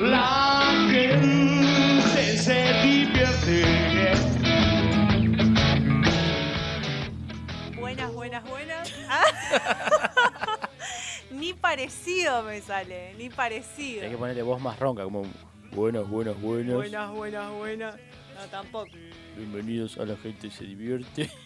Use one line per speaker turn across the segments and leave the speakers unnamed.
la gente se divierte.
Buenas, buenas, buenas. Ah. ni parecido me sale, ni parecido.
Hay que ponerle voz más ronca, como buenos, buenos, buenos.
Buenas, buenas, buenas. No, tampoco.
Bienvenidos a la gente se divierte.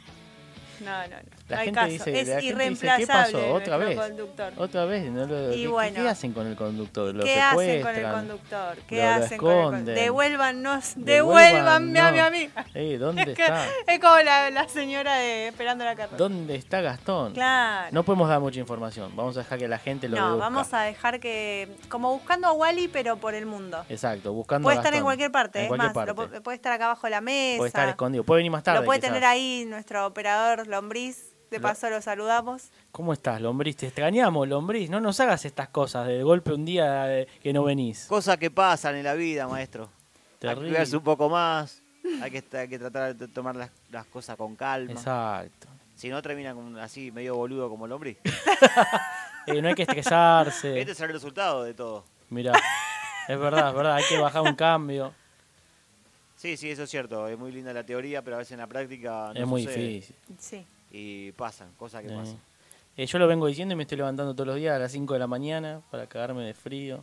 No, no, no.
La
no hay
gente
caso.
dice, la
es
gente dice, ¿qué
irreemplazable.
pasó?
nuestro
¿Otra vez?
conductor.
Otra vez, no lo,
Y
¿qué-
bueno.
¿qué hacen con el conductor? ¿Lo
¿Qué hacen con el
secuestran?
conductor? ¿Qué
Lo- lo
hacen con el conductor?
esconden.
Devuélvanos,
Devuelvan,
devuélvanme a mí,
no.
a mí.
Eh, ¿Dónde
Es que-
está?
Es como la, la señora de esperando la carrera.
¿Dónde está Gastón?
Claro.
No podemos dar mucha información. Vamos a dejar que la gente lo
No,
deduzca.
vamos a dejar que. Como buscando a Wally, pero por el mundo.
Exacto, buscando
Puede
a
estar en
Gastón.
cualquier parte,
En
es
cualquier
más, lo
parte.
pu- puede estar acá abajo de la mesa.
Puede estar escondido. Puede venir más tarde,
Lo puede
quizás.
tener ahí nuestro operador Lombriz. De
Lo-
paso lo saludamos.
¿Cómo estás, Lombriz? Te extrañamos, Lombriz. No nos hagas estas cosas de golpe un día eh, que no venís.
Cosas que pasan en la vida, maestro. Hay que
Terrible.
cuidarse un poco más. Hay que, hay que tratar de tomar las, las cosas con calma.
Exacto.
Si no, termina con- así medio boludo como el hombre.
Eh, no hay que estresarse.
Este es el resultado de todo.
Mirá, es verdad, es verdad. Hay que bajar un cambio.
Sí, sí, eso es cierto. Es muy linda la teoría, pero a veces en la práctica Ah, no
es muy
sucede.
difícil.
Sí.
Y pasan, cosas que
Eh.
pasan.
Eh, yo lo vengo diciendo y me estoy levantando todos los días a las 5 de la mañana para cagarme de frío.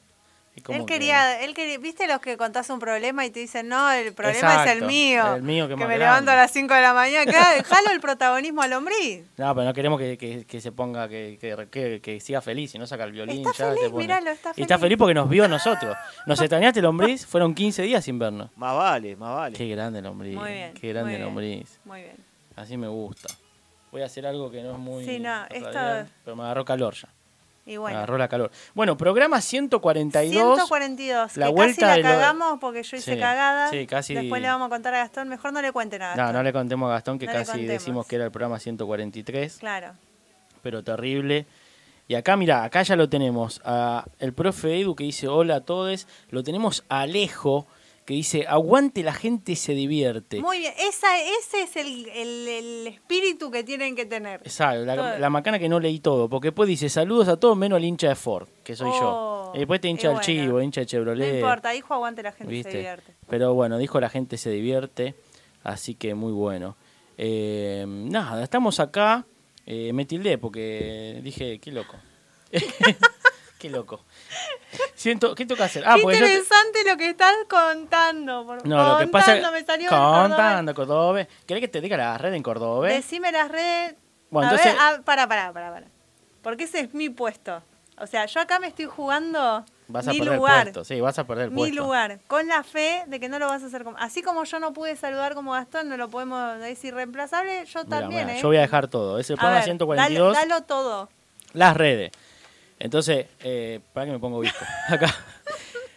Es como
Él
que-
quería, él quería, ¿viste los que contás un problema y te dicen, no, el problema es el
Exacto,
mío?
el mío que es
me
más
levanto
grande.
a las 5 de la mañana. Claro, dejalo el protagonismo al lombriz.
No, pero no queremos que, que- que se ponga, que, que- que- que siga feliz y no saca el violín.
Está
ya,
feliz,
se pone.
miralo, está
Y está
feliz.
feliz porque nos vio a nosotros. Nos extrañaste, lombriz. Fueron 15 días sin vernos.
Más vale, más vale.
Qué grande lombriz.
Muy bien.
Qué grande
muy bien,
lombriz.
Muy bien.
Así me gusta. Voy a hacer algo que no es muy.
Sí, no,
radial,
esto-
Pero me agarró calor ya.
Y
Me
bueno.
agarró la calor. Bueno, programa 142.
142,
la
que
vuelta
casi
de
la
lo-
cagamos porque yo hice
Sí,
cagada.
sí, casi-
Después le vamos a contar a Gastón. Mejor no le cuente nada.
No, no le contemos a Gastón que
No le
casi
contemos.
decimos que era el programa 143,
Claro.
pero terrible. Y acá, mirá, acá ya lo tenemos. A el profe Edu que dice hola a todos. Lo tenemos a Alejo que dice aguante, la gente se divierte.
Muy bien. Esa, ese es el, el- el espíritu que tienen que tener.
Exacto,
Todo.
la, la macana que no leí todo, porque después dice saludos a todos menos al hincha de Ford, que soy
Oh,
yo. Y después te
y
hincha el
bueno.
chivo, hincha el
No
Chevrolet.
importa, hijo, aguante la gente
¿viste?
se divierte.
Pero bueno, dijo la gente se divierte, así que muy bueno. Eh, nada, estamos acá, eh, me tildé porque dije, qué loco. qué loco. Siento, ¿Qué tengo que hacer? Ah,
Qué
porque yo te-
interesante lo que estás contando. Por...
No, lo que pasa
contando, me salió
Contando, Cordobés. ¿Querés que te diga la red en Cordobés?
Decime las redes.
Bueno,
a
entonces-
ver, ah, para, para, para, para. Porque ese es mi puesto. O sea, yo acá me estoy jugando
Vas a
mi
perder
lugar.
puesto, sí, vas a perder
mi
puesto.
lugar. Con la fe de que no lo vas a hacer como. Así como yo no pude saludar como Gastón, no lo podemos decir reemplazable, yo
Mirá,
también,
mirá,
¿eh?
Yo voy a dejar todo. Es el
A
programa
ver,
142.
Dalo, dalo todo.
Las redes. Entonces, eh, para que me pongo visco. Acá.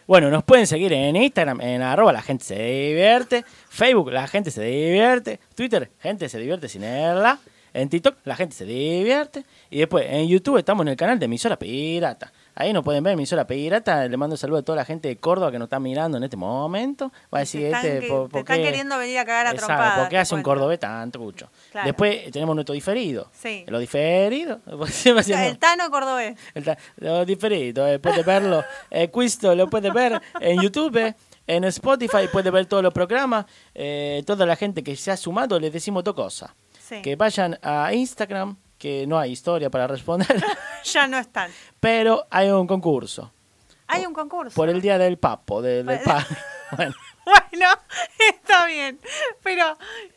Bueno, nos pueden seguir en Instagram, en arroba la gente se divierte. Facebook, la gente se divierte. Twitter, gente se divierte sin erla. En TikTok, la gente se divierte. Y después, en YouTube estamos en el canal de Emisora Pirata. Ahí nos pueden ver, Emisora Pirata. Le mando un saludo a toda la gente de Córdoba que nos está mirando en este momento.
Te
Va a decir,
están
este,
que-
¿por,
te
por
están
qué?
queriendo venir a cagar a
Exacto,
trompadas,
¿Por qué
te
hace un
cuento.
cordobés tan trucho?
Claro.
Después eh, tenemos nuestro diferido.
Sí.
Lo diferido. Pues, siempre
O sea,
hacemos-
el Tano Cordobés.
el ta- Lo diferido, eh, puede verlo. Eh, Quisto lo puede ver en YouTube, en Spotify, puede ver todos los programas. Eh, toda la gente que se ha sumado, les decimos dos cosas.
Sí.
Que vayan a Instagram, que no hay historia para responder,
Ya no están.
pero hay un concurso.
Hay un concurso.
Por el Día del Papo, del, del
Por-
pa- Bueno,
Bueno, está bien. Pero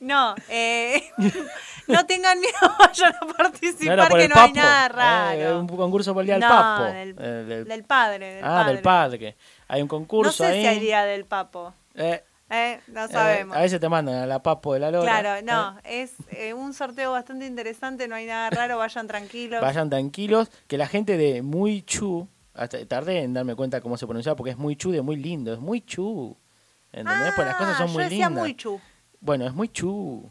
no, eh, no tengan miedo, vayan a
no
participar
era por
que
el
no hay
papo.
nada
eh,
raro.
un concurso por el Día del
No,
Papo.
del-
eh,
del padre, del
ah, del padre. Hay un concurso
no sé
ahí.
si hay día del papo.
eh,
eh, no
eh,
sabemos.
a veces te mandan a la Papo de la Lora.
claro,
eh.
no, es eh, un sorteo bastante interesante, no hay nada raro, vayan tranquilos.
Vayan tranquilos, que la gente de Muy Chu, hasta tardé en darme cuenta cómo se pronunciaba, porque es Muy Chu de muy lindo, es Muy Chu. ¿Entendés? Porque las cosas
Ah,
son muy
yo decía
lindas.
Muichu.
Bueno, es Muy Chu,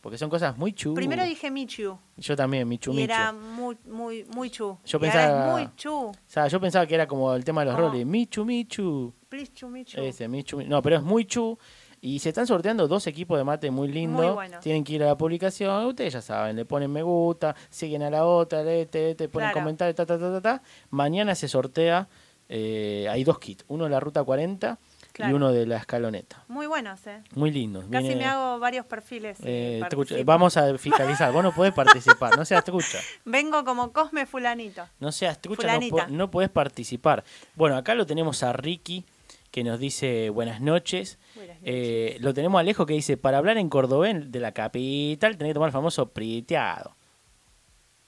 porque son cosas muy chu.
Primero dije Michu.
Yo también, Michu
Y
Michu.
era muy, muy, muy chu.
Yo
Y ahora es
pensaba-
muy chu.
O sea, yo pensaba que era como el tema de los
¿Cómo?
roles, Michu Michu.
Please chu, Michu.
Ese, Michu, no, pero es muy chu. Y se están sorteando dos equipos de mate muy lindos.
Muy bueno.
Tienen que ir a la publicación. Ustedes ya saben, le ponen me gusta, siguen a la otra, le, te, te ponen
Claro.
comentarios, ta, ta, ta, ta, ta. Mañana se sortea eh, hay dos kits, uno de la ruta 40 y
Claro.
uno de la escaloneta.
Muy buenos, ¿eh?
Muy lindo.
Casi
viene-
me hago varios perfiles. eh,
eh, te escucho-
participo.
vamos a fiscalizar, vos no podés participar, no seas trucha.
Vengo como Cosme Fulanito.
No seas trucha, no, po-
Fulanita.
no podés participar. Bueno, acá lo tenemos a Ricky, que nos dice buenas noches.
Buenas noches.
Eh, lo tenemos a Alejo, que dice, para hablar en cordobés de la capital, tenés que tomar el famoso priteado.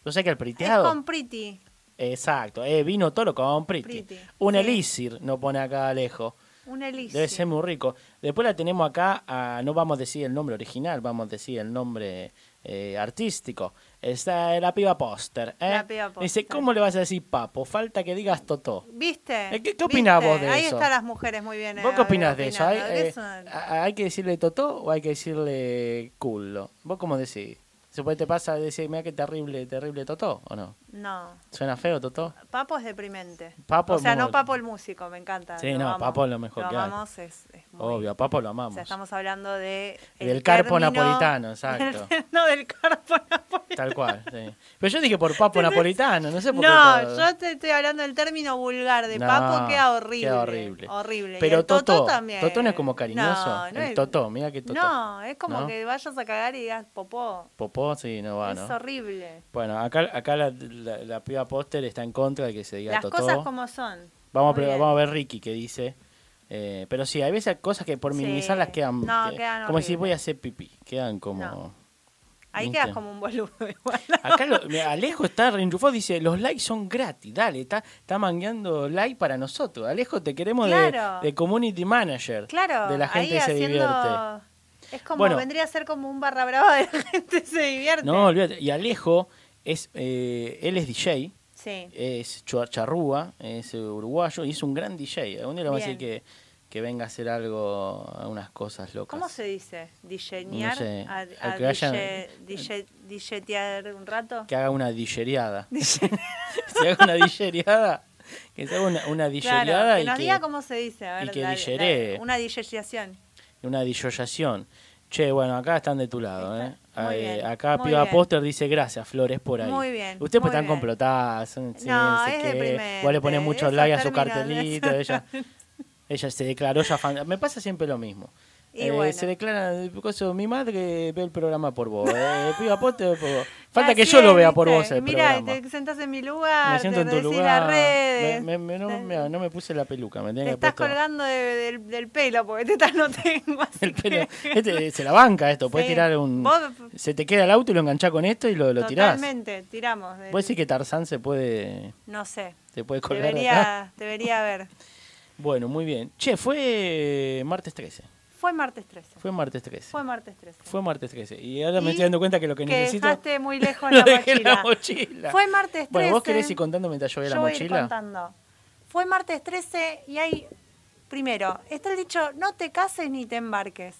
¿No sé que el priteado?
Es con Pretty.
Exacto, eh, vino toro con priti.
Priti,
Un
sí.
elixir, no pone acá Alejo.
Un elixir.
Debe ser muy rico. Después la tenemos acá, a- no vamos a decir el nombre original, vamos a decir el nombre eh, artístico. Está la piba póster. ¿eh?
La piba póster.
Dice, ¿cómo le vas a decir papo? Falta que digas totó.
¿Viste?
Eh, ¿qué- qué
¿Viste?
opinás vos de
Ahí
eso?
están las mujeres muy bien. eh,
¿Vos qué opinás de eso?
opinando.
¿Hay,
¿Qué
eh,
son?
a- ¿Hay que decirle totó o hay que decirle culo? ¿Vos cómo decís? Supongo que te pasa de decir, mira qué terrible, terrible totó, ¿o no?
No.
¿Suena feo totó?
Papo es deprimente.
Papo
o
es
sea,
muy-
no Papo el músico, me encanta.
Sí,
lo
no,
amo.
Papo es lo mejor que hay.
amamos, es, es muy-
Obvio, a papo lo
O
amamos.
sea, estamos hablando de...
Del carpo
término-
napolitano, exacto.
no, del carpo napolitano.
Tal cual, sí. Pero yo dije por papo napolitano, no sé por qué.
No,
todo-
yo te estoy hablando del término vulgar de
No,
papo, queda horrible.
queda horrible.
Horrible. Y
Pero
el totó,
Totó,
también.
Totó no es como cariñoso, el totó, mira que totó.
No, es como
¿No?
que vayas a cagar y digas popó.
Popó, sí, no va,
es
¿no?
horrible.
Bueno, acá, acá la, la, la piba póster está en contra de que se diga
Las
Totó.
cosas como son.
vamos, a,
Muy
pre-
bien.
vamos a ver Ricky que dice. Eh, pero sí, hay veces cosas que por
Sí.
minimizarlas quedan,
No,
que-
quedan
Como si
horrible.
voy a hacer pipí, quedan como...
No. Ahí
¿viste?
quedas como un boludo igual.
Acá lo- mira, Alejo está reenchufado, dice, los likes son gratis, dale, está, está mangueando like para nosotros. Alejo, te queremos de-
Claro.
de, community manager.
Claro,
De la gente
ahí
se
haciendo...
divierte.
Es como,
Bueno.
vendría a ser como un barra brava de la gente se divierte.
No, olvídate. Y Alejo es, eh, él es DJ,
Sí,
es chua- charrúa, es eh, uruguayo y es un gran DJ. Algún día le vamos a decir que, que venga a hacer algo, unas cosas locas.
¿cómo se dice? ¿Diseñar?
No sé,
¿A,
al
a
que vayan-
dije- dije- dijetear un rato?
Que haga una digeriada. se haga una digeriada. Que se haga una, una digeriada
Claro, que
y
nos
que-
diga cómo se dice. A
y
ver,
que
dale,
digeré.
dale, Una digeriación.
una disoyación. Che, bueno, acá están de tu lado, ¿eh?
Está- muy
Eh,
bien,
acá
muy
Piba
bien.
Póster dice gracias, Flores, por ahí.
Muy bien,
Ustedes pues
muy
están
bien.
complotadas. son- sí,
No,
sé
es
qué.
deprimente,
Vos le ponés muchos likes a su
esos
cartelito.
términos
Ella, ella se declaró ya fan. Me pasa siempre lo mismo.
Y bueno.
Se declara, eh, coso, mi madre ve el programa por vos. eh, piba Póster por vos. Falta que
Así
yo lo
es,
vea por
Ah, ¿viste?
vos el
Mirá,
programa.
te sentás en mi lugar,
Me siento
te
en tu
decís
lugar.
las redes.
Me- me- no,
te-
me, no me puse la peluca. Me tenía
te
que
estás
puesto-
colgando de- del, del pelo porque tetas no tengo. así
El pelo.
que-
Este, se la banca esto, puedes
Sí.
tirar un.
Vos-
Se te queda el auto y lo enganchás con esto y lo, lo tirás.
Totalmente, tiramos. del-
Vos decís que Tarzán se puede,
No sé.
se puede colgar acá.
Debería, debería haber.
Bueno, muy bien. Che, fue martes 13.
Fue martes 13.
Fue martes 13. Fue,
Fue martes 13.
martes 13. Y ahora me
Y
estoy dando cuenta que lo que,
que
necesito.
dejaste muy lejos
lo
la
dejé en la
mochila.
mochila.
Fue martes 13.
Bueno, vos querés ir contando mientras yo veo la
Yo voy a ir
mochila.
contando. Fue martes 13 y hay, primero, está el dicho, no te cases ni te embarques.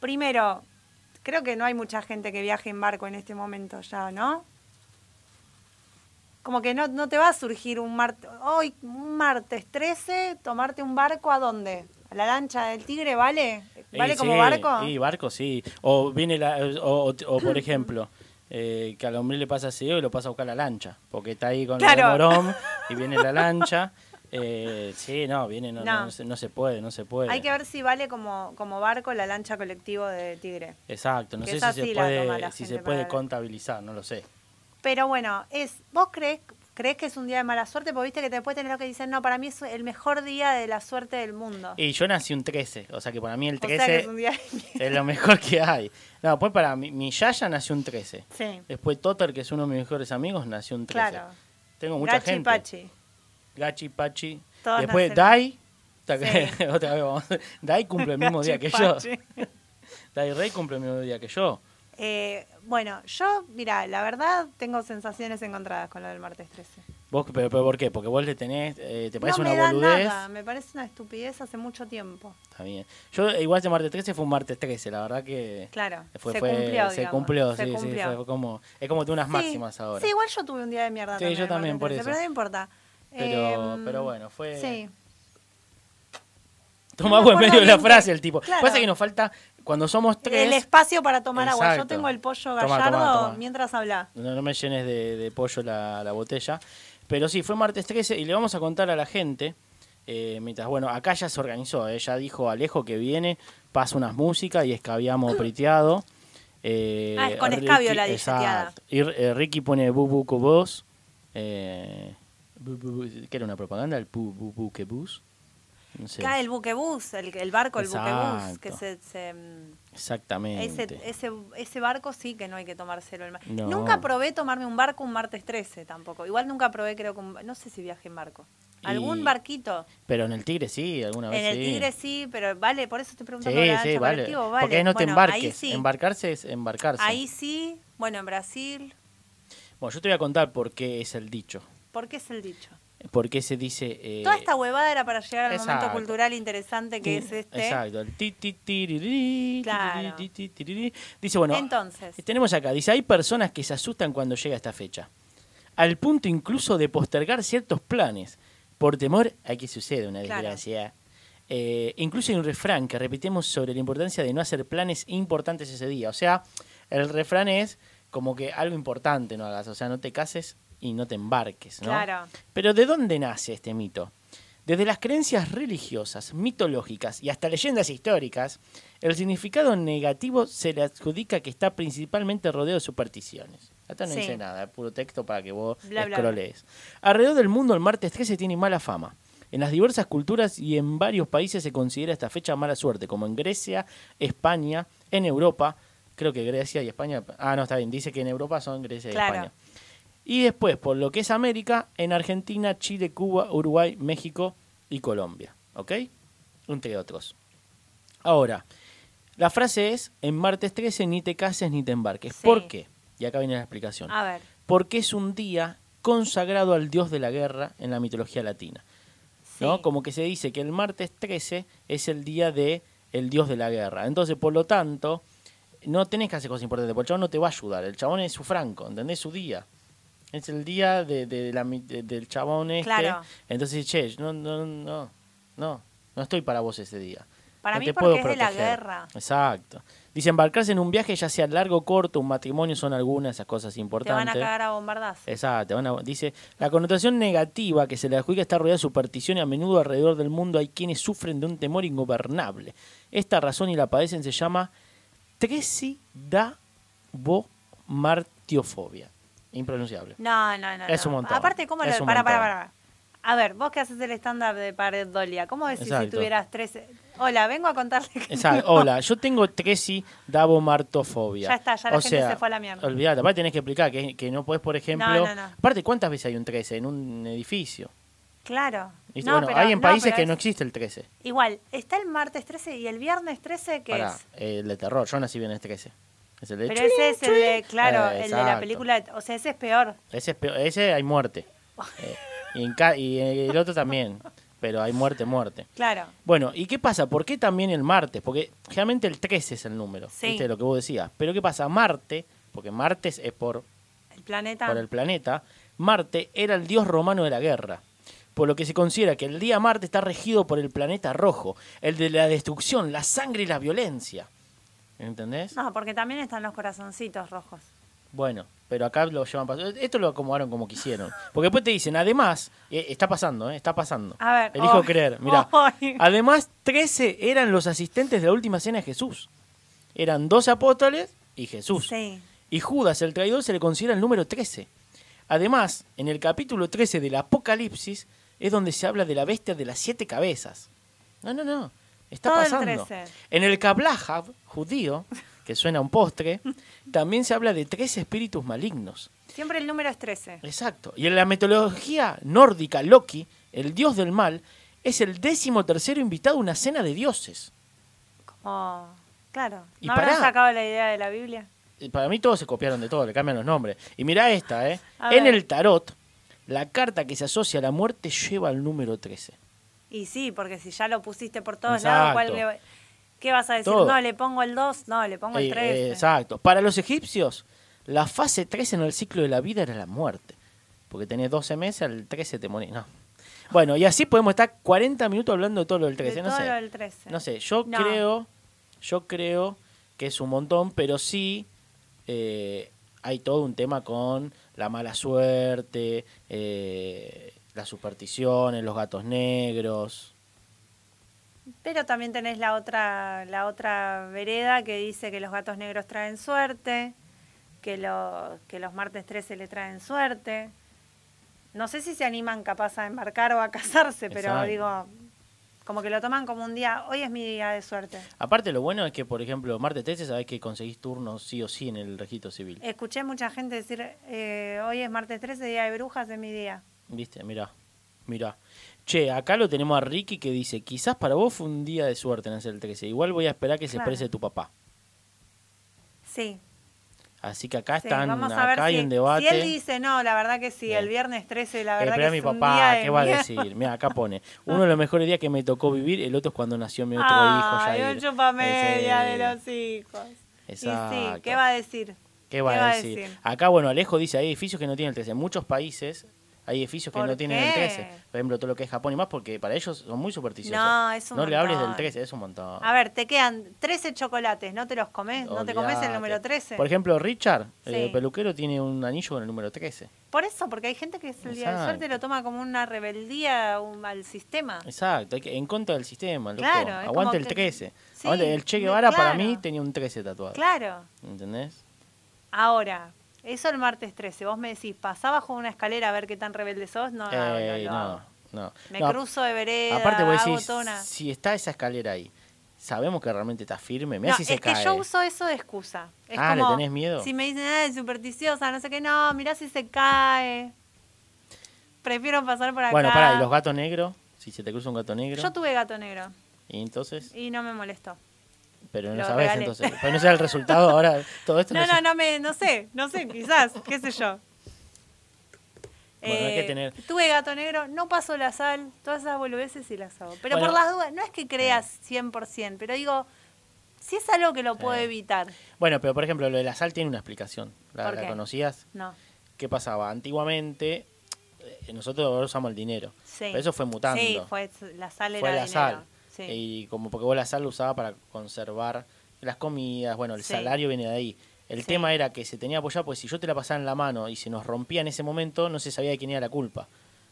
Primero, creo que no hay mucha gente que viaje en barco en este momento ya, ¿no? Como que no, no te va a surgir un martes, hoy, un martes 13, tomarte un barco a dónde? ¿A la lancha del tigre, vale?
Y
¿Vale como
sí,
barco?
Y barco, sí. O viene la, o, o- o, por ejemplo, eh, que al hombre le pasa así y lo pasa a buscar la lancha, porque está ahí con el
Claro.
morón y viene la lancha. Eh, sí, no, viene, no, no.
No.
se, no se puede, no se puede.
Hay que ver si vale como, como barco la lancha colectivo de tigre.
Exacto, no
que
sé si
esa
se
sí la toma
puede,
la
si se
gente
puede
para-
contabilizar, no lo sé.
Pero bueno, es, ¿vos crees, crees que es un día de mala suerte? Porque viste que te después tenés lo que dicen, no, para mí es el mejor día de la suerte del mundo.
Y yo nací un 13, o sea que para mí el
Ah. o
13
sea que es un día de
es,
mierda.
lo mejor que hay. No, pues para mi, mi Yaya nació un 13.
Sí,
Después Totter, que es uno de mis mejores amigos, nació un 13.
claro.
Tengo mucha
Gachi
gente.
Pachi.
Gachi, Pachi.
Todos
Después
nacen-
Dai. Otra que- otra vez vamos. Dai cumple el mismo día que
Gachi
yo.
Pachi.
Dai Rey cumple el mismo día que yo.
Eh, bueno, yo, mira, la verdad tengo sensaciones encontradas con lo del martes 13.
¿Vos, pero, pero ¿Por qué? Porque vos le tenés. eh, ¿Te parece
no me
una
da
boludez?
nada, me parece una estupidez hace mucho tiempo.
Está bien. Yo, eh, igual de martes 13 fue un martes 13, la verdad que.
Claro,
Fue,
se
fue-
cumplió,
Se
digamos,
cumplió,
se
sí, sí.
cumplió.
fue- Fue como, es como de unas
Sí,
máximas ahora.
Sí, igual yo tuve un día de mierda.
Sí, yo también,
el martes
por
13,
eso.
Pero no importa.
Pero-
Em,
pero bueno, fue-
Sí.
Toma
No me
agua en
acuerdo
medio de la
bien que-
frase, el tipo.
Claro.
Pasa que nos falta, cuando somos tres.
El espacio para tomar agua. Yo
Exacto.
tengo el pollo
Toma,
gallardo
toma, toma.
mientras habla.
No, no me llenes de, de pollo la, la botella. Pero sí, fue martes 13 y le vamos a contar a la gente. eh, mientras, bueno, acá ya se organizó, eh, ya dijo Alejo que viene, pasa unas músicas y escabiamos priteado. Eh,
Ah, es Ah, con escabio la disfeteada.
exacto. Y eh, Ricky pone bubu cobos. Eh, bu- bu- bu- ¿Qué era una propaganda? El bu- bu- bu- que bus. No sé.
Cae el buquebús, el, el barco, el buquebús, que
Exacto.
se, se, mm,
Exactamente.
ese, ese, ese barco sí que no hay que tomárselo. el mar-
No.
Nunca probé tomarme un barco un martes 13 tampoco. Igual nunca probé, creo que un- no sé si viaje en barco. ¿Algún
Y-
barquito?
Pero en el Tigre sí, alguna vez
En el
sí.
Tigre sí, pero vale, por eso te
Sí,
preguntando la
sí,
lancha
vale.
colectivo,
Porque ahí no te
Bueno,
embarques.
Ahí sí,
Embarcarse es embarcarse.
ahí sí, bueno, en Brasil,
Bueno, yo te voy a contar por qué es el dicho.
¿por qué es el dicho?
Por qué se dice... eh,
Toda esta huevada era para llegar al momento
exacto.
cultural interesante que es este.
Exacto, el ti, ti, tiriri,
Claro.
ti, ti, ti, tiriri. Dice, bueno, este,
Entonces.
tenemos acá, dice, hay personas que se asustan cuando llega esta fecha, al punto incluso de postergar ciertos planes, por temor a que suceda una
Claro.
desgracia. Eh, incluso hay un refrán que repetimos sobre la importancia de no hacer planes importantes ese día. O sea, el refrán es como que algo importante no hagas, o sea, no te cases y no te embarques. ¿no?
Claro.
Pero ¿de dónde nace este mito? Desde las creencias religiosas, mitológicas y hasta leyendas históricas, el significado negativo se le adjudica que está principalmente rodeado de supersticiones. Hasta no
Sí.
dice nada, es puro texto para que vos
Bla, bla, bla.
escrolees. Alrededor del mundo el martes 13 tiene mala fama. En las diversas culturas y en varios países se considera esta fecha mala suerte, como en Grecia, España, en Europa. Creo que Grecia y España. Ah, no, está bien. Dice que en Europa son Grecia y
Claro.
España. Y después, por lo que es América, en Argentina, Chile, Cuba, Uruguay, México y Colombia. ¿Ok? Entre otros. Ahora, la frase es, en martes 13 ni te cases ni te embarques.
Sí.
¿Por qué? Y acá viene la explicación.
A ver,
Porque es un día consagrado al dios de la guerra en la mitología latina.
sí.
¿no? Como que se dice que el martes 13 es el día de el dios de la guerra. Entonces, por lo tanto, no tenés que hacer cosas importantes, porque el chabón no te va a ayudar. El chabón es su franco, ¿entendés? Su día. Es el día de, de la mi- de- del chabón este.
Claro.
Entonces, che, no, no, no, no, no estoy para vos ese día.
Para
No
mí
te
porque
puedo
es de la
proteger.
guerra.
Exacto. Dice, embarcarse en un viaje, ya sea largo o corto, un matrimonio, son algunas de esas cosas
Te van a
importantes.
cagar a bombardazo.
Exacto, van a- dice, la connotación negativa que se le adjudica está rodeada de superstición y a menudo alrededor del mundo hay quienes sufren de un temor ingobernable. Esta razón y la padecen se llama tresidabomartiofobia. Impronunciable.
No, no, no.
Es
no.
un montón.
Aparte, ¿cómo
Es
lo.?
un
Para, para,
montón.
para. A ver, vos que haces el stand-up de Paredolia, ¿cómo decís si
Exacto.
tuvieras tres. eh, Hola, vengo a contarle que.
Exacto.
no.
Hola, yo tengo tresidabomartofobia.
Ya está, ya la
o
gente
sea,
se fue a la mierda.
Olvídate, aparte tenés que explicar que, que no podés, por ejemplo...
no, no.
Aparte, ¿cuántas veces hay un 13 en un edificio?
Claro.
¿Viste?
No,
bueno,
pero-
hay en
no,
países
pero
que
es-
no existe el 13.
Igual, está el martes 13 y el viernes 13, que
Pará,
es?
eh, el de terror. Yo nací bien en este que ese. Es el de
Pero
chuling,
ese es el
chuling.
de, claro,
Eh,
el de la
exacto.
película. O sea, ese es peor.
Ese, es peor- ese hay muerte. Eh, y, en ca- y el otro también. Pero hay muerte, muerte.
Claro.
Bueno, ¿y qué pasa? ¿Por qué también el martes? Porque generalmente el 13 es el número.
Sí.
¿Viste lo que vos decías? Pero ¿qué pasa? Marte, porque martes es por
El planeta.
por el planeta, Marte era el dios romano de la guerra. Por lo que se considera que el día Marte está regido por el planeta rojo, el de la destrucción, la sangre y la violencia. ¿Entendés?
No, porque también están los corazoncitos rojos.
Bueno, pero acá lo llevan pas- Esto lo acomodaron como quisieron. Porque después te dicen, además, eh, está pasando, eh, está pasando.
A ver,
Elijo
oh.
creer, mirá.
Ay.
Además, 13 eran los asistentes de la última cena de Jesús. Eran dos apóstoles y Jesús.
Sí.
Y Judas, el traidor, se le considera el número 13. Además, en el capítulo 13 del Apocalipsis es donde se habla de la bestia de las siete cabezas. No, no, no. Está
Todo el
pasando.
13.
En el Kablahab, judío, que suena a un postre, también se habla de 13 espíritus malignos.
Siempre el número es 13.
Exacto. Y en la mitología nórdica, Loki, el dios del mal, es el décimo tercero invitado a una cena de dioses.
Como. Oh, Claro.
Y
¿No habrán
pará.
sacado la idea de la Biblia?
Eh, Para mí todos se copiaron de todo, le cambian los nombres. Y mirá esta, ¿eh?
A
En
ver.
el tarot, la carta que se asocia a la muerte lleva el número 13.
Y sí, porque si ya lo pusiste por todos
Exacto.
lados, ¿cuál le- ¿qué vas a decir?
Todo.
No, le pongo el 2, no, le pongo el
Eh,
3.
eh, exacto. Para los egipcios, la fase 13 en el ciclo de la vida era la muerte. Porque tenés 12 meses, al 13 te morís. No. Bueno, y así podemos estar 40 minutos hablando de todo lo del 13. no
todo
sé.
lo del 13.
No sé, yo
No.
creo, yo creo que es un montón, pero sí eh, hay todo un tema con la mala suerte, eh, las supersticiones, los gatos negros.
Pero también tenés la otra, la otra vereda que dice que los gatos negros traen suerte, que, lo- que los martes 13 le traen suerte. No sé si se animan capaz a embarcar o a casarse, pero
Exacto.
digo, como que lo toman como un día, hoy es mi día de suerte.
Aparte, lo bueno es que, por ejemplo, martes 13 sabés que conseguís turnos sí o sí en el registro civil.
Escuché mucha gente decir, eh, hoy es martes 13, día de brujas, es mi día.
Viste, mirá, mirá. Che, acá lo tenemos a Ricky que dice, quizás para vos fue un día de suerte en el 13. Igual voy a esperar que se
Claro.
exprese tu papá.
Sí,
Así que acá
sí,
están,
vamos a ver
acá hay
si,
un debate.
si él dice, no, la verdad que sí,
Bien.
el viernes 13, la
Eh,
verdad
pero
que
a mi
es un
papá,
día
¿qué va a
mierda.
decir? Mira, acá pone. Uno de los mejores días que me tocó vivir, el otro es cuando nació mi otro hijo.
Ay,
Jair".
un chupamedia
Ese-
de los hijos. Y
Exacto.
sí, ¿qué va a decir?
¿Qué va a decir? Acá, bueno, Alejo dice, hay edificios que no tienen el 13. En muchos países hay edificios que
¿Por
no tienen el
qué?
13. Por ejemplo, todo lo que es Japón y más, porque para ellos son muy supersticiosos.
No, es un
No le hables del
montón.
13, es un montón.
A ver, te quedan 13 chocolates, ¿no te los comes? ¿No te comes el
Olvídate.
número 13?
Por ejemplo, Richard, el
Sí.
peluquero, tiene un anillo con el número 13.
Por eso, porque hay gente que es el día de suerte
Exacto.
lo toma como una rebeldía un- al sistema.
Exacto, hay que- en contra del sistema, loco.
Claro, es
Aguante
como
el
que-
13.
Sí,
Aguante- el Che
me-
Guevara para
claro.
mí tenía un 13 tatuado.
Claro.
¿Entendés?
Ahora, eso el martes 13. Vos me decís, pasá bajo una escalera a ver qué tan rebelde sos. No, no, no,
Eh,
lo
no,
hago.
no.
Me
No,
cruzo de vereda,
Aparte, vos
hago
decís,
tona.
si está esa escalera ahí, sabemos que realmente está firme. Mirá
No,
si se
es
cae.
que yo uso eso de excusa. Es
Ah, ¿le
como,
tenés miedo?
Si me dicen, ah, es supersticiosa, no sé qué, no, mirá si se cae. Prefiero pasar por acá.
Bueno, pará, ¿y los gatos negros? Si se te cruza un gato negro.
Yo tuve gato negro
Y entonces,
y no me molestó.
pero no
lo
sabes
regalé.
entonces. Pero no sé el resultado ahora. Todo esto
No,
sé.
no, no me, no sé, no sé, quizás, qué sé yo. Eh,
Bueno, hay que tener-
Tuve gato negro, no paso la sal, todas esas boludeces y las hago. Pero
Bueno.
por las dudas, no es que creas 100%, pero digo, si es algo que lo puedo
Sí.
evitar,
Bueno, pero por ejemplo, lo de la sal tiene una explicación. ¿La,
¿Por
la
qué?
conocías?
no.
¿Qué pasaba? Antiguamente, eh, nosotros ahora usamos el dinero.
Sí.
Pero eso fue mutando.
Sí, fue la sal era
Fue la
dinero.
sal.
Sí.
Y como porque vos la sal lo usabas para conservar las comidas, bueno, el
Sí.
salario viene de ahí. El
Sí.
tema era que se tenía apoyado, pues si yo te la pasaba en la mano y se nos rompía en ese momento, no se sabía de quién era la culpa.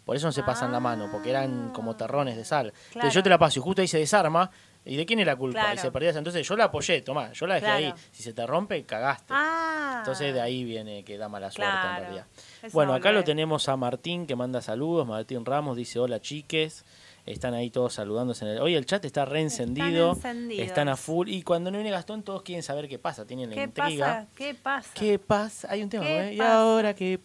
Por eso no se pasan la mano, porque eran como terrones de sal. Entonces yo
Ah. Claro.
te la paso y justo ahí se desarma. ¿Y de quién es la culpa? Y
Claro.
se perdía. esa- Entonces yo la apoyé, tomá, yo la dejé
Claro.
ahí. Si se te rompe, cagaste.
Ah.
Entonces de ahí viene que da mala suerte en
Claro.
realidad.
Es
bueno,
una
acá lo
boludez.
tenemos a Martín que manda saludos. Martín Ramos dice: Hola chiques. Están ahí todos saludándose. En el... Hoy el chat está reencendido.
Están encendidos.
Están a full. Y cuando no viene Gastón, todos quieren saber qué pasa. Tienen la
¿Qué
intriga.
pasa? ¿Qué pasa?
¿Qué pasa? Hay un tema,
¿Qué
¿eh? ¿Y
pasa?
ahora qué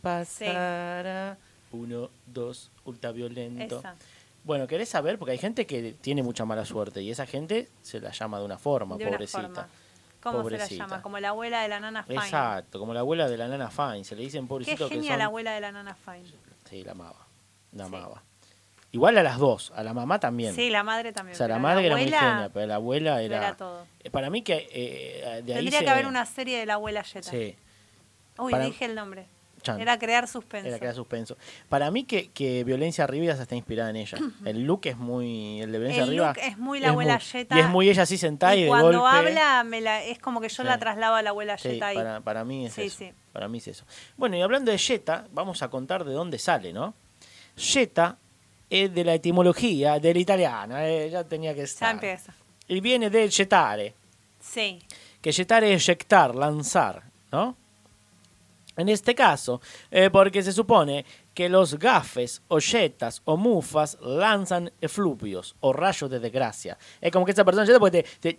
pasará? Uno, dos, ultraviolento.
Esa.
Bueno, querés saber, porque hay gente que tiene mucha mala suerte y esa gente se la llama de una forma,
De una
pobrecita.
forma. ¿Cómo se
Pobrecita.
la llama? Como la abuela de la nana Fine.
Exacto, como la abuela de la nana Fine. Se le dicen
Qué
pobrecito que
genia
son...
la abuela de la nana Fine.
Sí, la amaba. La
Sí.
amaba. Igual a las dos, a la mamá también.
Sí, la madre también.
o sea, la
pero
madre era muy
abuela-
genia, pero la abuela era.
era todo.
Eh, Para mí que eh, de ahí
Tendría
se-
que haber una serie de la abuela Yeta.
Sí,
Uy,
Para-
dije el nombre.
Chan.
Era crear suspenso.
era que era suspenso. Para mí que, que Violencia Rivas está inspirada en ella. El look es muy. El de Violencia
El
Rivas
look es muy la abuela Yeta.
Y es muy ella así sentada y,
Y
de
cuando
golpe-
habla, me la, es como que yo
Sí.
la traslado a la abuela
Sí,
Yeta ahí.
para, para mí es
Sí,
eso.
sí.
Para mí es eso. Bueno, y hablando de Jetta, vamos a contar de dónde sale, ¿no? Jetta es de la etimología del italiano, eh, ya tenía que
Ya
estar.
empieza.
Y viene del jetare,
Sí.
que jetare es eyectar, lanzar, ¿no? En este caso, eh, porque se supone que los gafes o jetas o mufas lanzan efluvios o rayos de desgracia. Es como que esa persona jeta porque te, te,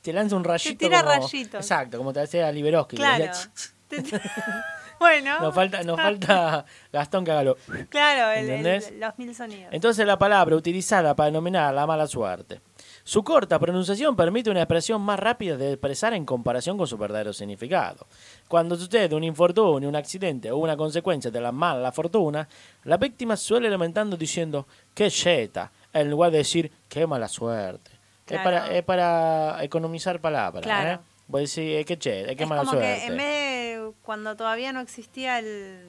te lanza un rayito.
tira
como-
rayitos.
Exacto, como te hacía Liberoski. que
Claro.
decía,
bueno. Ah,
Nos falta, nos falta Gastón que haga lo-
Claro, el- el-
¿Entendés?
los mil sonidos.
Entonces la palabra utilizada para denominar la mala suerte. Su corta pronunciación permite una expresión más rápida de expresar en comparación con su verdadero significado. Cuando sucede un infortunio, un accidente o una consecuencia de la mala fortuna, la víctima suele lamentando diciendo qué cheta, en lugar de decir qué mala suerte. Es,
Claro.
para, es para economizar palabras.
Claro.
¿eh? Vos decís, eh, qué cheta, eh, qué
es
mala
como
suerte.
que en vez de cuando todavía no existía el,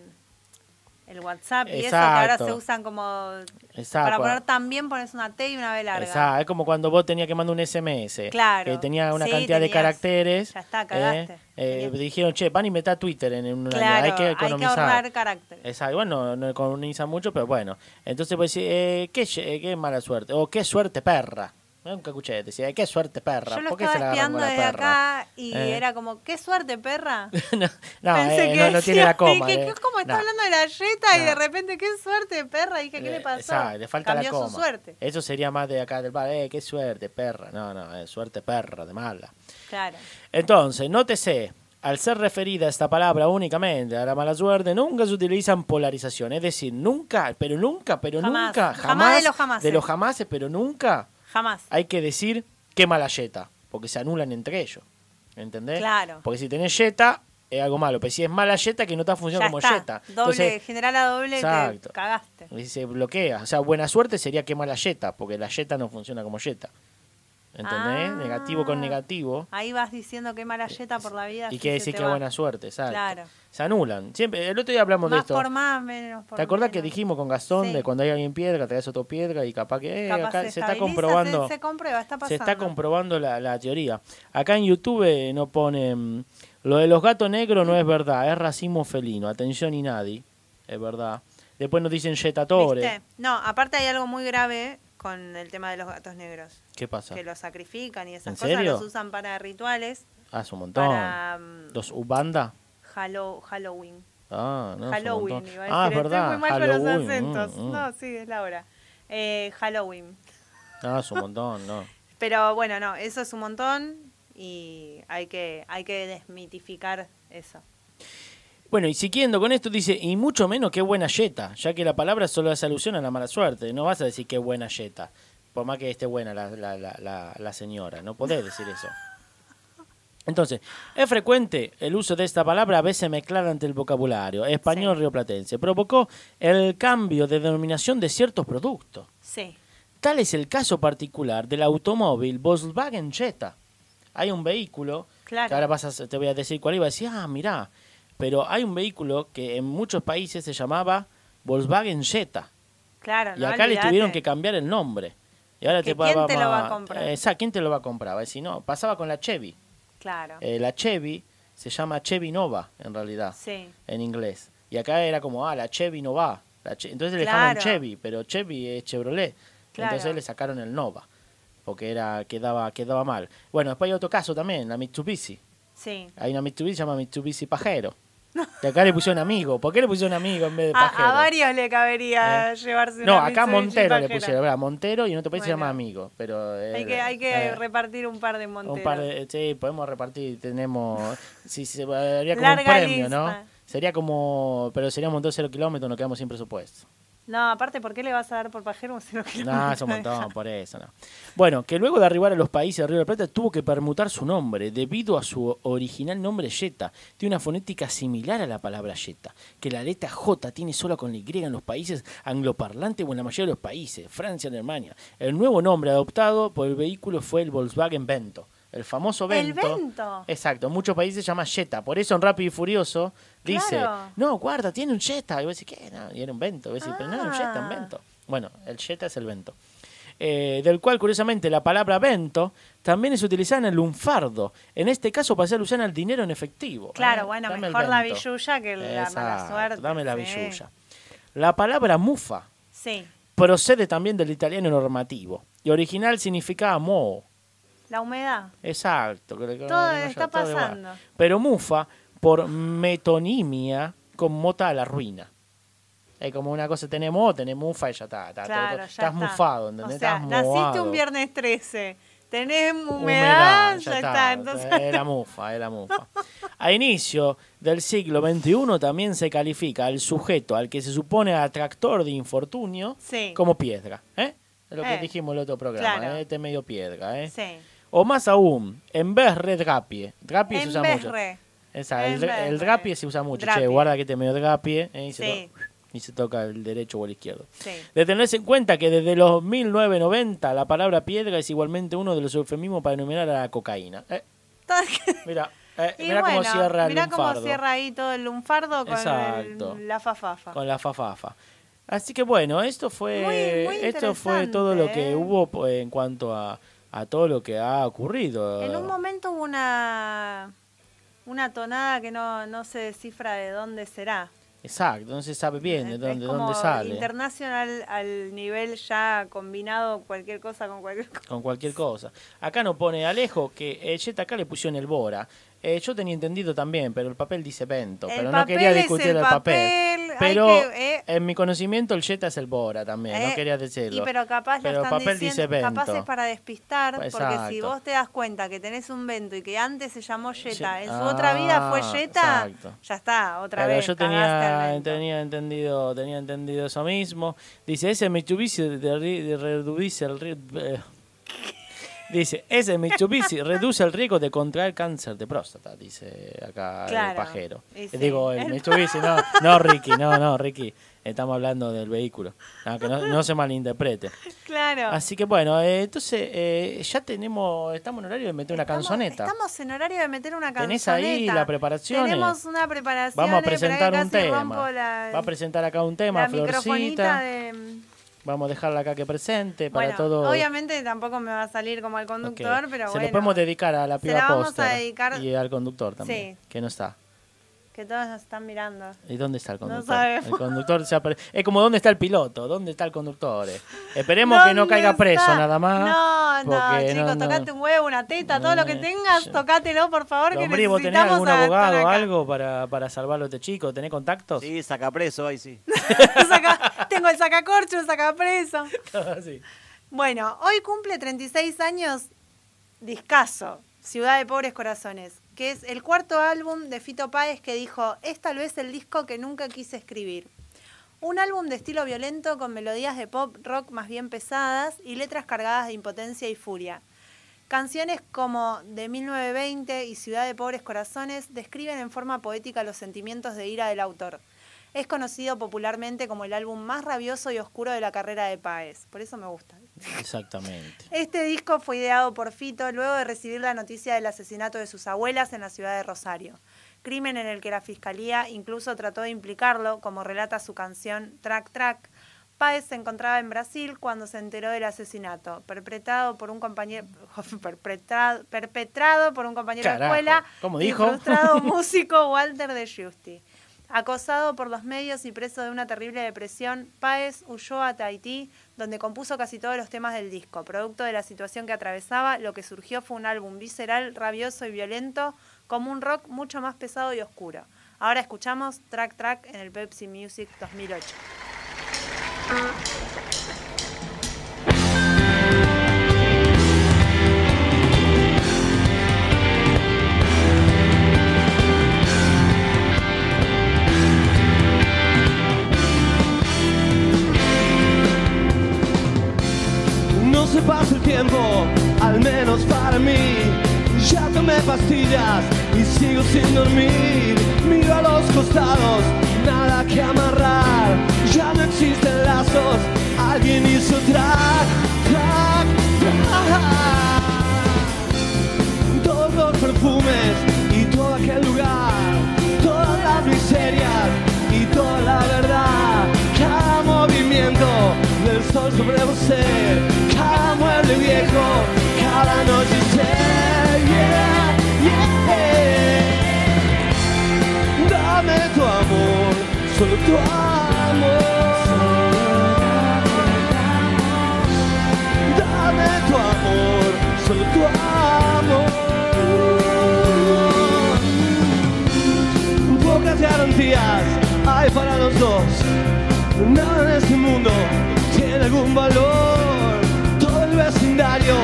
el WhatsApp y eso que ahora
Exacto.
se usan como
Exacto.
para poner también pones una T y una B larga.
Exacto, es como cuando vos tenías que mandar un SMS.
Claro.
Que tenía una
Sí,
cantidad de
tenías.
caracteres.
Ya está, cagaste.
eh, eh,
Tenías-
dijeron, che, van y metá Twitter en un año,
Claro,
Hay que economizar.
ahorrar caracteres.
Exacto, bueno, no economiza mucho, pero bueno. Entonces pues decir, eh, qué, ye- qué mala suerte. O qué suerte perra. Nunca escuché, decía, "Eh, qué suerte perra.
Yo lo
¿Por qué
estaba
se la agarran
espiando
con la
desde
perra?
acá y
Eh.
era como, qué suerte, perra.
no, no,
Pensé
eh,
que
no, no tiene
decía-
la coma.
dije,
eh.
¿qué- ¿Cómo está
No.
hablando de la yeta? Y
No.
de repente, qué suerte, perra. Dije, ¿qué le
Eh,
pasó?
exacto, le falta
Cambió
la coma.
su suerte.
Eso sería más de acá del bar. Eh, qué suerte, perra. No, no, eh, suerte, perra, de mala.
Claro.
Entonces, nótese, al ser referida esta palabra únicamente a la mala suerte, nunca se utilizan polarización. Es decir, nunca, pero nunca, pero
Jamás.
nunca,
Jamás
jamás.
de los jamases.
de los jamases, pero nunca
Jamás.
hay que decir qué mala yeta, porque se anulan entre ellos. ¿Entendés?
Claro.
Porque si tenés yeta, es algo malo. Pero si es mala yeta, que no está
Ya
funcionando como
está.
yeta.
Doble,
Entonces,
general a doble,
Exacto.
te cagaste.
y se bloquea. O sea, buena suerte sería qué mala yeta, porque la yeta no funciona como yeta. ¿Entendés?
Ah.
Negativo con negativo.
Ahí vas diciendo qué mala yeta por la vida.
Y
así
que
se
decir
te
que
va.
buena suerte, exacto.
Claro.
Se anulan. Siempre, el otro día hablamos de
Más
esto.
por más, menos por
¿Te acordás que
menos.
dijimos con Gastón
Sí.
de cuando hay alguien piedra, traes otro piedra y capaz que eh,
Capaz
acá se, está
estabiliza,
comprobando
Se, se comprueba, está pasando.
se está comprobando la, la teoría. Acá en YouTube eh, no ponen lo de los gatos negros no es verdad, es racismo felino. Atención y nadie, es verdad. Después nos dicen yetatore.
¿Viste? No, aparte hay algo muy grave con el tema de los gatos negros.
¿Qué pasa?
Que los sacrifican y esas
¿En
cosas,
serio?
los usan para rituales,
Hace un montón.
para mm,
Los ubanda.
Hallo- Halloween.
Ah, no, hace un
Halloween,
montón.
iba a decir.
ah, es
Estoy
verdad.
muy mal con los
Halloween, mm,
acentos.
mm.
No, sí, es la hora. Eh, Halloween.
Ah, es un montón, no.
Pero bueno, no, eso es un montón y hay que, hay que desmitificar eso.
Bueno, y siguiendo con esto, dice, y mucho menos qué buena yeta, ya que la palabra solo hace alusión a la mala suerte. No vas a decir qué buena yeta, por más que esté buena la, la- la- la- la señora. No podés decir eso. Entonces, es frecuente el uso de esta palabra a veces mezclada ante el vocabulario español
Sí.
rioplatense. Provocó el cambio de denominación de ciertos productos.
Sí.
Tal es el caso particular del automóvil Volkswagen Jetta. Hay un vehículo,
Claro.
que ahora vas a- te voy a decir cuál iba a decir, ah, mirá, pero hay un vehículo que en muchos países se llamaba Volkswagen Jetta.
Claro,
Y
no,
acá le
olvidate.
tuvieron que cambiar el nombre. Y ahora
Que
te
¿quién
va-
te lo
vamos
va a comprar?
Exacto, ¿quién te lo va a comprar? Va a decir, no, pasaba con la Chevy.
Claro.
Eh, la Chevy se llama Chevy Nova, en realidad,
Sí.
en inglés. Y acá era como, ah, la Chevy Nova. La Che- Entonces le
Claro.
dejaron Chevy, pero Chevy es Chevrolet.
Claro.
Entonces le sacaron el Nova, porque era quedaba quedaba mal. Bueno, después hay otro caso también, la Mitsubishi.
Sí.
Hay una Mitsubishi que se llama Mitsubishi Pajero. Y acá le pusieron amigo. ¿Por qué le pusieron amigo en vez de
A,
pajero?
a varios le cabería
Eh.
llevarse
no,
una
acá
Mitsubishi
Montero le
pajera.
pusieron, ¿verdad? Montero y en otro país se
Bueno.
llama amigo. Pero, eh,
Hay que, hay que
eh,
repartir un par de Montero.
un par de, sí, podemos repartir, tenemos, si se haría como
Larga
un premio,
lista.
¿no? Sería como, pero sería un montón de cero kilómetros, nos quedamos sin presupuesto.
No, aparte, ¿por qué le vas a dar por pajero un cero
No,
kilómetro?
es un montón, por eso no. Bueno, que luego de arribar a los países de Río de la Plata tuvo que permutar su nombre debido a su original nombre Jetta. Tiene una fonética similar a la palabra Jetta, que la letra J tiene sola con la Y en los países angloparlantes o en la mayoría de los países, Francia, Alemania. El nuevo nombre adoptado por el vehículo fue el Volkswagen Vento. El famoso
El
Vento.
Vento.
Exacto, en muchos países se llama Jetta. Por eso en Rápido y Furioso dice,
Claro.
no, guarda, tiene un Jetta. Y vos decís, ¿qué? No, y era un Vento. Y vos decís, pero no, era un Jetta, un
Ah.
Vento. Bueno, el Jetta es el vento. Eh, del cual, curiosamente, la palabra vento también es utilizada en el lunfardo. En este caso, para hacer usar al dinero en efectivo.
Claro,
Eh,
bueno,
dame el
mejor la
vento.
billulla que la mala
Exacto,
suerte,
Dame la
sí.
billulla. La palabra mufa
Sí.
procede también del italiano normativo y original significaba moho.
La humedad.
Exacto. creo que-
Todo
no, yo, todo igual.
pasando.
Pero mufa por metonimia con mota a la ruina. Es como una cosa, tenés moho, tenés mufa y ya está. está,
Claro,
todo-
ya
estás
está.
mufado, ¿entendés?
O sea,
Estás
naciste
mohado.
un viernes 13, tenés humedad,
Humedad,
ya, está. Entonces,
Es la mufa, es la mufa. A inicio del siglo XXI también se califica al sujeto al que se supone atractor de infortunio
Sí.
como piedra. ¿eh? Es lo que
Eh,
dijimos en el otro programa,
claro.
¿eh? este medio piedra. ¿eh?
sí.
O más aún, en vez de drapie. Drapie se usa mucho.
Emberre.
Esa, el,
Emberre.
el drapie se usa mucho.
Drapie.
Che, guarda que te medio drapie ¿eh? y, se
Sí.
to- y se toca el derecho o el izquierdo.
Sí.
De tenerse en cuenta que desde los 1990 la palabra piedra es igualmente uno de los eufemismos para enumerar a la cocaína. Eh,
Todo-
mira, Eh,
Y
mirá cómo
bueno,
cierra el
mirá cómo
lunfardo.
cierra ahí todo el lunfardo con el-
Exacto.
la fafafa.
Con la fafafa. Así que bueno, esto fue,
Muy- muy
esto fue todo lo
interesante,
que
¿eh?
hubo po- en cuanto a, a todo lo que ha ocurrido.
En un momento hubo una, una tonada que no, no se descifra de dónde será.
Exacto, no se sabe bien de
Es-
dónde,
es como
dónde sale.
Internacional al nivel ya combinado cualquier cosa con cualquier cosa.
Con cualquier cosa. Acá nos pone Alejo que eh, Jet acá le pusieron el Bora. Eh, yo tenía entendido también, pero el papel dice Bento.
El
pero no
papel
quería
es
discutir el
el
papel.
papel, hay
Pero
que, eh.
en mi conocimiento el Jet es el Bora también. no
Eh,
quería decirlo.
Y pero capaz
Pero
lo están
papel
diciendo,
dice
capaz
Bento.
es para despistar, porque si
Exacto.
vos te das cuenta que tenés un vento y que antes se llamó Jetta,
Ye-
en su otra vida fue
Ah,
Jetta,
exacto.
ya está, otra
Claro,
vez.
yo
cagaste al
tenía,
vento.
tenía entendido tenía entendido eso mismo. Dice, ese Mitsubishi de ri- de reduce el ri- eh. Dice, ese Mitsubishi reduce el riesgo de contraer cáncer de próstata, dice acá el
Claro,
pajero. Eh,
y sí.
Digo, el
El
Mitsubishi, no, no Ricky, no, no Ricky, estamos hablando del vehículo, No, que no, no se malinterprete.
Claro.
Así que bueno, eh, entonces eh, ya tenemos, estamos en horario de meter una
Estamos-
canzoneta.
Estamos en horario de meter una canzoneta.
¿Tenés ahí la preparación?
Tenemos una preparación.
Vamos a
eh, pero
presentar
casi
un tema.
rompo La,
Va a presentar acá un tema,
la microfonita
Florcita.
de...
Vamos a dejarla acá que presente para
bueno,
todo.
obviamente tampoco me va a salir como el
Ok.
conductor, pero
Se
bueno.
lo podemos dedicar a la
Se la
piba
vamos a
póster
dedicar-
y al conductor también,
Sí.
que no está.
Que todos nos están mirando.
¿Y dónde está el conductor?
sabemos.
El conductor se apare- Es como dónde está el piloto, dónde está el conductor. Eh, Esperemos que no
¿Dónde
caiga preso
está?
nada más.
No, no,
porque
chicos,
no- Eh,
tocate un huevo, una teta,
No,
todo lo que
no,
tengas,
yo-
tocátelo, por favor, que
Lombriz, ¿vos tenés
necesitamos
algún
a-
abogado o
acá.
algo para, para salvarlo a este chico? ¿Tenés contactos?
Sí, saca preso, ahí sí.
Saca- tengo el sacacorcho, el sacapreso.
Ah, Sí.
Bueno, hoy cumple 36 años Discaso, Ciudad de Pobres Corazones, que es el cuarto álbum de Fito Páez que dijo, es tal vez el disco que nunca quise escribir. Un álbum de estilo violento con melodías de pop rock más bien pesadas y letras cargadas de impotencia y furia. Canciones como De 1920 y Ciudad de Pobres Corazones describen en forma poética los sentimientos de ira del autor. Es conocido popularmente como el álbum más rabioso y oscuro de la carrera de Páez. Por eso me gusta.
Exactamente.
Este disco fue ideado por Fito luego de recibir la noticia del asesinato de sus abuelas en la ciudad de Rosario, crimen en el que la fiscalía incluso trató de implicarlo, como relata su canción Track Track. Páez se encontraba en Brasil cuando se enteró del asesinato, perpetrado por un compañero perpetrado, perpetrado por un compañero de
Carajo,
escuela
¿cómo
y
dijo?
frustrado músico Walter de Giusti. Acosado por los medios y preso de una terrible depresión, Páez huyó a Tahití, donde compuso casi todos los temas del disco. Producto de la situación que atravesaba, lo que surgió fue un álbum visceral, rabioso y violento, como un rock mucho más pesado y oscuro. Ahora escuchamos Track Track en el Pepsi Music 2008.
No se pasa el tiempo, al menos para mí. Ya tomé pastillas y sigo sin dormir. Miro a los costados, nada que amarrar. Ya no existen lazos, alguien hizo track, track, track. Todos los perfumes y todo aquel lugar, todas las miserias y toda la verdad. Cada movimiento del sol sobre usted, cada mueble viejo, cada noche yeah, yeah. Dame tu amor, solo tu amor. Dame tu amor, solo tu amor. Pocas garantías hay para los dos. Nada en este mundo tiene algún valor. Todo el vecindario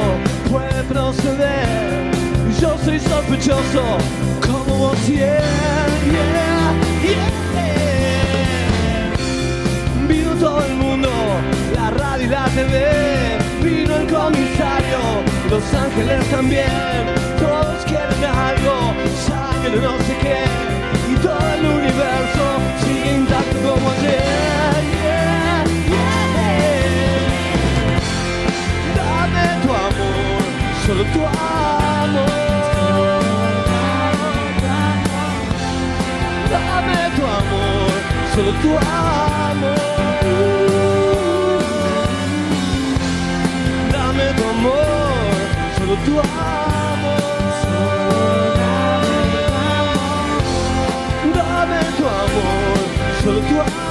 puede proceder. Yo soy sospechoso como vos yeah, yeah, yeah. Vino todo el mundo, la radio y la TV. Vino el comisario, Los Ángeles también. Todos quieren algo, sangre no sé qué. Y todo el universo sigue intacto como ayer. Yeah, yeah. Dame tu amor, solo tu amor. solo tu amor. Dame tu amor, solo tu amor. Dame tu amor, solo tu amor.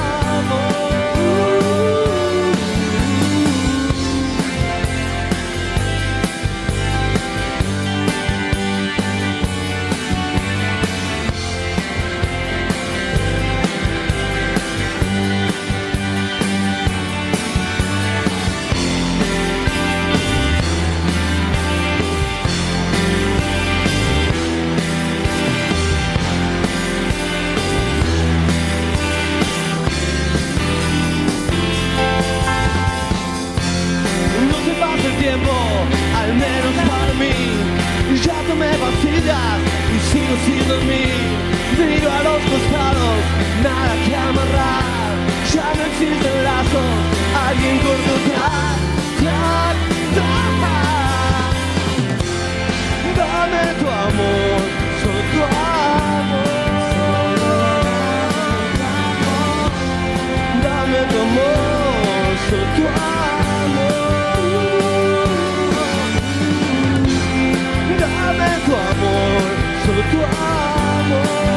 No se pasa el tiempo, al menos para mí. Ya tomé pastillas y sigo sin dormir. Miro a los costados, nada que amarrar. Ya no existen lazos, alguien cortó tac, tac, tac. Dame tu amor, solo tu amor. Dame tu amor, solo tu amor. Dame tu amor, solo tu amor.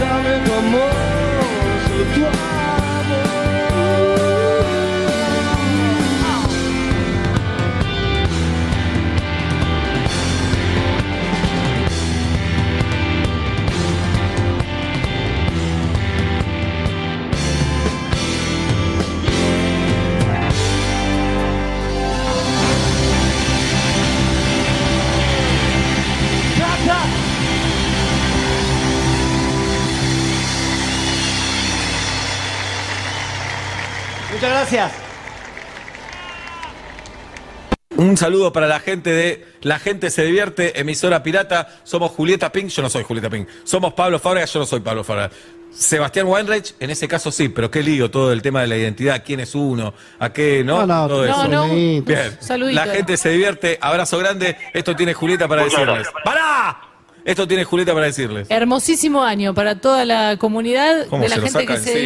Dame tu amor, solo tu amor.
Muchas gracias.
Un saludo para la gente de La Gente se divierte, emisora pirata. Somos Julieta Pink, yo no soy Julieta Pink. Somos Pablo Fábrega, yo no soy Pablo Fábrega. Sebastián Weinreich, en ese caso sí, pero qué lío todo el tema de la identidad, quién es uno, a qué, ¿no? todo
No,
eso.
no.
Soniditos.
Bien.
Saludito.
La gente se divierte, abrazo grande. Esto tiene Julieta para decirles. ¡Pará! Esto tiene Julieta para decirles.
Hermosísimo año para toda la comunidad,
¿Cómo
de la
se lo
gente que
sacan
se
encima?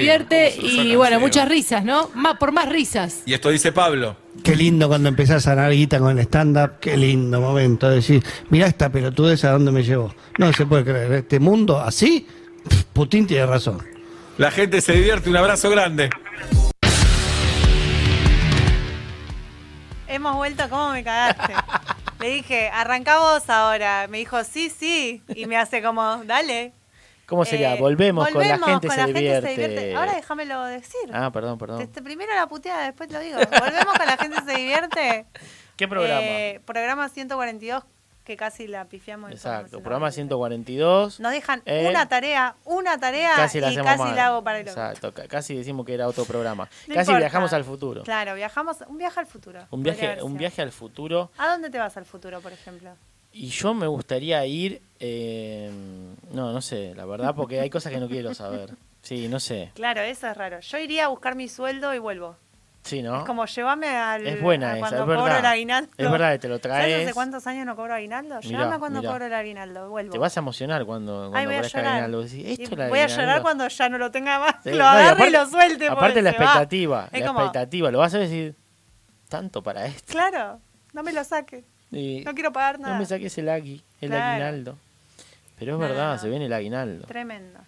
¿Cómo
divierte
se lo
y
sacan
bueno,
encima?
muchas risas, ¿no? Más por más risas.
Y esto dice Pablo.
Qué lindo cuando empezás a ganar guita con el stand-up, qué lindo momento. Decir, mirá esta pelotudez a dónde me llevó. No se puede creer, este mundo así, pf, Putin tiene razón.
La gente se divierte, un abrazo grande.
Hemos vuelto, ¿cómo me cagaste? Le dije, arrancá vos ahora. Me dijo, sí, sí. Y me hace como, dale.
¿Cómo sería?
Eh,
volvemos, con la
volvemos
gente,
con
se,
la
divierte.
Ahora déjamelo decir.
Ah, perdón, perdón.
Este, primero la puteada, después lo digo. Volvemos con la gente se divierte.
¿Qué programa?
Eh, programa 142, que casi la pifiamos. en forma, se
Exacto,
la
programa
vamos a hacer.
142.
Nos dejan
Eh,
una tarea, una tarea
Casi la
y
hacemos
casi
mal.
la hago para el otro.
Exacto, ca- casi decimos que era otro programa.
No
casi
importa.
viajamos al futuro.
Claro, viajamos, un viaje al futuro.
Un
podría
viaje,
haber
un
sido.
viaje al futuro.
¿A dónde te vas al futuro, por ejemplo?
Y yo me gustaría ir. eh, no, no sé, la verdad, porque hay cosas que no quiero saber. Sí, no sé.
Claro, eso es raro. Yo iría a buscar mi sueldo y vuelvo.
Sí, ¿no?
Es como llévame al.
Es buena
a
esa,
cuando
es verdad.
cobro el aguinaldo.
Es verdad que te lo
¿Sabes
traes.
hace cuántos años no cobro aguinaldo?
Mirá,
Llévame a cuando
mirá.
cobro el aguinaldo, vuelvo.
Te vas a emocionar cuando, cuando
Ay, voy a
aparezca
llorar.
Aguinaldo. Decís,
Y
"Esto era
voy a
Aguinaldo".
llorar cuando ya no lo tenga más.
Sí,
lo
no,
agarre y
aparte-
lo suelte.
Aparte
porque
la
se va.
expectativa,
Es
la
como,
expectativa. Lo vas a decir, tanto para esto.
Claro, no me lo saque.
Y
No quiero pagar nada.
no me saques el agui, el
Claro.
aguinaldo. Pero es
No,
verdad,
no.
se viene el aguinaldo.
Tremendo.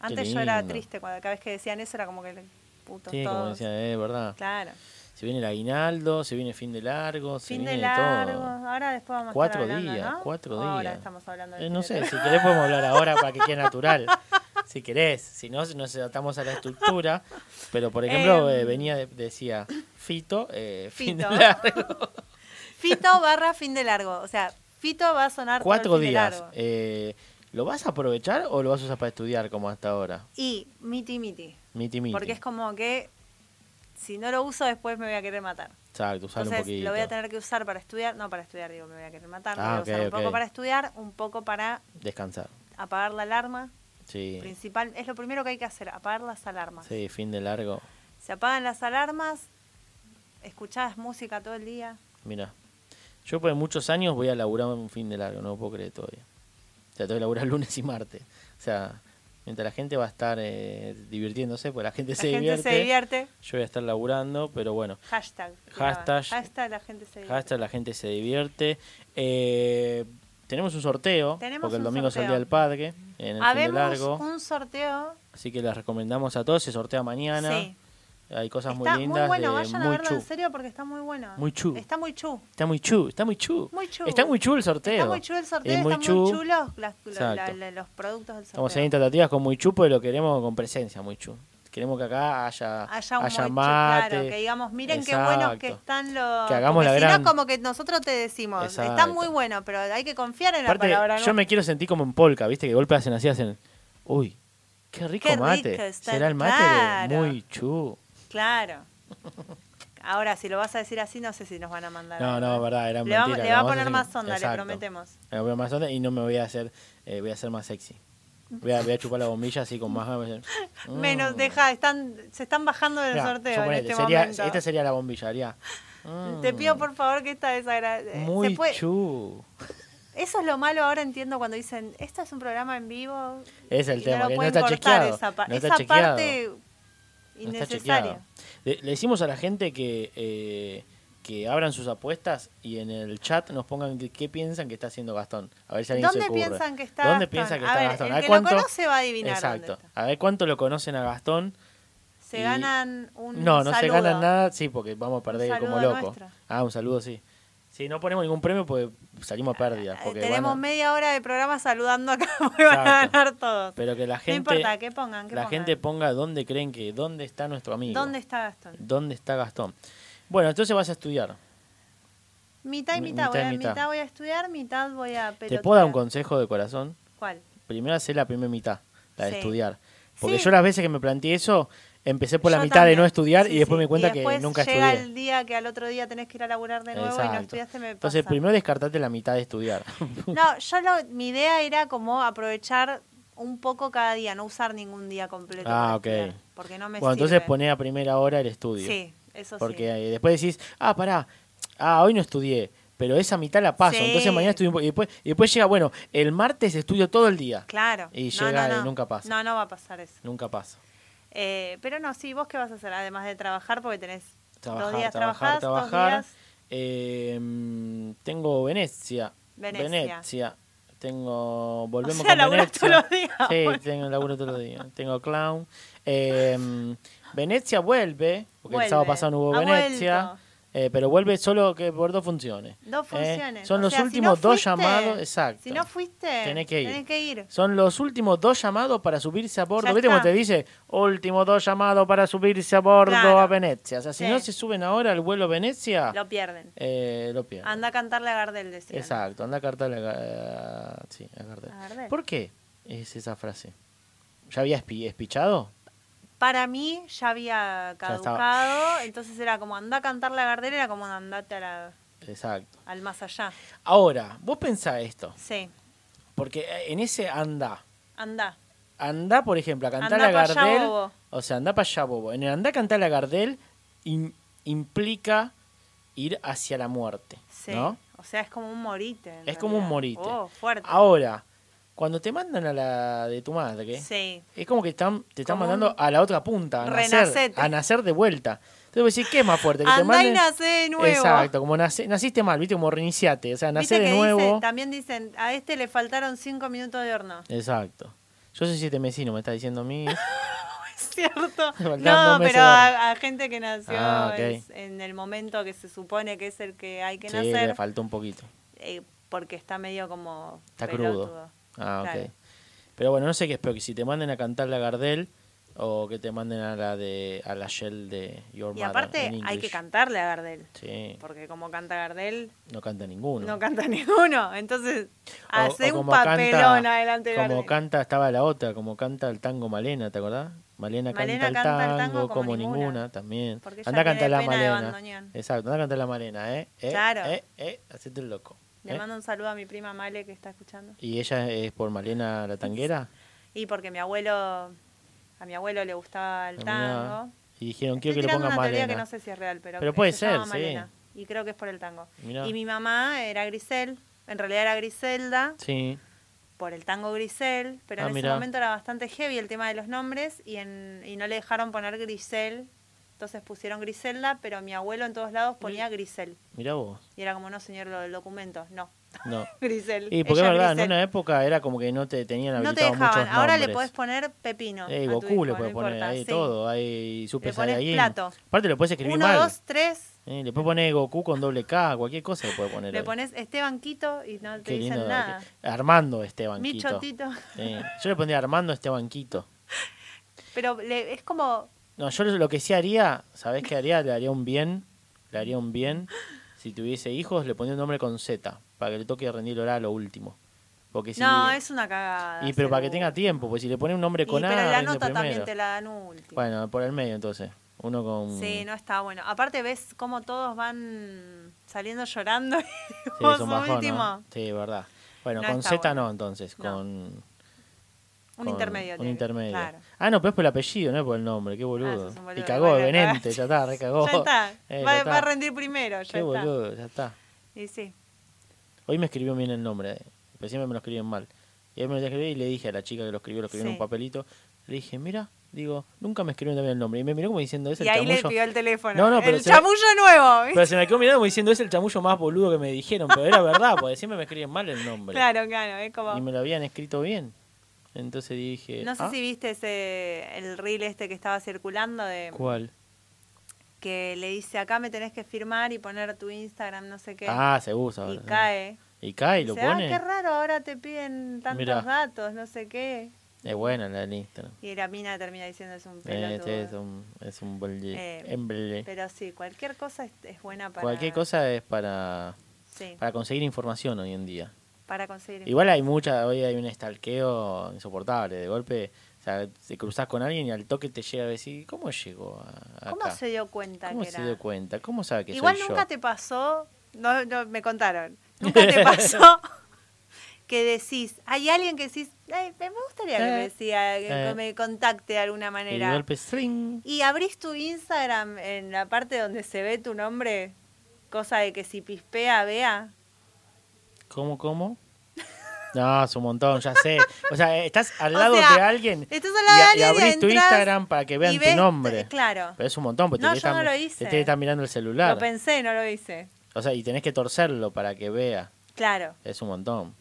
Antes yo era
lindo.
triste cuando cada vez que decían eso era como que el puto
Sí, como decía, eh, es verdad.
Claro.
Se viene el aguinaldo, se viene fin de largo, se
fin
viene
de largo.
todo.
Ahora después vamos
Cuatro
a estar hablando,
días,
¿no?
cuatro
O
días.
Ahora estamos hablando. del
Eh,
fin
no
de
sé,
largo.
si querés podemos hablar ahora para que quede natural. Si querés, si no, nos atamos a la estructura. Pero, por ejemplo,
Em.
eh, venía, de- decía, Fito, eh, fin de
Fito.
largo.
Fito barra fin de largo. O sea, Fito va a sonar todo el
Cuatro
fin de
días.
largo.
eh, ¿Lo vas a aprovechar o lo vas a usar para estudiar como hasta ahora?
Y miti miti.
Miti, miti.
Porque es como que si no lo uso después me voy a querer matar.
Exacto, usalo un
Entonces
poquito.
lo voy a tener que usar para estudiar. No, para estudiar, digo, me voy a querer matar.
Ah,
lo voy a
ok,
usar un
ok.
poco para estudiar, un poco para
Descansar.
apagar la alarma.
Sí.
Principal, es lo primero que hay que hacer, apagar las alarmas.
Sí, fin de largo.
Se apagan las alarmas, escuchás música todo el día.
pues, Mira. Yo por muchos años voy a laburar un fin de largo, no lo puedo creer todavía. O sea, tengo que laburar lunes y martes. O sea, mientras la gente va a estar eh, divirtiéndose, pues la gente,
La
se,
gente
divierte,
se divierte.
Yo voy a estar laburando, pero bueno.
Hashtag.
Hashtag.
Hashtag la gente se divierte.
Hashtag la gente se divierte. Eh, tenemos un sorteo,
Tenemos
porque el
un
domingo es el
sorteo.
Día del Padre, en el fin de
Habemos
largo.
un sorteo.
Así que les recomendamos a todos, se sortea mañana.
Sí.
Hay cosas
Está
muy
muy,
lindas.
bueno,
de
vayan a
muy
verlo
chu.
en serio porque está muy bueno.
Muy chu.
Está muy chu.
Está muy chu, está muy chu.
Muy chu.
Está muy chu el sorteo.
Está muy chulo el sorteo,
Es muy
están
chu.
muy chulos las- la-
Exacto.
la- los productos del sorteo.
Estamos ahí en tratativas con muy chu, pero lo queremos con presencia, muy chu. Queremos que acá haya,
Haya un moche,
mate.
claro, que digamos, miren qué buenos que
Exacto.
están los...
Que hagamos
porque
la
si
gran-
no, como que nosotros te decimos, está
Exacto.
muy bueno, pero hay que confiar en
Aparte,
la palabra. ¿no?
yo me quiero sentir como en polka, ¿viste? Que de golpe hacen así, hacen. Uy, qué rico
Qué
mate.
rico está,
Será el mate de
claro.
muy chu.
Claro. Ahora, si lo vas a decir así, no sé si nos van a mandar.
No,
algo,
no,
¿eh?
verdad, era
Le, vamos-
mentira,
le
lo
va a
vamos
poner
hacer-
más onda,
Exacto.
le prometemos.
Me voy a más onda y no me voy a hacer, eh, voy a hacer más sexy. Voy a, voy a chupar la bombilla así con más. ganas.
Menos, deja, están, se están bajando del
Mirá, yo
sorteo en
ponele,
este
sería-
momento.
Esta sería la bombilla, haría.
Te pido por favor que esta desagradable.
Muy chu.
Eso es lo malo ahora entiendo cuando dicen, esto es un programa en vivo.
Es el
y
tema,
lo
que no
pueden
está
cortar,
chequeado,
Esa, pa-
no está
esa
chequeado.
parte
No está
innecesaria.
chequeado. Le, le decimos a la gente que, eh, que abran sus apuestas y en el chat nos pongan de qué piensan que está haciendo Gastón. A ver si alguien se
¿Dónde
ocurre.
piensan que está
¿Dónde
Gastón?
piensan que
A
está
ver,
Gastón?
el
A ver
que lo
cuánto...
conoce va a adivinar dónde
Exacto.
está.
A ver cuánto lo conocen a Gastón.
Se
y-
ganan un
No, no se
saludo.
ganan nada, sí, porque vamos a perder
saludo
como loco.
nuestro.
Ah, un saludo, sí. Sí, no ponemos ningún premio porque salimos a pérdidas.
Eh,
Porque
Tenemos
van a-
media hora de programa saludando acá, porque van a
Exacto.
ganar todos.
Pero que la gente.
importa, que pongan, que
La
pongan.
gente ponga dónde creen que. ¿Dónde está nuestro amigo?
¿Dónde está Gastón?
¿Dónde está Gastón? Bueno, entonces vas a estudiar.
Mitad y
Mi-
mitad,
mitad
voy
y
a,
mitad.
mitad voy a estudiar, mitad voy a
¿Te puedo dar un
pelotear.
consejo de corazón?
¿Cuál?
Primero hacer la primera mitad, la de
Sí.
estudiar. Porque
Sí.
yo las veces que me planteé eso, empecé por la
Yo
mitad de no
también.
estudiar
Sí,
y después
sí.
me di cuenta
Y
que
después
nunca
llega
estudié.
el día que al otro día tenés que ir a laburar de nuevo y no
Exacto.
estudiaste, me
Entonces,
pasa.
primero descartate la mitad de estudiar.
No, yo lo- mi idea era como aprovechar un poco cada día, no usar ningún día completo. para
ah, ok.
estudiar, porque no me
bueno, entonces
sirve.
poné a primera hora el estudio.
Sí, eso
Porque
sí.
eh, después decís, ah, pará, ah, hoy no estudié, pero esa mitad la paso,
Sí.
entonces mañana estudio un poco. Y después, y después llega, bueno, el martes estudio todo el día.
Claro.
Y
No,
llega
no,
y
no.
nunca pasa.
No, no va a pasar eso.
Nunca pasa.
Eh, pero no, sí, vos qué vas a hacer además de trabajar porque tenés
Trabajar,
dos días
trabajar,
trabajás,
trabajar.
dos días
Eh, tengo Venecia.
Venecia.
Tengo. Volvemos
sea,
con
laburás
Venecia.
todos los días,
Sí,
boludo.
tengo laburo todos los días. Tengo clown. Eh, Venecia vuelve, porque
Vuelve.
el sábado pasado no hubo
Ha
Venecia.
vuelto.
eh, pero vuelve solo que por dos funciones.
dos
Eh,
funciones.
son
O
los
sea, si
últimos
no
dos
fuiste-
llamados. Exacto.
Si no fuiste,
Tenés que ir.
ir.
Son los últimos dos llamados para subirse a bordo.
Ya
¿Viste cómo
está.
te dice? Últimos dos llamados para subirse a bordo
Claro.
a Venecia. O sea, si
Sí.
no se suben ahora al vuelo Venecia,
Lo Ah, pierden.
eh, lo pierden.
Anda a cantarle a Gardel, decían.
Exacto, anda a cartarle a, a- sí, a Gardel.
A Gardel.
¿Por qué es esa frase? ¿Ya había espi- espichado?
Para mí ya había
estaba.
caducado, entonces era como anda a cantarle a Gardel, era como andate a la-
Exacto.
al más allá.
Ahora, vos pensá esto,
Sí,
porque eh, en ese anda,
anda.
anda por ejemplo a cantar
Andá
a
pa' allá,
Gardel,
bobo.
o sea, anda para allá, bobo. En el anda a cantar a Gardel im- implica ir hacia la muerte,
Sí.
¿no?
O sea, es como un morite. en
Es como un
realidad.
morite.
Oh, fuerte.
Ahora, cuando te mandan a la de tu madre,
Sí.
es como que están, te están
Como
mandando a la otra punta, a nacer,
Renacete.
a nacer de vuelta. Entonces vos decís, ¿qué es más fuerte? Que te
Andá y
manden-
nacé de nuevo.
Exacto, como nace- naciste mal, viste, como reiniciate, o sea,
¿Viste
nacer de
que
nuevo.
dicen- también dicen, a este le faltaron cinco minutos de horno.
Exacto. Yo soy siete mesino, me está diciendo a mí.
Es cierto.
faltaron
No,
dos meses
pero
de horno.
a, a gente que nació
Ah, ok.
es- en el momento que se supone que es el que hay que
sí,
nacer,
le faltó un poquito.
eh, porque está medio como
Está
pelotudo.
crudo. Ah, ok.
Claro.
Pero bueno, no sé qué espero, que si te manden a cantar la Gardel o que te manden a la de a la Shell de Your
Y
Mother
aparte
en
hay que
English.
cantarle a Gardel.
Sí,
Porque como canta Gardel,
no canta ninguno.
no canta ninguno. Entonces,
O- o
hace un
como
papelón
canta-
adelante de
Como
Gardel.
canta, estaba la otra, como canta el tango Malena, ¿te acordás? Malena,
Malena
canta, el tango, como, ninguna, también.
Porque ella
Anda a cantar
tiene
la
pena de
Malena.
bandoneón.
Exacto, anda a cantar la Malena, ¿eh? eh
Claro.
Eh, eh, hacete el loco.
Le
¿eh?
mando un saludo a mi prima Male que está escuchando.
¿Y ella es por Malena la tanguera?
Y porque mi abuelo, a mi abuelo le gustaba el
Ah, mirá.
tango.
Y dijeron,
Estoy
quiero que le
tirando
pongan
una teoría
Malena.
que no sé si es real, pero,
Pero puede
se llama
ser, sí.
Malena. Y creo que es por el tango.
Mirá.
Y mi mamá era Grisel, en realidad era Griselda,
Sí,
por el tango Grisel, pero
Ah,
en
mirá.
ese momento era bastante heavy el tema de los nombres y, en, y no le dejaron poner Grisel. Entonces pusieron Griselda, pero mi abuelo en todos lados ponía Grisel.
Mirá vos.
Y era como, no, señor, lo del documento. No,
No.
Grisel.
Y porque es
ella
verdad, en
Grisel.
una época era como que no te tenían
No
habilitado
te dejaban.
muchos
Ahora le
nombres.
podés poner Pepino.
Ey,
a tu
Eh, Goku
hijo,
le
no
puedes poner,
importa,
hay
sí.
todo, hay Super
Le pones
Saiyajin.
plato.
Aparte lo puedes escribir
Uno,
mal.
dos, tres.
Eh, le puedes poner Goku con doble K, cualquier cosa le puedes poner.
Le
ahí.
pones Esteban Quito y no te
Qué
dicen
lindo. eh,
nada.
Armando Esteban Quito.
Micho Tito.
Eh, yo le pondría Armando este Esteban Quito.
Pero le- es como.
No, yo lo que sí haría, ¿sabés qué haría? Le haría un bien, le haría un bien. Si tuviese hijos, le pondría un nombre con Z, para que le toque rendir oral a lo último. Porque si,
No, es una cagada.
Y pero para que
seguro.
tenga tiempo, pues si le pone un nombre
Y,
con A,
pero la
rinde
nota también
primero.
te la dan última.
Bueno, por el medio entonces. Uno con...
Sí, no está bueno. Aparte, ves cómo todos van saliendo llorando. y
Sí,
vos
es un bajón,
último.
¿no? Sí, verdad. Bueno,
No
con
está
Z
bueno.
no, entonces.
No.
Con,
Un
con-
intermedio.
Un
tiene que-
intermedio.
Claro. Ah,
Ah, no, pero es por el apellido, no es por el nombre. Qué boludo.
sos un
y
boludo.
cagó,
Bueno,
venente,
cagaste.
ya está, recagó.
Ya está.
Eh,
va,
ya está.
va a rendir primero. Ya
Qué
está.
boludo, ya está.
Y sí.
Hoy me escribió bien el nombre, eh, pero siempre me lo escriben mal. Y hoy me lo escribí y le dije a la chica que lo escribió, lo escribió
Sí.
en un papelito. Le dije, mira, digo, nunca me escribieron también el nombre. Y me miró como diciendo, es
Y
el
ahí le
chamullo".
pidió el teléfono.
No, no, pero
el
se-
chamullo nuevo. ¿viste?
Pero se me quedó mirando como diciendo, es el chamullo más boludo que me dijeron. Pero era verdad, porque siempre me escriben mal el nombre.
Claro, claro. Es como.
Y me lo habían escrito bien. Entonces dije,
No sé
"Ah,
si viste ese, el reel este que estaba circulando de
¿cuál?
que le dice acá me tenés que firmar y poner tu Instagram, no sé qué.
Ah, se usa.
y
ahora.
cae.
Y cae y lo
dice, ah,
pone.
qué raro, ahora te piden tantos
Mirá.
datos, no sé qué.
es buena la del Instagram.
Y la mina termina diciendo es un
Eh,
pelotudo.
sí, es un, es un bolli-
Eh,
emble.
Pero sí, cualquier cosa es, es buena para...
Cualquier cosa es para,
Sí, para,
para conseguir información hoy en día.
conseguir...
Igual hay mucha, hoy hay un estalqueo insoportable. De golpe, o sea, te cruzas con alguien y al toque te llega a decir, ¿cómo llegó a, acá?
¿Cómo se dio cuenta
¿Cómo
que
se
era?
dio cuenta? ¿Cómo sabe que
Igual
soy
nunca
yo?
te pasó, no, no, me contaron, nunca te pasó que decís, hay alguien que decís, "Ay, me gustaría que me,
Eh,
decía, que
eh.
me contacte de alguna
Y
manera.
de golpe, string.
Y abrís tu Instagram en la parte donde se ve tu nombre, cosa de que si pispea, vea.
¿Cómo, cómo? No, es un montón, ya sé. O sea, estás al
O
lado
sea,
de alguien
estás al lado
y,
de
a- y
alguien,
abrís tu
entras
Instagram para que vean
y
tu
ves- eh,
nombre.
claro.
Pero es un montón, porque
No,
te
yo no
están,
lo
te
hice.
tiene que estar mirando el celular.
Lo pensé, no lo hice.
O sea, y tenés que torcerlo para que vea.
Claro.
Es un montón.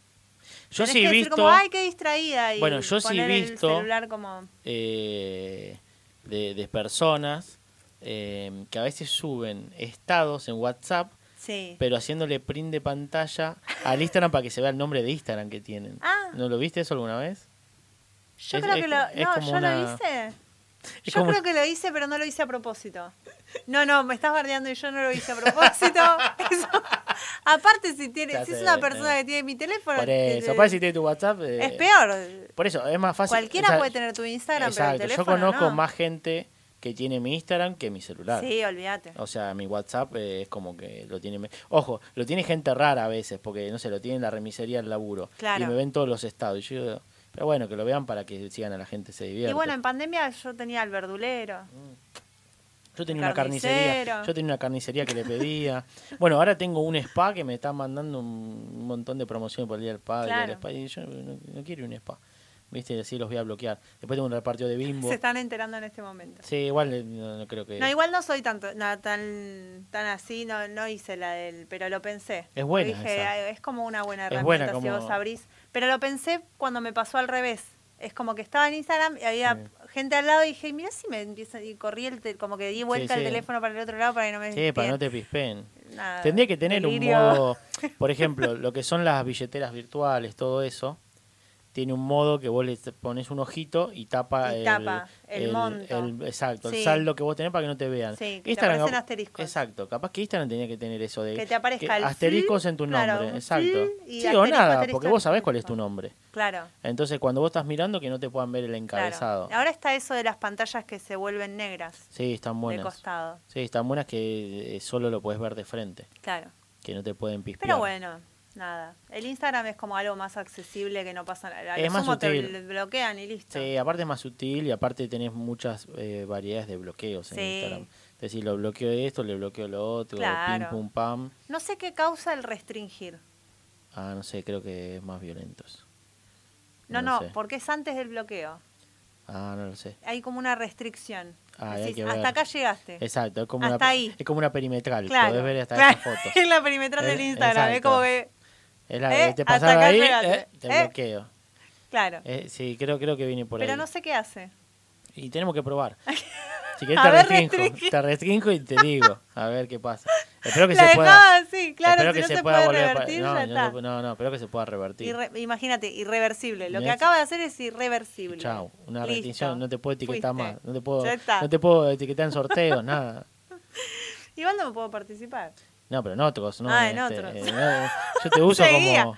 Yo
Tenés
sí
que
he
decir
visto...
como, ay, qué distraída. Y
Bueno, yo sí he
poner el
visto-
celular como...
eh, de, de personas eh, que a veces suben estados en WhatsApp,
Sí.
pero haciéndole print de pantalla al Instagram para que se vea el nombre de Instagram que tienen.
Ah.
¿No lo viste eso alguna vez?
Yo
Es-
creo
es-
que lo,
es
no,
como
yo lo
una-
hice.
es
Yo
como-
creo que lo hice, pero no lo hice a propósito. No, no, me estás bardeando y yo no lo hice a propósito. Eso- Aparte, si, tiene,
Ya
si es
sé,
una
eh.
persona que tiene mi teléfono,
Por
eh,
eso, aparte si tiene tu WhatsApp. eh,
es peor.
Por eso, es más fácil.
Cualquiera
o sea,
puede tener tu Instagram,
Exacto,
pero el
yo
teléfono
conozco
no.
más gente que tiene mi Instagram que mi celular.
Sí, olvídate.
O sea, mi WhatsApp eh, es como que lo tiene. me- Ojo, lo tiene gente rara a veces, porque no sé, lo tiene en la remisería del laburo.
Claro.
Y me ven todos los estados. Y yo digo, pero bueno, que lo vean para que sigan a la gente, se divierta.
Y bueno, en pandemia yo tenía al verdulero.
yo tenía
el
una carnicería.
carnicero.
Yo tenía una carnicería que le pedía. bueno, ahora tengo un spa que me están mandando un montón de promociones por el día del padre.
Claro.
el spa, y yo no, no quiero un spa. Viste, así los voy a bloquear. Después tengo un repartido de bimbo.
Se están enterando en este momento.
Sí, igual eh, no, no creo que.
No, igual no soy tanto, na- tan, tan así, no, no hice la del, pero lo pensé.
Es buena
Lo dije,
esa.
"Ay, es como una buena
Es
herramienta
buena
si
como-
vos abrís. Pero lo pensé cuando me pasó al revés. Es como que estaba en Instagram y había gente al lado y dije, mira si me empieza, y corrí el te- como que di vuelta
Sí,
el
sí.
teléfono para el otro lado para que no me
Sí, para
espien.
no te pispen.
Nada,
Tendría que tener
delirio.
un modo, por ejemplo, lo que son las billeteras virtuales, todo eso, tiene un modo que vos le t- pones un ojito y tapa,
Y tapa el monto.
el- exacto, el
Sí.
saldo que vos tenés para que no te vean.
Sí, que te
cap-
aparecen asteriscos.
Exacto, capaz que Instagram tenía que tener eso de
Que te aparezca el
asteriscos
fl,
en tu
claro,
nombre,
un
exacto.
fl y
sí, o
asterisco,
nada,
asterisco,
porque vos sabés cuál es tu
asterisco.
nombre.
Claro.
Entonces, cuando vos estás mirando, que no te puedan ver el
Claro.
encabezado.
Ahora está eso de las pantallas que se vuelven negras
Sí, están
de
buenas.
costado.
Sí, están buenas que eh, solo lo podés ver de frente,
Claro.
que no te pueden pispear.
Pero bueno, nada. El Instagram es como algo más accesible que no pasa nada. A lo
Es más
sumo te
sutil.
bl- bloquean y listo.
Sí, aparte es más sutil y aparte tenés muchas eh, variedades de bloqueos en
Sí.
Instagram. Es decir, lo bloqueo de esto, le bloqueo lo otro,
Claro.
pim, pum, pam.
No sé qué causa el restringir.
Ah, no sé, creo que es más violentos.
No, no,
No sé.
porque es antes del bloqueo.
Ah, no lo sé.
Hay como una restricción.
Ah, y hay
Decís,
que ver.
hasta acá llegaste.
Exacto, es como,
Hasta
una,
ahí.
es como una perimetral.
Claro.
Podés ver hasta
claro.
esa foto.
es la perimetral del
Eh,
Instagram. Es
exacto.
como que.
Es la que
Eh,
te
hasta
pasaba
acá
ahí,
llegaste.
eh, te
Eh.
bloqueo.
Claro.
Eh, sí, creo, creo que viene por
Pero
ahí.
no sé qué hace.
Y tenemos que probar. Si querés
A
te
ver,
restringo,
restringi.
te restringo y te digo, a ver qué pasa. Espero que
la
se pueda.
dejaba así, claro.
espero
si
que
no
se,
se,
pueda
puede
volver a pa-
revertir,
no,
ya
no,
está.
se pu- no, no, espero que se pueda revertir.
Irre- imagínate, irreversible. Lo que
Next.
acaba de hacer es irreversible.
Chao, una
Listo.
restricción, no te puedo etiquetar
Fuiste.
más, no te puedo,
Ya está.
no te puedo etiquetar en sorteos, nada.
Igual no me puedo participar.
No, pero en otros, no.
Ah,
en
en
este,
otros.
eh, no, yo te uso
Seguía.
como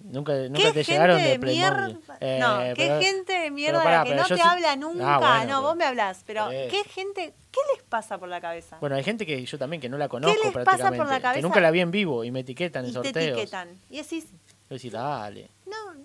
nunca, nunca
¿Qué
te
gente
llegaron de
de
Playmobil.
mierda?
Eh,
no, qué
pero-
gente de
pero
mierda
pará,
la que
pero
no
yo
te
sí-
habla
Ah,
nunca.
bueno,
no,
pero-
vos me hablás, pero
por eso.
qué gente, ¿qué les pasa por la cabeza?
Bueno, hay gente que yo también que no la conozco
les pasa por la
prácticamente. Que
cabeza?
nunca la vi en vivo y me etiquetan en
y
sorteos.
te etiquetan. Y decís,
Yo decía, dale.
no,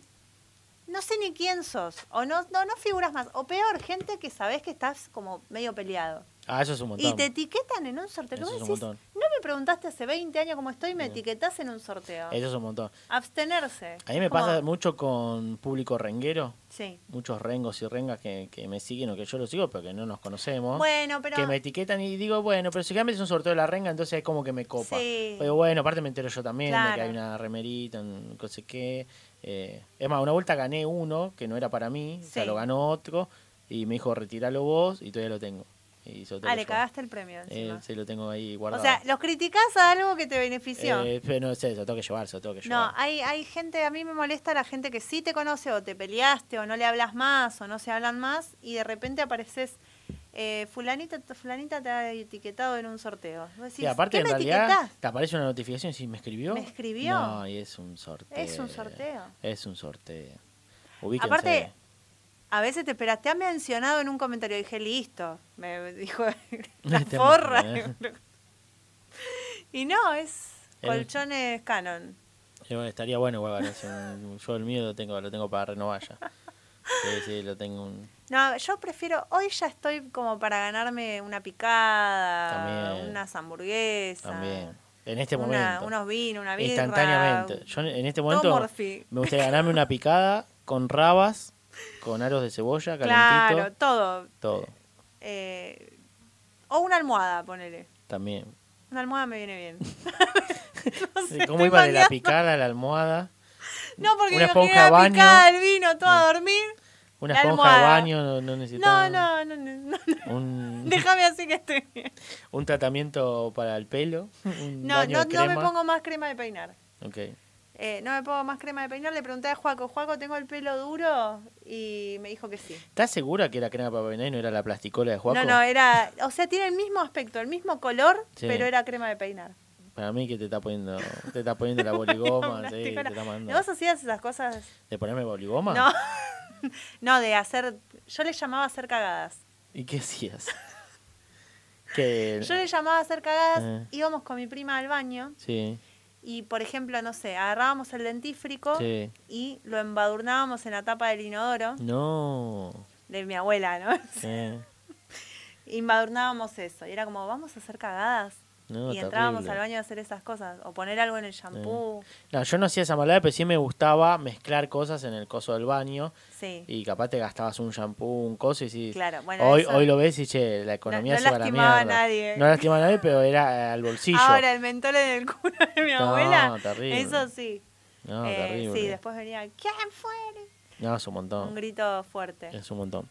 no sé ni quién sos. O no, no, no figuras más. O peor, gente que sabés que estás como medio peleado.
Ah, eso es un montón.
Y te etiquetan en un sorteo.
Eso
Vos
es un
decís, no
montón.
me preguntaste hace 20 años cómo estoy y me etiquetás en un sorteo.
Eso es un montón.
Abstenerse.
Eh, A mí me
Como-
pasa mucho con público renguero.
Sí.
Muchos rengos y rengas que, que me siguen o que yo los sigo, pero que no nos conocemos.
Bueno, pero-
Que me etiquetan y digo, bueno, pero si realmente es un sorteo de la renga, entonces es como que me copa.
Sí.
Pero bueno, aparte me entero yo también de que
Claro.
hay una remerita, un no sé qué. Eh, es más, una vuelta gané uno que no era para mí, o sea,
Sí.
lo ganó otro y me dijo, retíralo vos y todavía lo tengo. Y se lo tengo
Ah, le
yo.
cagaste el premio
Eh,
encima.
sí, lo tengo ahí
o
guardado.
sea, los criticás a algo que te benefició.
Eh, pero no sé, se lo tengo que llevar, se lo tengo que llevar.
no, hay, hay gente, a mí me molesta la gente que sí te conoce o te peleaste o no le hablas más o no se hablan más y de repente apareces, eh, fulanita, fulanita te ha etiquetado en un sorteo. Vos decís,
Y
¿qué
aparte, en
me
realidad,
etiquetás?
te aparece una notificación y si me escribió.
¿Me escribió?
No, y es un sorteo.
Es un sorteo.
Es un sorteo. Ubíquense.
Aparte, a veces te esperas, te ha mencionado en un comentario, dije, listo, me dijo la
Este
forra.
hombre,
y no, es
El-
colchones canon.
Y bueno, estaría bueno igual ganarse un- yo el mío lo tengo, lo tengo para renovar ya. Sí, sí, lo tengo un-
No, yo prefiero, hoy ya estoy como para ganarme una picada,
También.
unas hamburguesas.
también. En este
una-
momento.
unos vinos, una birra.
Instantáneamente. Yo en- en este
Todo
momento
Morphy.
me gustaría ganarme una picada con rabas, con aros de cebolla, calentito.
Claro, todo.
Todo.
Eh, o una almohada, ponele.
También.
Una almohada me viene bien. No sé,
¿Cómo
estoy
iba de la
pateando.
picada a la almohada?
No, porque
Una
digo, que
esponja
era
de baño.
picada, el vino, todo a dormir.
Una
La
esponja de
almohada.
baño, no, no
No,
necesitaba.
no, no, no, no.
Un,
Déjame así que esté bien.
un tratamiento para el pelo. un
No,
baño
no,
de
no me
crema.
pongo más crema de peinar.
Ok.
Eh, no me pongo más crema de peinar. Le pregunté a Juaco, Juaco, ¿tengo el pelo duro? Y me dijo que sí.
¿Estás segura que era crema para peinar y no era la plasticola de Juaco?
No, eh. no, era. O sea, tiene el mismo aspecto, el mismo color,
Sí.
pero era crema de peinar.
Para mí que te está poniendo, te está poniendo la boligoma, sí, te
Plasticola.
está mandando.
¿Vos hacías esas cosas?
¿De ponerme boligoma?
No. no, de hacer. Yo le llamaba hacer cagadas.
¿Y qué hacías? que
Yo le llamaba hacer cagadas,
Ah.
íbamos con mi prima al baño.
Sí.
Y, por ejemplo, no sé, agarrábamos el dentífrico
Sí.
y lo embadurnábamos en la tapa del inodoro
No.
de mi abuela, ¿no?
Eh,
Y embadurnábamos eso. Y era como, vamos a hacer cagadas.
No,
y entrábamos
terrible.
al baño a hacer esas cosas. O poner algo en el shampoo.
No, yo no hacía esa maldad, pero sí me gustaba mezclar cosas en el coso del baño.
Sí.
Y capaz te gastabas un shampoo, un coso y sí.
Claro, bueno,
hoy,
eso-
hoy lo ves y che, la economía
No- no
se va a la
lastimaba a
mierda.
nadie.
No lastimaba a nadie, pero era eh, al bolsillo.
Ahora, el mentol en el culo de mi
No,
abuela.
terrible.
Eso sí.
No,
Eh,
terrible.
Sí, después venía, ¿quién fue?
No, es un montón.
Un grito fuerte.
Es un montón.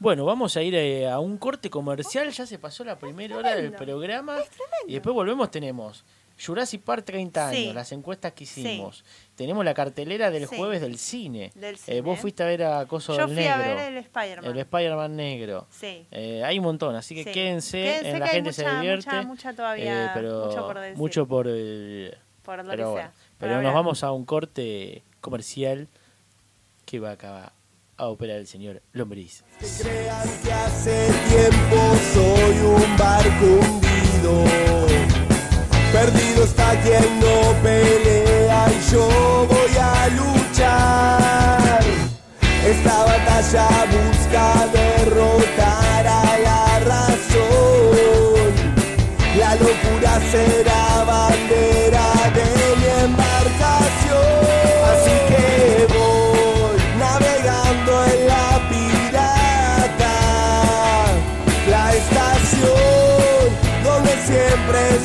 Bueno, vamos a ir eh, a un corte comercial. Ya se pasó la primera hora del programa. Y después volvemos. Tenemos Jurassic Park 30 años,
Sí.
las encuestas que hicimos. Tenemos la cartelera del
Sí.
jueves del cine.
Del
Eh,
cine.
vos fuiste a ver a Coso
Yo
del
fui
Negro.
a ver el Spider-Man.
El Spider-Man negro.
Sí.
Eh, hay un montón, así que
Sí.
quédense.
Quédense
en la
que hay
gente se
mucha,
divierte. eh,
mucha, mucha todavía,
pero
mucho por decir.
Mucho por el-
Por lo
pero
que
bueno.
sea, por
Pero nos
hablar.
vamos a un corte comercial que va acá a operar el señor Lombriz.
Creas que hace tiempo soy un barco hundido. Perdido está quien no pelea y yo voy a luchar. Esta batalla busca derrotar a la razón. La locura será bandera de mi embarcación. Así que voy.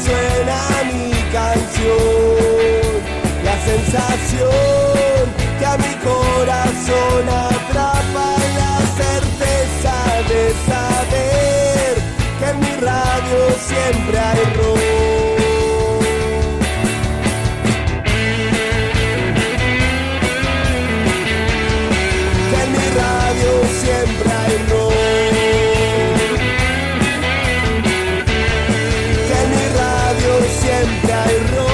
suena mi canción, la sensación que a mi corazón atrapa la certeza de saber que en mi radio siempre hay rock. Que en mi radio siempre hay rock. Que en mi radio siempre hay rock.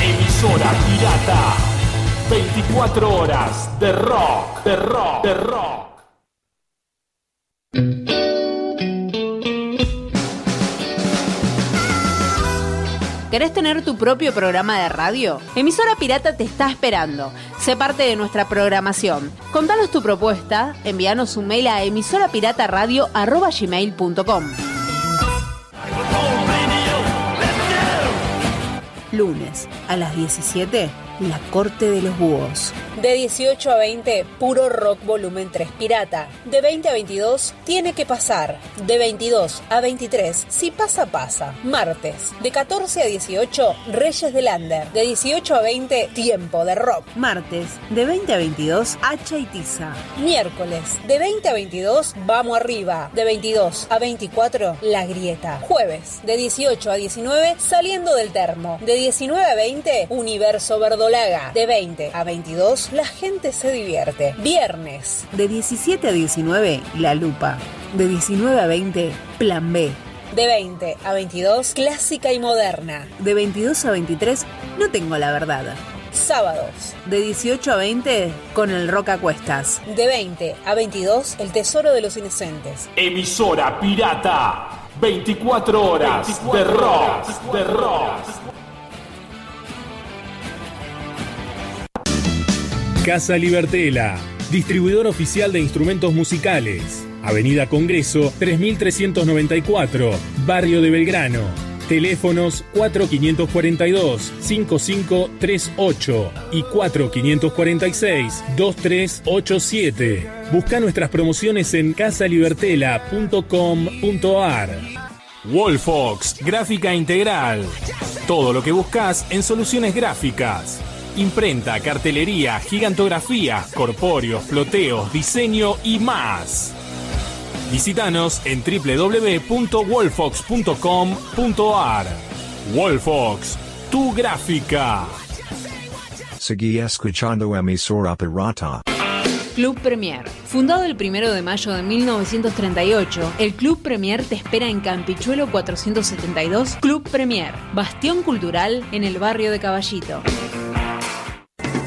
Emisora pirata. 24 horas de rock, de rock, de rock.
¿Querés tener tu propio programa de radio? Emisora Pirata te está esperando. Sé parte de nuestra programación. Contanos tu propuesta, envíanos un mail a emisorapirataradio.com.
Lunes a las 17, La Corte de los Búhos.
De 18 a 20, puro rock volumen 3 pirata. De 20 a 22, tiene que pasar. De 22 a 23, si pasa, pasa. Martes. De 14 a 18, Reyes del Lander. De 18 a 20, tiempo de rock.
Martes, de 20 a 22, Hacha y Tiza.
Miércoles, de 20 a 22, vamos arriba. De 22 a 24, la grieta. Jueves, de 18 a 19, saliendo del termo. De 19 a 20, universo verdolaga. De 20 a 22, la gente se divierte. Viernes,
De 17 a 19, La Lupa. De 19 a 20, Plan B.
de 20 a 22, clásica y moderna.
De 22 a 23, No Tengo la Verdad.
Sábados,
De 18 a 20, Con el Rock a Cuestas.
de 20 a 22, el tesoro de los inocentes.
Emisora pirata. 24 horas de rock, de rock.
Casa Libertela, distribuidor oficial de instrumentos musicales. Avenida Congreso 3394, Barrio de Belgrano. Teléfonos 4542-5538 y 4546-2387. Busca nuestras promociones en casalibertela.com.ar.
Wallfox, gráfica integral. Todo lo que buscas en soluciones gráficas. Imprenta, cartelería, gigantografía, corpóreos, floteos, diseño y más. Visítanos en www.wolfox.com.ar. Wolfox, tu gráfica.
Seguí escuchando emisora pirata.
Club Premier. Fundado el 1 de mayo de 1938, el Club Premier te espera en Campichuelo 472 Club Premier, bastión cultural en el barrio de Caballito.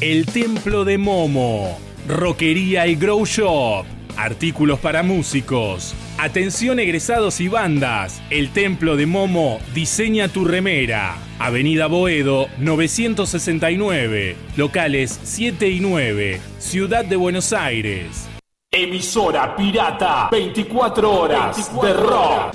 El Templo de Momo, Roquería y Grow Shop, artículos para músicos. Atención egresados y bandas, El Templo de Momo diseña tu remera. Avenida Boedo 969, locales 7 y 9, Ciudad de Buenos Aires.
Emisora Pirata, 24 horas de rock.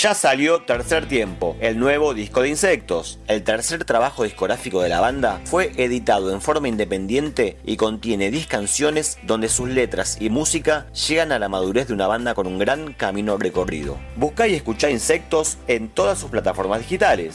ya salió Tercer Tiempo, el nuevo disco de Insectos. El tercer trabajo discográfico de la banda fue editado en forma independiente y contiene 10 canciones donde sus letras y música llegan a la madurez de una banda con un gran camino recorrido. Buscá y escuchá Insectos en todas sus plataformas digitales.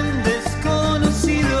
un desconocido.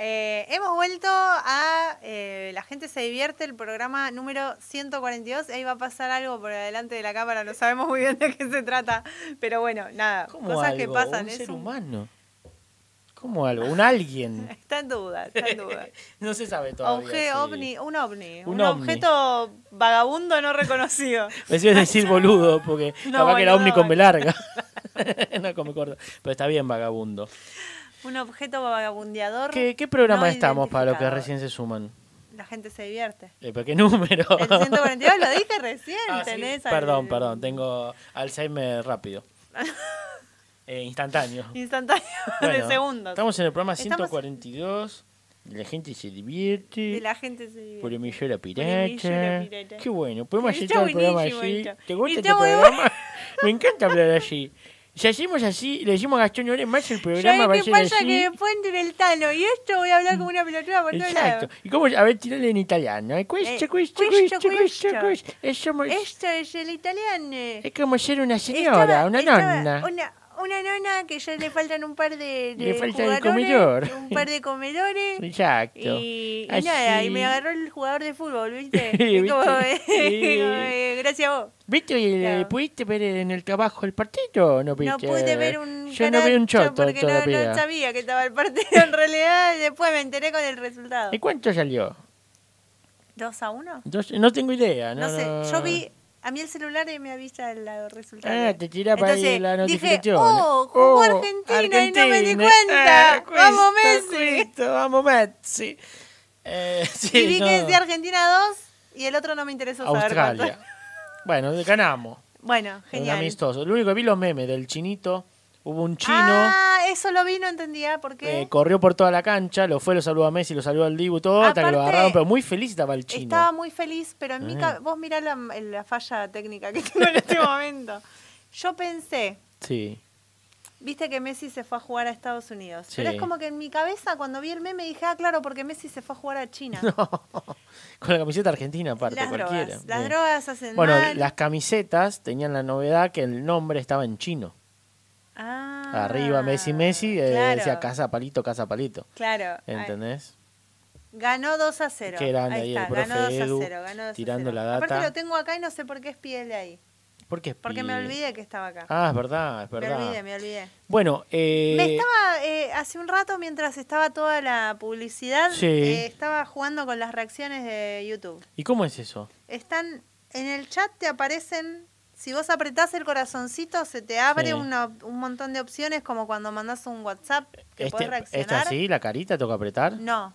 Eh, hemos vuelto a eh, La gente se divierte, el programa número 142. Ahí va a pasar algo por adelante de la cámara, no sabemos muy bien de qué se trata. Pero bueno, nada,
¿Cómo
cosas
algo?
que pasan.
Un
es
ser
un-
humano. ¿Cómo algo? Un alguien.
Está en duda, está en duda.
No se sabe todavía.
Obje-
sí.
ovni, un ovni,
Un
un,
ovni.
objeto vagabundo no reconocido.
Me sirve decir boludo, porque
No,
capaz que era
boludo,
ovni con B
boludo.
larga. no, con B corta. Pero está bien, vagabundo.
Un objeto vagabundeador.
¿Qué, qué programa
no
estamos para los que
identificado.
recién se suman?
La gente se divierte.
Eh, ¿Pero qué número?
El 142 lo dije recién,
Ah, ¿sí?
tenés al-
Perdón, perdón, tengo Alzheimer rápido. Eh, instantáneo.
Instantáneo
Bueno,
de segundos.
Estamos en el programa
Estamos-
142. La gente se divierte.
Y la gente se divierte.
Por la
Polemillo
pirata.
la pirata.
Qué bueno. Podemos
Sí,
hacer
está
todo el programa
buenísimo
así.
esto.
¿Te gusta este
Está muy
programa? Me encanta hablar así. Si hacemos así, le decimos a Gastón Ores más el programa
Ya
va
ves qué
a ser
pasa
así.
que después entre el tano y esto voy a hablar como una pelotuda por todos
Exacto.
lados.
¿Y cómo? A ver, tirale en italiano. eh. Questo,
Eh,
questo,
questo,
questo, questo,
questo.
questo. Eh, somos-
Esto es el italiano.
Es como ser una
Estaba-
señora, una
estaba
nonna.
Una, una nonna que ya le faltan un par de,
Le
de
falta el
jugadores,
comedor.
un par de comedores.
Exacto.
Y, y
Así.
nada, y me agarró el jugador de fútbol, ¿viste?
Sí,
Y como,
¿viste? Sí.
como, eh, gracias a vos.
¿Viste que le pudiste ver en el trabajo el partido o no viste? eh,
No pude ver un
Yo no vi un
caracho
choto
porque no-
todavía.
no, sabía que estaba el partido en realidad. y Después me enteré con el resultado.
¿Y cuánto salió?
¿Dos a uno?
Yo sé- no tengo idea. No,
No, sé,
no-
yo vi a mí el celular y me avisa el lado resultado.
Ah, te tira para ahí
Entonces,
la
dije,
notificación.
oh, jugó
Oh,
Argentina, y no me di
Argentina.
cuenta.
Ah,
vamos
questo,
Messi.
questo, vamos Messi. Eh, sí,
y vi
no.
que decía Argentina 2 y el otro no me interesó saber
Australia.
cuánto.
Bueno, ganamos.
Bueno,
Un
genial.
amistoso. Lo único que vi los memes del chinito. Hubo un chino.
Ah, eso lo vi, no entendía por qué.
eh, corrió por toda la cancha, lo fue, lo saludó a Messi, lo saludó al Dibu, todo, hasta que lo
Aparte,
agarraron, pero muy feliz estaba el chino.
Estaba muy feliz, pero en mi
Ah.
ca- vos mirá la, la falla técnica que tengo en este momento. Yo pensé,
Sí.
Viste que Messi se fue a jugar a Estados Unidos. Pero
Sí.
es como que en mi cabeza, cuando vi el meme, dije, ah, claro, porque Messi se fue a jugar a China.
Con la camiseta argentina aparte,
las
cualquiera.
drogas. Las
Bien.
drogas hacen
Bueno,
mal.
las camisetas tenían la novedad que el nombre estaba en chino.
Ah,
Arriba Messi Messi, eh,
claro.
decía casa palito, casa palito.
Claro. Ay,
¿Entendés?
Ganó 2 a 0.
Qué grande
ahí
ahí el
está,
profe
ganó 2 a
Edu,
0. Ganó 2 a 0.
tirando la
Aparte
data.
lo tengo acá y no sé por qué es piel de ahí.
¿Por qué es
Porque me
pibe?
olvidé que estaba acá.
Ah, es verdad, es verdad.
Me olvidé, me olvidé.
Bueno, eh,
Me estaba, eh, hace un rato, mientras estaba toda la publicidad,
Sí.
eh, estaba jugando con las reacciones de YouTube.
¿y cómo es eso?
están en el chat te aparecen si vos apretás el corazoncito se te abre
Sí.
una- un montón de opciones como cuando mandás un WhatsApp que
Este-
podés
¿Esta
reaccionar
así? ¿La carita toca apretar?
no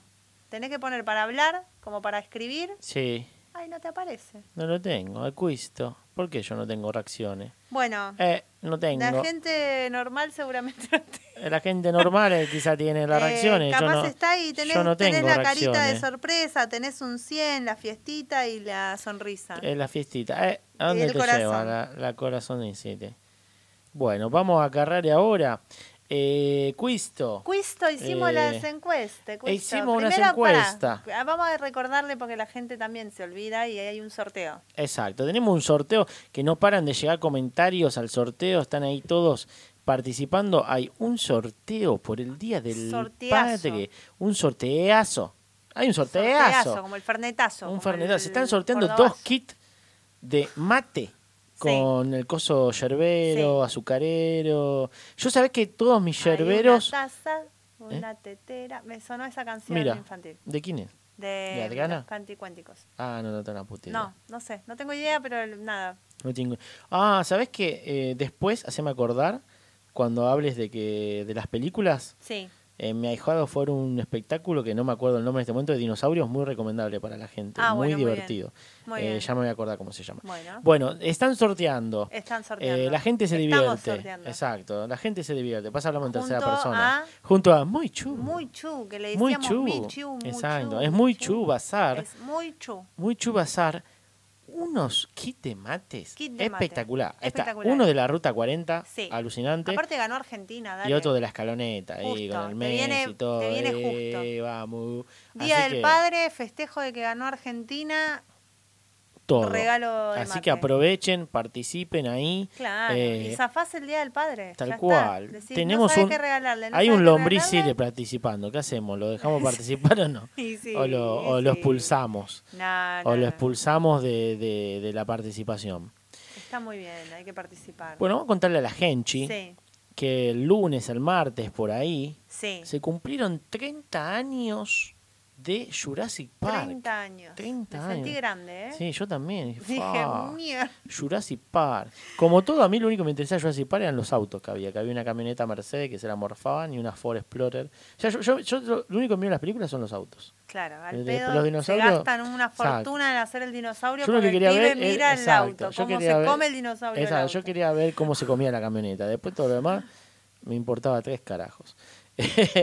tenés que poner para hablar como para escribir
Sí,
ay no te aparece
no lo tengo, acuisto. ¿Por qué yo no tengo reacciones?
bueno
Eh, no tengo.
la gente normal seguramente no te-
La gente normal eh, quizá tiene las
Eh,
reacciones. yo
capaz
no,
está ahí tenés,
yo no
tenés
tengo eh.
la
reacciones.
carita de sorpresa tenés un 100 la fiestita y la sonrisa
Es la fiestita. Eh, ¿A dónde
El
te
corazón.
lleva la, la corazón de siete? Bueno, vamos a cargar ahora. Eh, Cuisto.
Cuisto, hicimos
Eh,
las encuestas. Cuisto.
hicimos unas
Primero, pará,
encuestas.
ah, vamos a recordarle porque la gente también se olvida y hay un sorteo.
Exacto. Tenemos un sorteo que no paran de llegar comentarios al sorteo. Están ahí todos participando hay un sorteo por el Día del
Sorteazo.
Padre. Un sorteazo. Hay un sorteazo.
Sorteazo, como el fernetazo.
un
como
fernetazo. Se están
el
sorteando dos
cordobazo.
kits de mate con el coso yerbero, azucarero. Yo sabés que todos mis
Hay
yerberos...
Una taza, una tetera. Me sonó esa canción
¿Eh? Mira,
infantil.
¿de quién es?
De,
¿De Argana?
los canticuénticos.
Ah, no, no, tan la puta idea.
No, no sé. No tengo idea, pero el- nada.
No tengo- Ah, ¿sabés qué? Eh, después, haceme acordar, cuando hables de que de las películas,
Sí.
eh, Mi ahijado fue un espectáculo que no me acuerdo el nombre en este momento, de dinosaurios, muy recomendable para la gente,
Ah,
muy
bueno, muy bien.
divertido.
Muy
Eh,
bien.
ya me voy a acordar cómo se llama.
Bueno.
están sorteando.
Están sorteando.
Eh, la gente se
Estamos
divierte.
sorteando.
Exacto, la gente se divierte. Pasa hablamos en tercera
Junto
persona.
a-
Junto a Muy Chu.
Muy chu, que le
Muy
decíamos
Chu.
muy chu, muy
Exacto,
chu,
es Muy Chu Bazar.
Es muy chu.
Muy chubazar, unos kit de mates
Kit de mate.
espectacular. Está
Espectacular.
uno de la ruta 40,
Sí.
alucinante,
Aparte ganó Argentina, dale.
y otro de la escaloneta, ahí,
Justo,
con el
te
mes
viene-
y todo.
te viene
eh, vamos.
Día
Así
del
que,
Padre, festejo de que ganó Argentina.
todo.
regalo de
Así que
mate.
aprovechen, participen ahí.
Claro.
eh,
y zafás el Día del Padre.
Tal
ya está.
cual.
Decís, no
Tenemos
sabés
un,
qué regalarle, no
hay
sabés
un
qué
lombriz
regalarle.
sigue participando. ¿Qué hacemos? ¿Lo dejamos participar o no?
Y sí,
o lo, o
y
lo
sí. Ah,
expulsamos.
No,
o
no,
lo
no.
expulsamos de, de- de la participación.
Está muy bien, hay que participar.
Bueno, vamos a contarle a la gente
Sí,
que el lunes, el martes, por ahí,
sí.
se cumplieron 30 años de Jurassic Park.
30 años.
30
Me sentí
años.
grande, ¿eh?
Sí, yo también. Dije,
Dije,
"Fa".
mierda.
Jurassic Park. Como todo, a mí lo único que me interesaba de Jurassic Park eran los autos que había. Que había una camioneta Mercedes que se la morfaban y una Ford Explorer. O sea, yo, yo- yo lo lo único que miro en las películas son los autos.
Claro,
De-
al
de-
pedo
los
se
dinosaurios-
gastan una
Exacto.
fortuna en hacer el dinosaurio
Yo lo
porque
que quería
el pibe
ver. es-
mira el
exacto,
auto,
yo
cómo se
quería ver-
come el dinosaurio. el
Exacto,
auto.
yo quería ver cómo se comía la camioneta. Después todo lo demás me importaba tres carajos.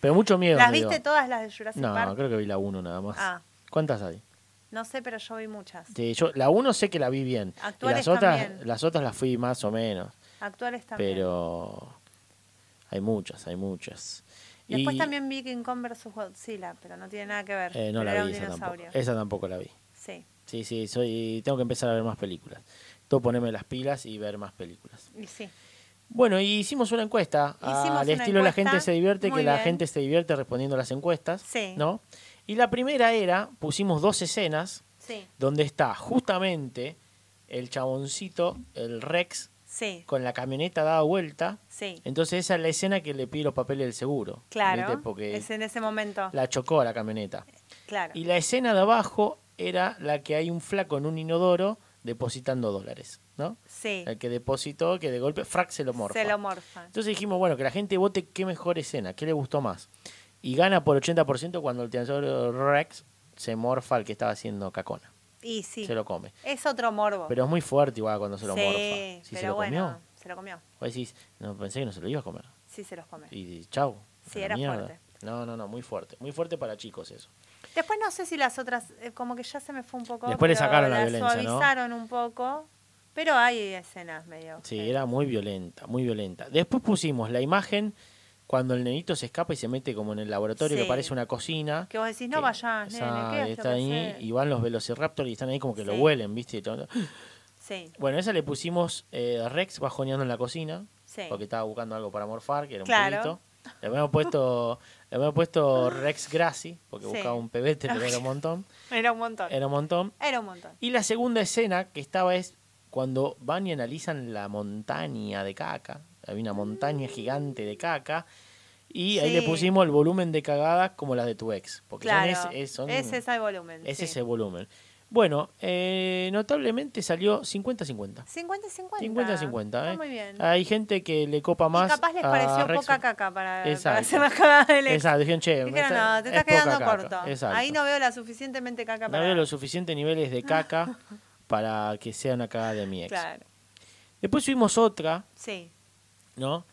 Pero mucho miedo.
¿Las
me dio.
viste todas las de Jurassic
No,
Park?
creo que vi la 1 nada más.
Ah.
¿Cuántas hay?
No sé, pero yo vi muchas.
Sí, yo, la 1 sé que la vi bien. Y
Actuales
las otras,
también.
las otras las fui más o menos.
Actuales también.
Pero hay muchas, hay muchas.
Después
Y,
también vi King Kong vs. Godzilla, pero no tiene nada que ver.
eh, no
pero
la
era
vi
un
esa tampoco. Eh.
dinosaurio.
Esa tampoco la vi.
Sí,
Sí, sí, soy, tengo que empezar a ver más películas. Tengo que ponerme las pilas y ver más películas.
y sí.
Bueno, y hicimos una encuesta Ah,
Hicimos
al
una
estilo la gente
encuesta.
se divierte,
Muy
que la
bien.
gente se divierte respondiendo a las encuestas,
Sí.
¿no? Y la primera era, pusimos dos escenas
Sí,
donde está justamente el chaboncito, el Rex,
sí,
con la camioneta dada vuelta.
sí.
Entonces esa es la escena que le pide los papeles del seguro. Eh, ¿viste?
Claro,
Porque
es en ese momento.
la chocó a la camioneta.
Claro.
Y la escena de abajo era la que hay un flaco en un inodoro depositando dólares, ¿no?
Sí,
El que depositó, que de golpe, frac se lo eh, morfa.
se lo morfan.
Entonces dijimos, bueno, que la gente vote qué mejor escena, qué le gustó más. Y gana por 80% cuando el tiranosaurio Rex se morfa al que estaba haciendo cacona.
Y sí,
Se lo come.
es otro morbo.
Pero es muy fuerte igual cuando se lo
sí,
morfa. Si
pero
se lo
bueno,
comió,
se lo comió.
vos decís, no, pensé que no se lo iba a comer.
Sí, se los come.
Y chau.
Sí,
a la
era
mierda.
fuerte.
No, no, no, muy fuerte. Muy fuerte para chicos eso.
Después no sé si las otras, eh, como que ya se me fue un poco.
Después le
pero
sacaron la
la
violencia, ¿no?
suavizaron un poco, pero hay escenas medio.
Sí, era muy violenta, muy violenta. Después pusimos la imagen cuando el nenito se escapa y se mete como en el laboratorio que
Sí.
parece una cocina.
Que vos decís, no vayas, nene,
Esa-
¿qué es lo
está
que
ahí
haces?
y van los velociraptors y están ahí como que lo
Sí.
huelen, ¿viste? Y todo.
Sí,
Bueno, esa le pusimos eh, Rex bajoneando en la cocina
sí.
porque estaba buscando algo para morfar, que era un
Claro.
pibito. Le habíamos puesto, le habíamos puesto Rex Grassi porque
Sí.
buscaba un pebete, pero era un montón.
Era un montón.
Era un montón.
Era un montón.
Y la segunda escena que estaba es cuando van y analizan la montaña de caca. Había una montaña gigante de caca. Y ahí le
Mm. Sí.
pusimos el volumen de cagadas como las de tu ex. Porque son
Claro.
es, es- son-
es ese el volumen.
es
sí.
ese volumen. Bueno, eh, notablemente salió 50-50.
50-50.
50-50,
Está
¿eh?
muy bien.
Hay gente que le copa más.
y capaz les
a
pareció
Rex-
poca caca para, para
Exacto.
hacer más cagada del ex.
Exacto, dijeron, che,
Dijeron,
esta-
no, te
es
estás
poca
quedando
caca".
corto.
Exacto.
Ahí no veo la suficientemente caca
No
para.
había los suficientes niveles de caca para que sea una cagada de mi ex.
Claro.
Después subimos otra,
Sí,
¿no?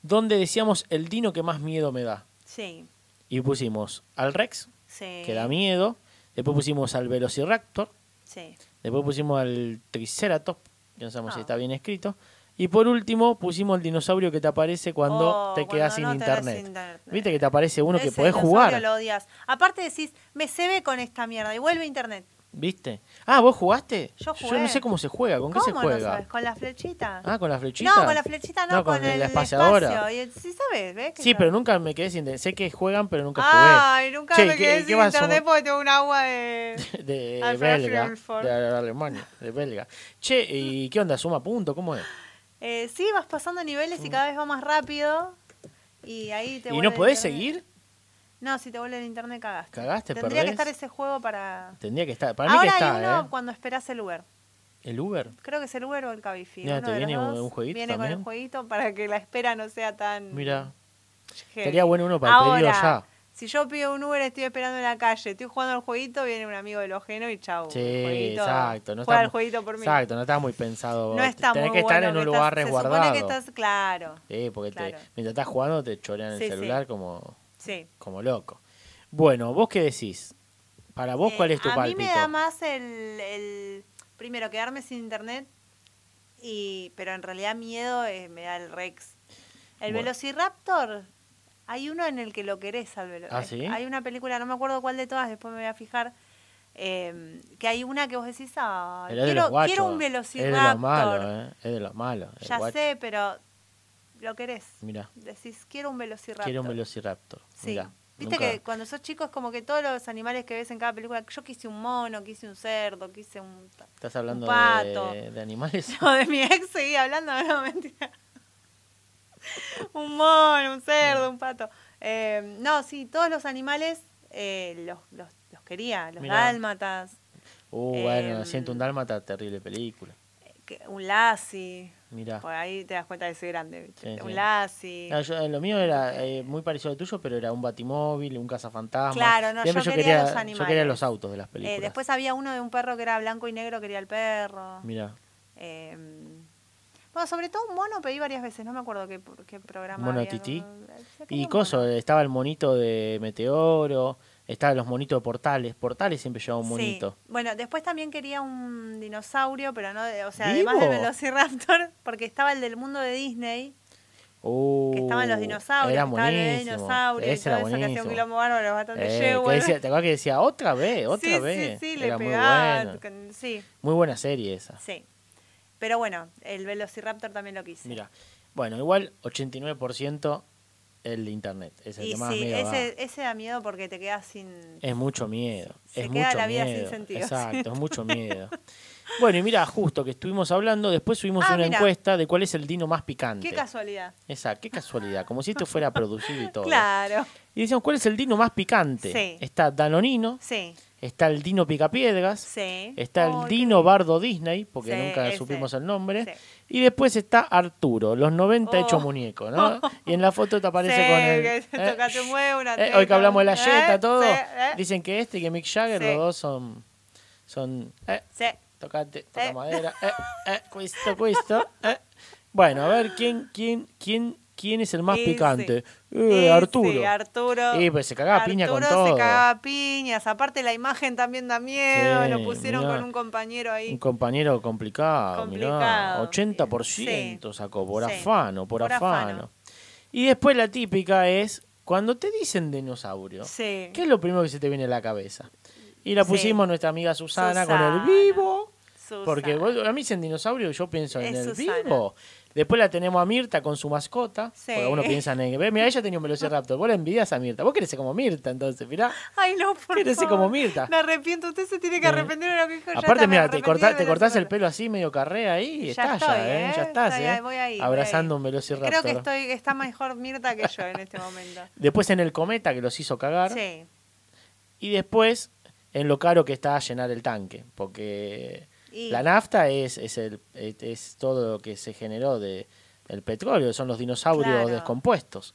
Donde decíamos el dino que más miedo me da.
sí,
Y pusimos al Rex,
sí.
que da miedo. Después pusimos al Velociraptor.
Sí.
Después pusimos al Triceratops, que no sabemos si
Ah.
está bien escrito. Y por último pusimos el dinosaurio que te aparece cuando
Oh,
te
cuando
quedas sin
no tenés
internet.
internet.
Viste que te aparece uno que
Ese
podés
dinosaurio
jugar.
lo odias. Aparte decís, me se ve con esta mierda y vuelve a internet.
¿Viste? Ah, ¿vos jugaste?
Yo jugué.
no sé cómo se juega, ¿con qué se
¿Cómo no
juega?
sabes? ¿Con la flechita?
ah, con la flechita.
No, con la flechita no, con, el
la espaciadora.
espacio. Y el- sí, sabes, ¿ves? que
Sí,
yo-
pero nunca me quedé sin. Sé que juegan, pero nunca jugué.
Ay, nunca
Che,
me quedé sin
vas,
internet
somos
porque tengo un agua de...
De
Alfred
belga.
Frankfurt.
De Alemania, de belga. Che, ¿y qué onda? ¿Suma punto? ¿Cómo es?
Eh, sí, vas pasando niveles y cada vez va más rápido. Y ahí te
Mm. ¿Y
vuelve
no
el
podés
internet.
seguir?
No, si te vuelve el internet cagaste.
Cagaste,
Tendría que
perdés.
estar ese juego para...
Tendría que estar. Para mí
Ahora
que
hay
está,
uno
¿eh?
cuando esperas el Uber.
El Uber.
Creo que es el Uber o el Cabify.
Mira,
uno
te
de los
viene un-
dos
un jueguito
Viene con
también.
el jueguito para que la espera no sea tan...
Mira,
heavy.
estaría bueno uno para
Ahora,
pedirlo ya.
Si yo pido un Uber, estoy esperando en la calle, estoy jugando al jueguito, viene un amigo del ojeno y chau.
Sí,
el jueguito,
exacto. No
juega
está,
el jueguito por mí.
Exacto, no está muy pensado.
No está
Tenés
muy
que estar
bueno
en
que estás-
un lugar
Se
resguardado.
supone que estás claro.
Sí, porque te-
Claro.
mientras estás jugando te chorean
Sí, sí.
el celular como,
Sí.
como loco. Bueno, ¿vos qué decís? Para vos, ¿cuál es tu
Eh, a
palpito?
mí me da más el, el- primero quedarme sin internet y pero en realidad miedo eh, me da el Rex. El
Bueno.
Velociraptor hay uno en el que lo querés al Velociraptor.
¿Ah, sí?
Hay una película, no me acuerdo cuál de todas, después me voy a fijar. eh, que hay una que vos decís, "Ay,
Pero es de
quiero,
los guachos,
quiero un
Es de los
velociraptor.
malos, ¿eh? Es de los malos. el
ya
guacho.
sé, pero lo querés.
Mirá.
Decís, quiero un velociraptor.
Quiero un velociraptor.
Sí.
Mirá,
Viste
nunca-
que cuando sos chico es como que todos los animales que ves en cada película, yo quise un mono, quise un cerdo, quise un...
¿Estás hablando
un pato.
de, de animales?
No, de mi ex seguí hablando, no, mentira. Un mono, un cerdo, un pato. Eh, no, sí, todos los animales eh, los, los, los quería, los
Mirá.
dálmatas,
Uh,
Eh,
bueno, siento un dálmata, terrible película.
que- un lassi.
Mirá.
Por ahí te das cuenta de que soy grande. ¿viste?
Sí,
un
sí.
lassi.
Ah, yo- eh, lo mío era eh, muy parecido al tuyo, pero era un batimóvil, un cazafantasma.
Claro, no,
Siempre
yo quería los animales.
Yo quería los autos de las
Eh,
películas.
después había uno de un perro que era blanco y negro, quería el perro.
Mirá,
Eh, bueno, sobre todo un mono pedí varias veces, no me acuerdo qué, qué programa.
mono
había,
tití.
no- se quería
Y
un
coso, estaba el monito de Meteoro, estaban los monitos de Portales. Portales siempre llevaba un
mono.
monito.
Sí. Bueno, después también quería un dinosaurio, pero no, de- o sea,
¿Vivo?
además del Velociraptor, porque estaba el del mundo de Disney,
Uh,
que estaban los dinosaurios,
Era
estaba el bebé
buenísimo.
dinosaurio y
Ese
todo
era
eso que hacía
buenísimo.
un quilombo bárbaro, bastante
Eh,
yegua.
que decía- ¿Te acuerdas que decía otra vez? Otra
sí,
vez.
sí, sí, le
era muy
pegaba.
buena.
con- Sí,
Muy buena serie esa.
sí. Pero bueno, el Velociraptor también lo quise.
Mira, bueno, igual 89% el de internet. Es el
y
que más
sí,
miedo da.
ese, ese da miedo porque te quedas sin,
Es mucho miedo.
Se
es
queda
mucho
la vida sin
miedo.
sentido,
Exacto,
sí.
es mucho miedo. Bueno, y mira, justo que estuvimos hablando, después subimos
Ah,
una
mira.
encuesta de cuál es el dino más picante.
Qué casualidad.
Exacto, qué casualidad, como si esto fuera producido y todo.
Claro.
Y decíamos, ¿cuál es el dino más picante?
Sí.
Está Danonino,
Sí,
está el dino Picapiedras,
sí.
está
Ay,
el
qué-
dino Bardo Disney, porque
Sí,
nunca
ese.
supimos el nombre,
Sí.
y después está Arturo, los 90 hecho
Oh.
muñeco, ¿no? Y en la foto te aparece
Sí,
con el...
que se
eh,
tocaste un huevo, una
Eh, hoy que
teta,
hablamos de la
¿eh?
yeta, todo.
Sí, eh.
Dicen que este y que Mick Jagger,
Sí.
los dos son. Son. Eh,
Sí.
tocate, toca
Eh.
madera. Eh, eh, cuisto, cuisto. eh. Bueno, a ver, ¿quién, quién, quién, quién es el más
Ese.
picante?
Ese,
Eh, Arturo.
este, Arturo.
Y pues se cagaba a piña con
Arturo
todo.
se cagaba a piñas. Aparte, la imagen también da miedo.
Sí,
lo pusieron
mirá.
con un compañero ahí.
Un compañero complicado,
Complicado.
mirá. 80% sacó, por
Sí.
afano, por,
Por
afano.
afano.
Y después la típica es cuando te dicen dinosaurio,
Sí.
¿qué es lo primero que se te viene a la cabeza? Y la
Sí.
pusimos nuestra amiga Susana, con el
Susana.
vivo.
Susana.
Porque vos- a mí dicen dinosaurio y yo pienso en
Es
el
Susana.
vivo. Después la tenemos a Mirta con su mascota.
Sí.
Porque uno piensa en el. ve, Mirá, ella tenía un velociraptor. Vos la envidias a Mirta. Vos querés ser como Mirta, entonces, mirá.
Ay, no, por
Quiere ser
favor.
como Mirta. Eh,
Me arrepiento. Usted se tiene que arrepentir de lo que dijo. Ya
Aparte,
está, me
mira, te,
arrepentí
cortá-
de
te
lo
cortás
que
el pelo así, medio carré ahí, y
Ya
estás
estoy,
ya, ¿eh?
¿eh?
Ya estás,
Estoy
¿eh?
ahí, voy ahí, voy
Abrazando
ahí.
un velociraptor.
Creo que estoy, está mejor Mirta que yo en este momento.
Después en el cometa que los hizo cagar.
Sí.
Y después en lo caro que está llenar el tanque. Porque
Y-
la nafta es, es, el, es, es todo lo que se generó de el petróleo, son los dinosaurios
Claro.
descompuestos.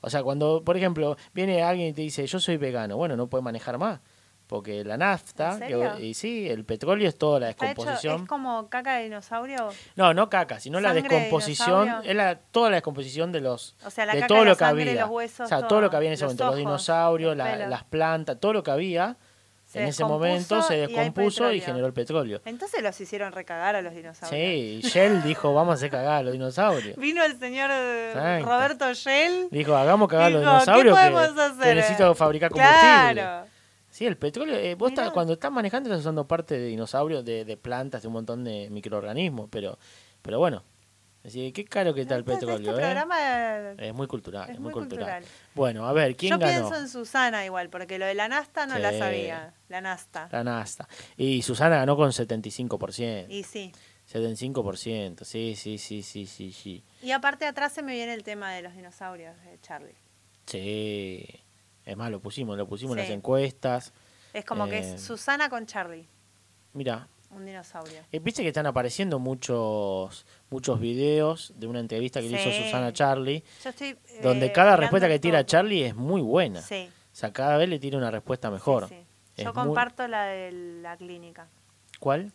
O sea, cuando, por ejemplo, viene alguien y te dice, yo soy vegano, bueno, no puede manejar más. Porque la nafta,
¿En serio?
que- y sí, el petróleo es toda la
Está hecho,
descomposición.
es como caca de dinosaurio.
No, no caca, sino la
¿Sangre de
descomposición,
dinosaurio?
es la, toda la descomposición de los
O sea, la
de
caca,
todo
la
lo que
sangre,
había.
los huesos,
o sea, todo,
todo.
lo que había en ese
Los
momento, los
ojos,
dinosaurios,
el
la-
pelo.
las plantas, todo lo que había
Se
en ese
descompuso
momento se
y hay
descompuso y,
petróleo.
generó el petróleo.
Entonces los hicieron recagar a los dinosaurios.
Sí, y Shell dijo, vamos a hacer cagar a los dinosaurios.
Vino el señor eh,
Exacto.
Roberto Shell.
Dijo, hagamos cagar a los
Dijo, ¿qué
dinosaurios que,
podemos
que
hacer?
necesito fabricar combustible.
Claro.
Sí, el petróleo, eh, vos
Mirá.
estás- cuando estás manejando estás usando parte de dinosaurios, de, de plantas, de un montón de microorganismos, pero, pero bueno. Así que qué caro que está el
Este,
petróleo,
este
¿eh?
programa eh,
Es muy cultural, es, muy cultural.
cultural.
Bueno, a ver, ¿quién
Yo
ganó?
pienso en Susana igual, porque lo de la Nasta no la
Sí.
sabía. La Nasta.
La Nasta. Y Susana ganó con 75%.
Y sí.
75%, sí, sí, sí, sí, sí, sí.
Y aparte atrás se me viene el tema de los dinosaurios de Charlie.
Sí. Es más, lo pusimos, lo pusimos en
Sí.
las encuestas.
Es como que
Eh,
es Susana con Charlie,
Mira,
un dinosaurio.
eh, viste que están apareciendo muchos muchos videos de una entrevista que le hizo
Sí.
Susana a Charlie,
Yo estoy, eh,
donde cada
mirando
respuesta que tira
todo.
Charlie es muy buena.
Sí.
O sea, cada vez le tira una respuesta mejor.
sí.
Es
Yo
muy-
comparto la de la clínica.
¿Cuál?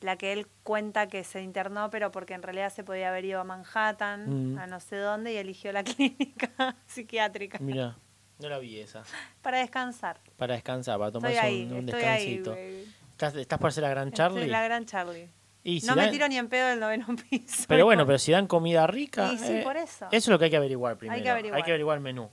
La que él cuenta que se internó, pero porque en realidad se podía haber ido a Manhattan,
Mm.
a no sé dónde, y eligió la clínica psiquiátrica
Mira, no la vi esa.
para descansar.
Para descansar, para
Estoy
tomarse
ahí,
un, un
estoy ahí.
descansito.
baby.
¿Estás, estás por ser la gran Charlie?
Estoy la gran Charlie.
Y si
no me
dan-
tiro ni en pedo del noveno piso.
Pero bueno, pero si dan comida rica.
Y sí,
eh,
por eso.
es lo que hay que averiguar primero. Hay que averiguar,
averiguar.
el menú.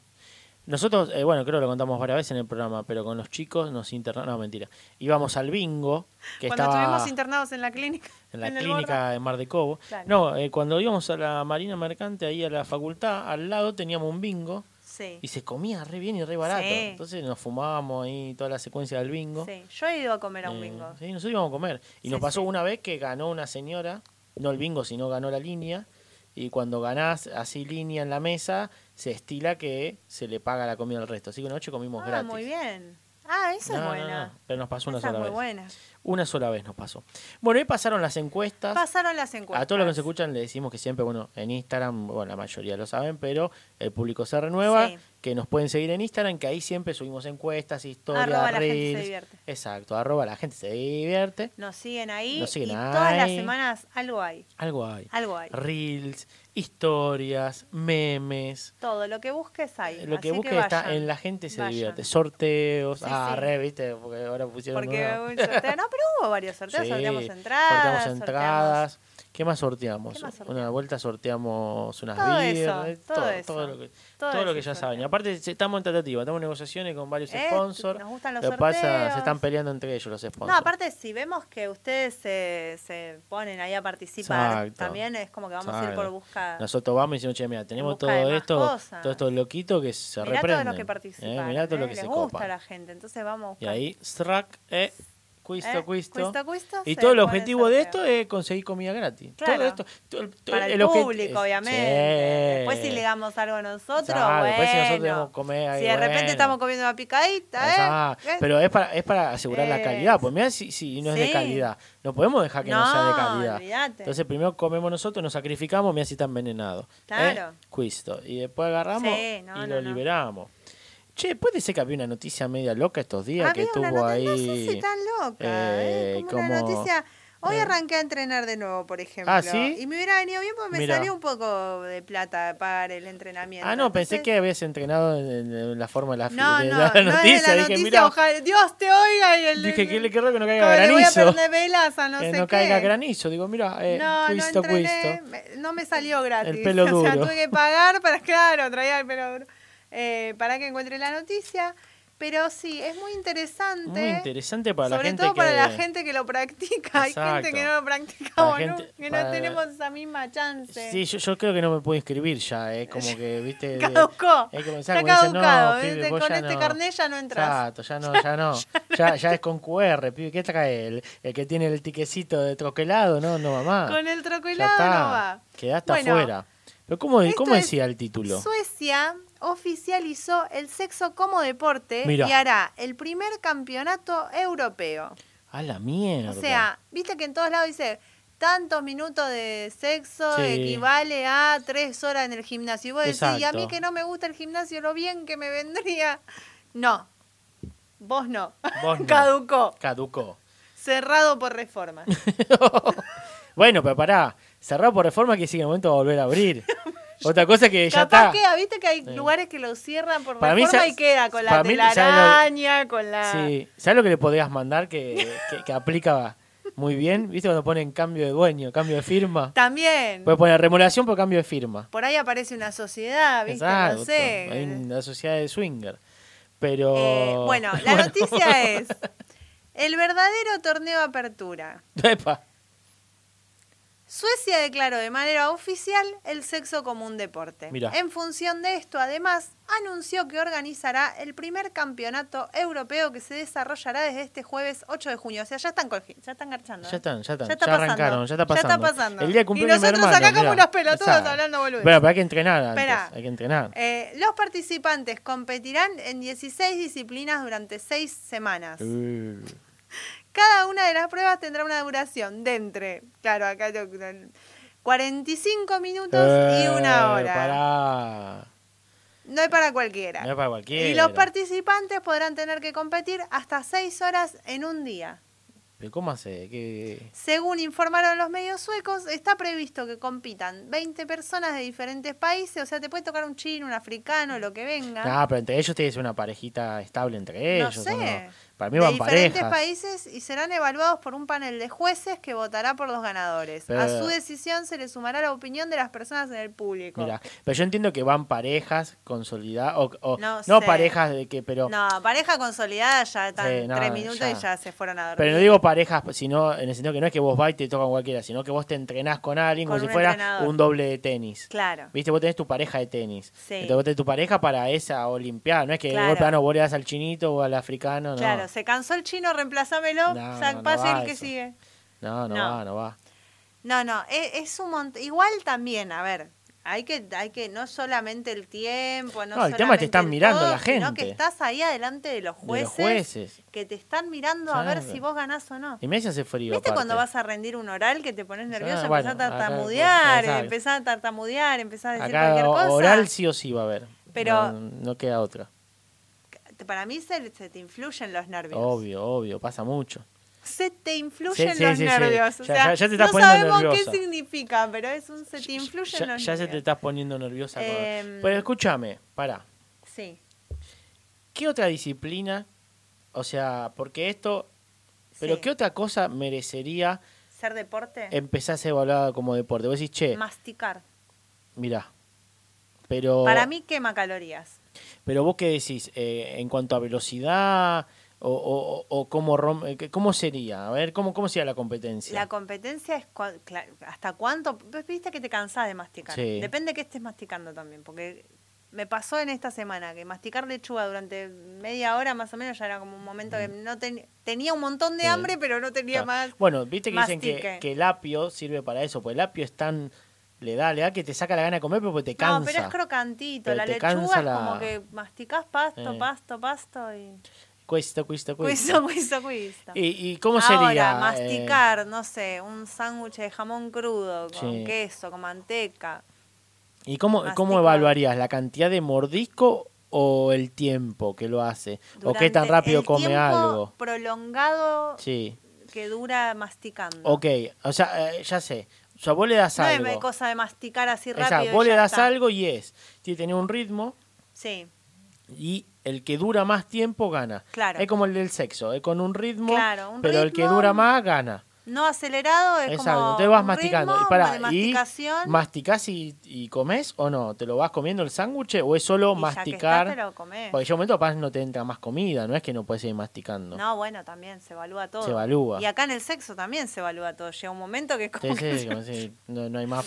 Nosotros, eh, bueno, creo que lo contamos varias veces en el programa, pero con los chicos nos internaron. No, mentira. Íbamos al bingo, que
Cuando
estaba
estuvimos internados en la clínica.
en la
en el
clínica de Mar de Cobo.
Claro.
No, eh, cuando íbamos a la Marina Mercante, ahí a la facultad, al lado teníamos un bingo
Sí.
y se comía re bien y re barato.
Sí.
Entonces nos fumábamos ahí toda la secuencia del bingo.
Sí, yo he ido a comer a un
Eh,
bingo.
sí, nosotros íbamos a comer. Y nos pasó una vez que ganó una señora, no el bingo, sino ganó la línea. Y cuando ganás así línea en la mesa, se estila que se le paga la comida al resto. Así que una noche comimos
Ah,
gratis.
muy bien. Ah, eso
No,
es
no,
buena.
no, pero nos pasó una
Esa es
sola
muy
vez.
buena.
Una sola vez nos pasó. Bueno, ahí pasaron las encuestas.
Pasaron las encuestas.
A todos los que nos escuchan le decimos que siempre, bueno, en Instagram, bueno, la mayoría lo saben, pero el público se renueva,
Sí.
que nos pueden seguir en Instagram, que ahí siempre subimos encuestas, historias,
Arroba la gente se
reels.
divierte.
Exacto, arroba la gente se divierte.
Nos siguen ahí
Nos siguen
y todas las
ahí.
semanas algo hay.
Algo hay.
Algo hay.
Reels, historias, memes.
Todo, lo que busques hay.
Lo que
así
busques
vayan.
está en la gente se
Vayan.
divierte. Sorteos.
Sí,
ah,
sí.
re, viste, porque ahora pusieron.
Porque
nuevo.
un sorteo- no, pero hubo varios sorteos.
Sí,
Sorteamos entradas.
sorteamos
sorteamos-
entradas. ¿Qué más sorteamos?
¿Qué más sorteamos?
Una vuelta sorteamos unas
Todo eso,
birras, eh,
todo eso.
lo que,
Todo
todo lo
eso
que ya saben. Y aparte se- estamos en tratativa, estamos en negociaciones con varios
Eh,
sponsors.
nos gustan los
lo que pasa,
sorteos.
se están peleando entre ellos los
No,
sponsors.
aparte, si vemos que ustedes se, se ponen ahí a participar,
Exacto.
también es como que vamos a ir
Exacto.
por busca.
Nosotros vamos y decimos, che, mira, tenemos
busca
todo
de más
esto,
cosas.
todo esto loquito que se
mirá
reprenden.
todo lo que participan.
Eh, mirá todo
¿eh?
lo que
Les
se
gusta
copa.
a la gente. Entonces vamos.
Y ahí, strack, eh, cuisto,
Eh,
cuisto.
cuisto, cuisto,
Y
se
todo el
pone
objetivo de esto es conseguir comida gratis.
Claro.
Todo esto. todo el- todo
Para el,
objet-
público,
eh, es-
obviamente.
Sí.
Después si le damos algo a nosotros,
Claro,
bueno.
después si nosotros debemos comer ahí,
Si de repente
bueno.
estamos comiendo una picadita, ¿eh?
Exacto.
¿Eh?
Pero es para, es para asegurar la
Eh,
calidad. Pues mira, si, si no es de
sí.
calidad. No podemos dejar que no, sea de
No,
calidad.
olvídate.
Entonces primero comemos nosotros, nos sacrificamos, mira si está envenenado.
Claro.
Cuisto. Y después agarramos
Sí, no, no,
y
no.
lo liberamos. Che, puede ser que había una noticia media loca estos días que
Había
estuvo
una noticia,
ahí.
no sé si tan loca, ¿eh?
eh,
Como una
como-
noticia. Hoy
eh.
arranqué a entrenar de nuevo, por ejemplo.
Ah, ¿sí?
Y me hubiera venido bien porque me
Mirá.
salió un poco de plata para el entrenamiento.
Ah, no, pensé
Entonces-
que habías entrenado en, en- en la forma de la,
No,
de
no,
la
no es de la
noticia.
noticia.
Dije, mira,
ojalá- Dios te oiga y el.
dije, ¿qué le querrá que no
como
caiga
le voy a
granizo?
prender velas a no
que
sé
no caiga
qué.
granizo. Digo, mira, eh,
No,
cuisto,
no entrené,
cuisto.
me- no me salió gratis.
El pelo
O sea,
duro.
tuve que pagar para, claro, traía el pelo duro. eh, para que encuentre la noticia. Pero sí, es muy interesante.
Muy interesante para la
sobre
gente
todo
que...
para la gente que lo practica. Hay gente que
Exacto.
no lo practica
Para
o no-
gente-
que
para-
no tenemos esa misma chance.
Sí, yo, yo creo que no me puedo inscribir ya, es como que, viste... de-
Caducó.
Hay que pensar,
Está
como dicen,
caducado.
no,
¿viste?
pibe, vos
Con
ya
este
no.
carnet ya no entras.
Exacto, ya no, ya no. Ya, ya es con QR, pibe, ¿qué trae? El, el que tiene el tiquecito de troquelado, no, no, mamá.
Con el
Ya
trocoilado no va.
Quedaste
Bueno,
afuera. Pero ¿cómo,
esto
cómo
es
decía el título?
Suecia oficializó el sexo como deporte
Mirá.
y hará el primer campeonato europeo.
A la mierda.
O sea, viste que en todos lados dice tantos minutos de sexo
Sí.
equivale a tres horas en el gimnasio. Y vos decís, y a mí
Exacto.
que no me gusta el gimnasio, lo bien que me vendría. No, vos no.
Vos no.
Caducó.
Caducó.
Cerrado por reforma.
Bueno, pero pará, cerrado por reforma que sigue en el momento va a volver a abrir. Otra cosa que ya
Capaz
está.
queda, viste que hay
Sí.
lugares que lo cierran por
Para mí
reforma
sa-
y queda con la
para mí, ¿sabes lo-
telaraña, con la...
Sí, ¿sabes lo que le podías mandar que, que, que aplica muy bien? ¿Viste cuando ponen cambio de dueño, cambio de firma?
También,
Puedes poner remodelación por cambio de firma.
por ahí aparece una sociedad, Ah, viste,
Exacto.
no sé.
Hay una sociedad de swinger. Pero.
Eh, bueno, la noticia es el verdadero torneo Apertura.
Epa.
Suecia declaró de manera oficial el sexo como un deporte.
Mirá.
En función de esto, además, anunció que organizará el primer campeonato europeo que se desarrollará desde este jueves 8 de junio. O sea, ya están, colgi- ya están garchando. ¿eh?
Ya están, ya están.
Ya
Ya,
está pasando.
arrancaron, ya está
Ya está
pasando.
pasando.
El día cumple
Y nosotros acá como unos pelotudos hablando boludeces.
Bueno, pero hay que entrenar antes.
Esperá.
Hay que entrenar.
Eh, los participantes competirán en 16 disciplinas durante 6 semanas.
Uh,
Cada una de las pruebas tendrá una duración de entre, claro, acá yo- 45 minutos y una
eh,
hora.
Pará.
No es para cualquiera.
No es para cualquiera.
Y los participantes podrán tener que competir hasta 6 horas en un día.
Pero ¿Cómo hace? ¿Qué-
Según informaron los medios suecos, está previsto que compitan 20 personas de diferentes países, o sea, te puede tocar un chino, un africano, lo que venga.
Ah, pero entre ellos tiene que ser una parejita estable entre
No
ellos.
sé.
¿o no? Para mí
de
van
diferentes
parejas.
países y serán evaluados por un panel de jueces que votará por los ganadores.
Pero-
A su decisión se le sumará la opinión de las personas en el público.
Mirá, pero yo entiendo que van parejas consolidadas o, o-
No
no,
sé.
parejas de que pero
No, pareja consolidada ya están
Sí, no,
tres minutos
ya.
y ya se fueron a dormir.
pero no digo parejas, sino en el sentido que no es que vos vas y te tocan cualquiera, sino que vos te entrenás con alguien
Con
como
un
si fuera
entrenador.
un doble de tenis.
Claro.
Viste, vos tenés tu pareja de tenis.
Sí.
Entonces vos tenés tu pareja para esa olimpiada, no es que
Claro.
de golpe ah, no, vos le das al chinito o al africano, no.
Claro, se cansó el chino, reemplazámelo,
No,
ya
no
pase
va
el que
eso.
sigue.
No, no,
No.
va, no va.
No, no, e- es, un montón. Igual también, a ver, hay que, hay que, no solamente el tiempo, no,
No, el tema es
solamente
que te están
el
mirando la
Sino que
gente.
estás ahí adelante de los
De los
jueces,
jueces.
que te están mirando a ver
Claro.
si vos ganás o no.
Y me hace frío.
¿Viste
aparte. Ah,
cuando vas a rendir un oral que te pones nervioso,
bueno,
empezás a
acá-
tartamudear,
exacto.
empezás a tartamudear, empezás a decir cualquier
Acá
cosa?
oral sí o sí va a haber.
Pero-
no, no queda otra.
Te- Para mí se, se te influyen los nervios.
Obvio, obvio, pasa mucho.
Se te influyen
Sí, sí,
los
sí, sí.
nervios. O
Ya-
sea,
ya- ya te estás
no
poniendo
sabemos
nerviosa.
qué significa, pero es un se te influyen
Ya,
los
ya se
nervios.
te estás poniendo nerviosa. con-
Em.
Pero escúchame, pará.
Sí,
¿Qué otra disciplina? O sea, porque esto. Pero
Sí.
¿qué otra cosa merecería
ser deporte,
empezar a ser evaluada como deporte? Vos decís, che,
masticar.
mirá. Pero,
Para mí quema calorías.
pero vos qué decís, eh, en cuanto a velocidad o, o- o- o cómo, rom- eh, que- cómo sería, a ver, cómo, cómo sería la competencia.
La competencia es cua- cla- hasta cuánto. pues, Viste que te cansás de masticar.
Sí.
Depende que estés masticando también, porque me pasó en esta semana que masticar lechuga durante media hora más o menos ya era como un momento que no ten- tenía un montón de
Mm. Sí.
hambre, pero no tenía
Claro.
más.
Bueno, viste que dicen
mastique.
que, que el apio sirve para eso, pues el apio es tan. Le da, le da que te saca la gana de comer, pero porque te cansa.
No, pero es crocantito.
Pero
la
te
lechuga
cansa
es
la-
como que masticás pasto,
Sí.
pasto, pasto y.
Cuesta, cuesta, cuesta.
Cuiso, cuiso, cuiso.
¿Y, y cómo
Ahora,
sería? eh,
masticar, no sé, un sándwich de jamón crudo con
Sí.
queso, con manteca.
¿Y cómo, cómo
masticar.
evaluarías? ¿La cantidad de mordisco o el tiempo que lo hace? ¿O qué
Durante
tan rápido
el
come
tiempo
algo?
prolongado
Sí.
que dura masticando.
Ok, o sea, eh, ya sé. O sea, vos le das
No
algo.
es cosa de masticar así
o
rápido.
sea,
y
vos le
ya
das
está.
algo y es. Tiene que tener un ritmo
Sí,
y el que dura más tiempo gana.
Claro.
Es como el del sexo, es con un ritmo,
Claro, un
pero el que
ritmo,
dura más gana.
no acelerado es
Exacto,
como.
entonces vas
un
masticando.
ritmo
y pará,
de
¿y
masticación.
masticás y, y comes o no? ¿Te lo vas comiendo el sándwich o es solo
y ya que
masticar?
estás, te lo comés.
Porque llega un momento capaz no te entra más comida, no es que no puedes ir masticando.
No, bueno, también se evalúa todo.
Se evalúa.
Y acá en el sexo también se evalúa todo. Llega un momento que es como
Sí,
que
sí, como si no, no hay más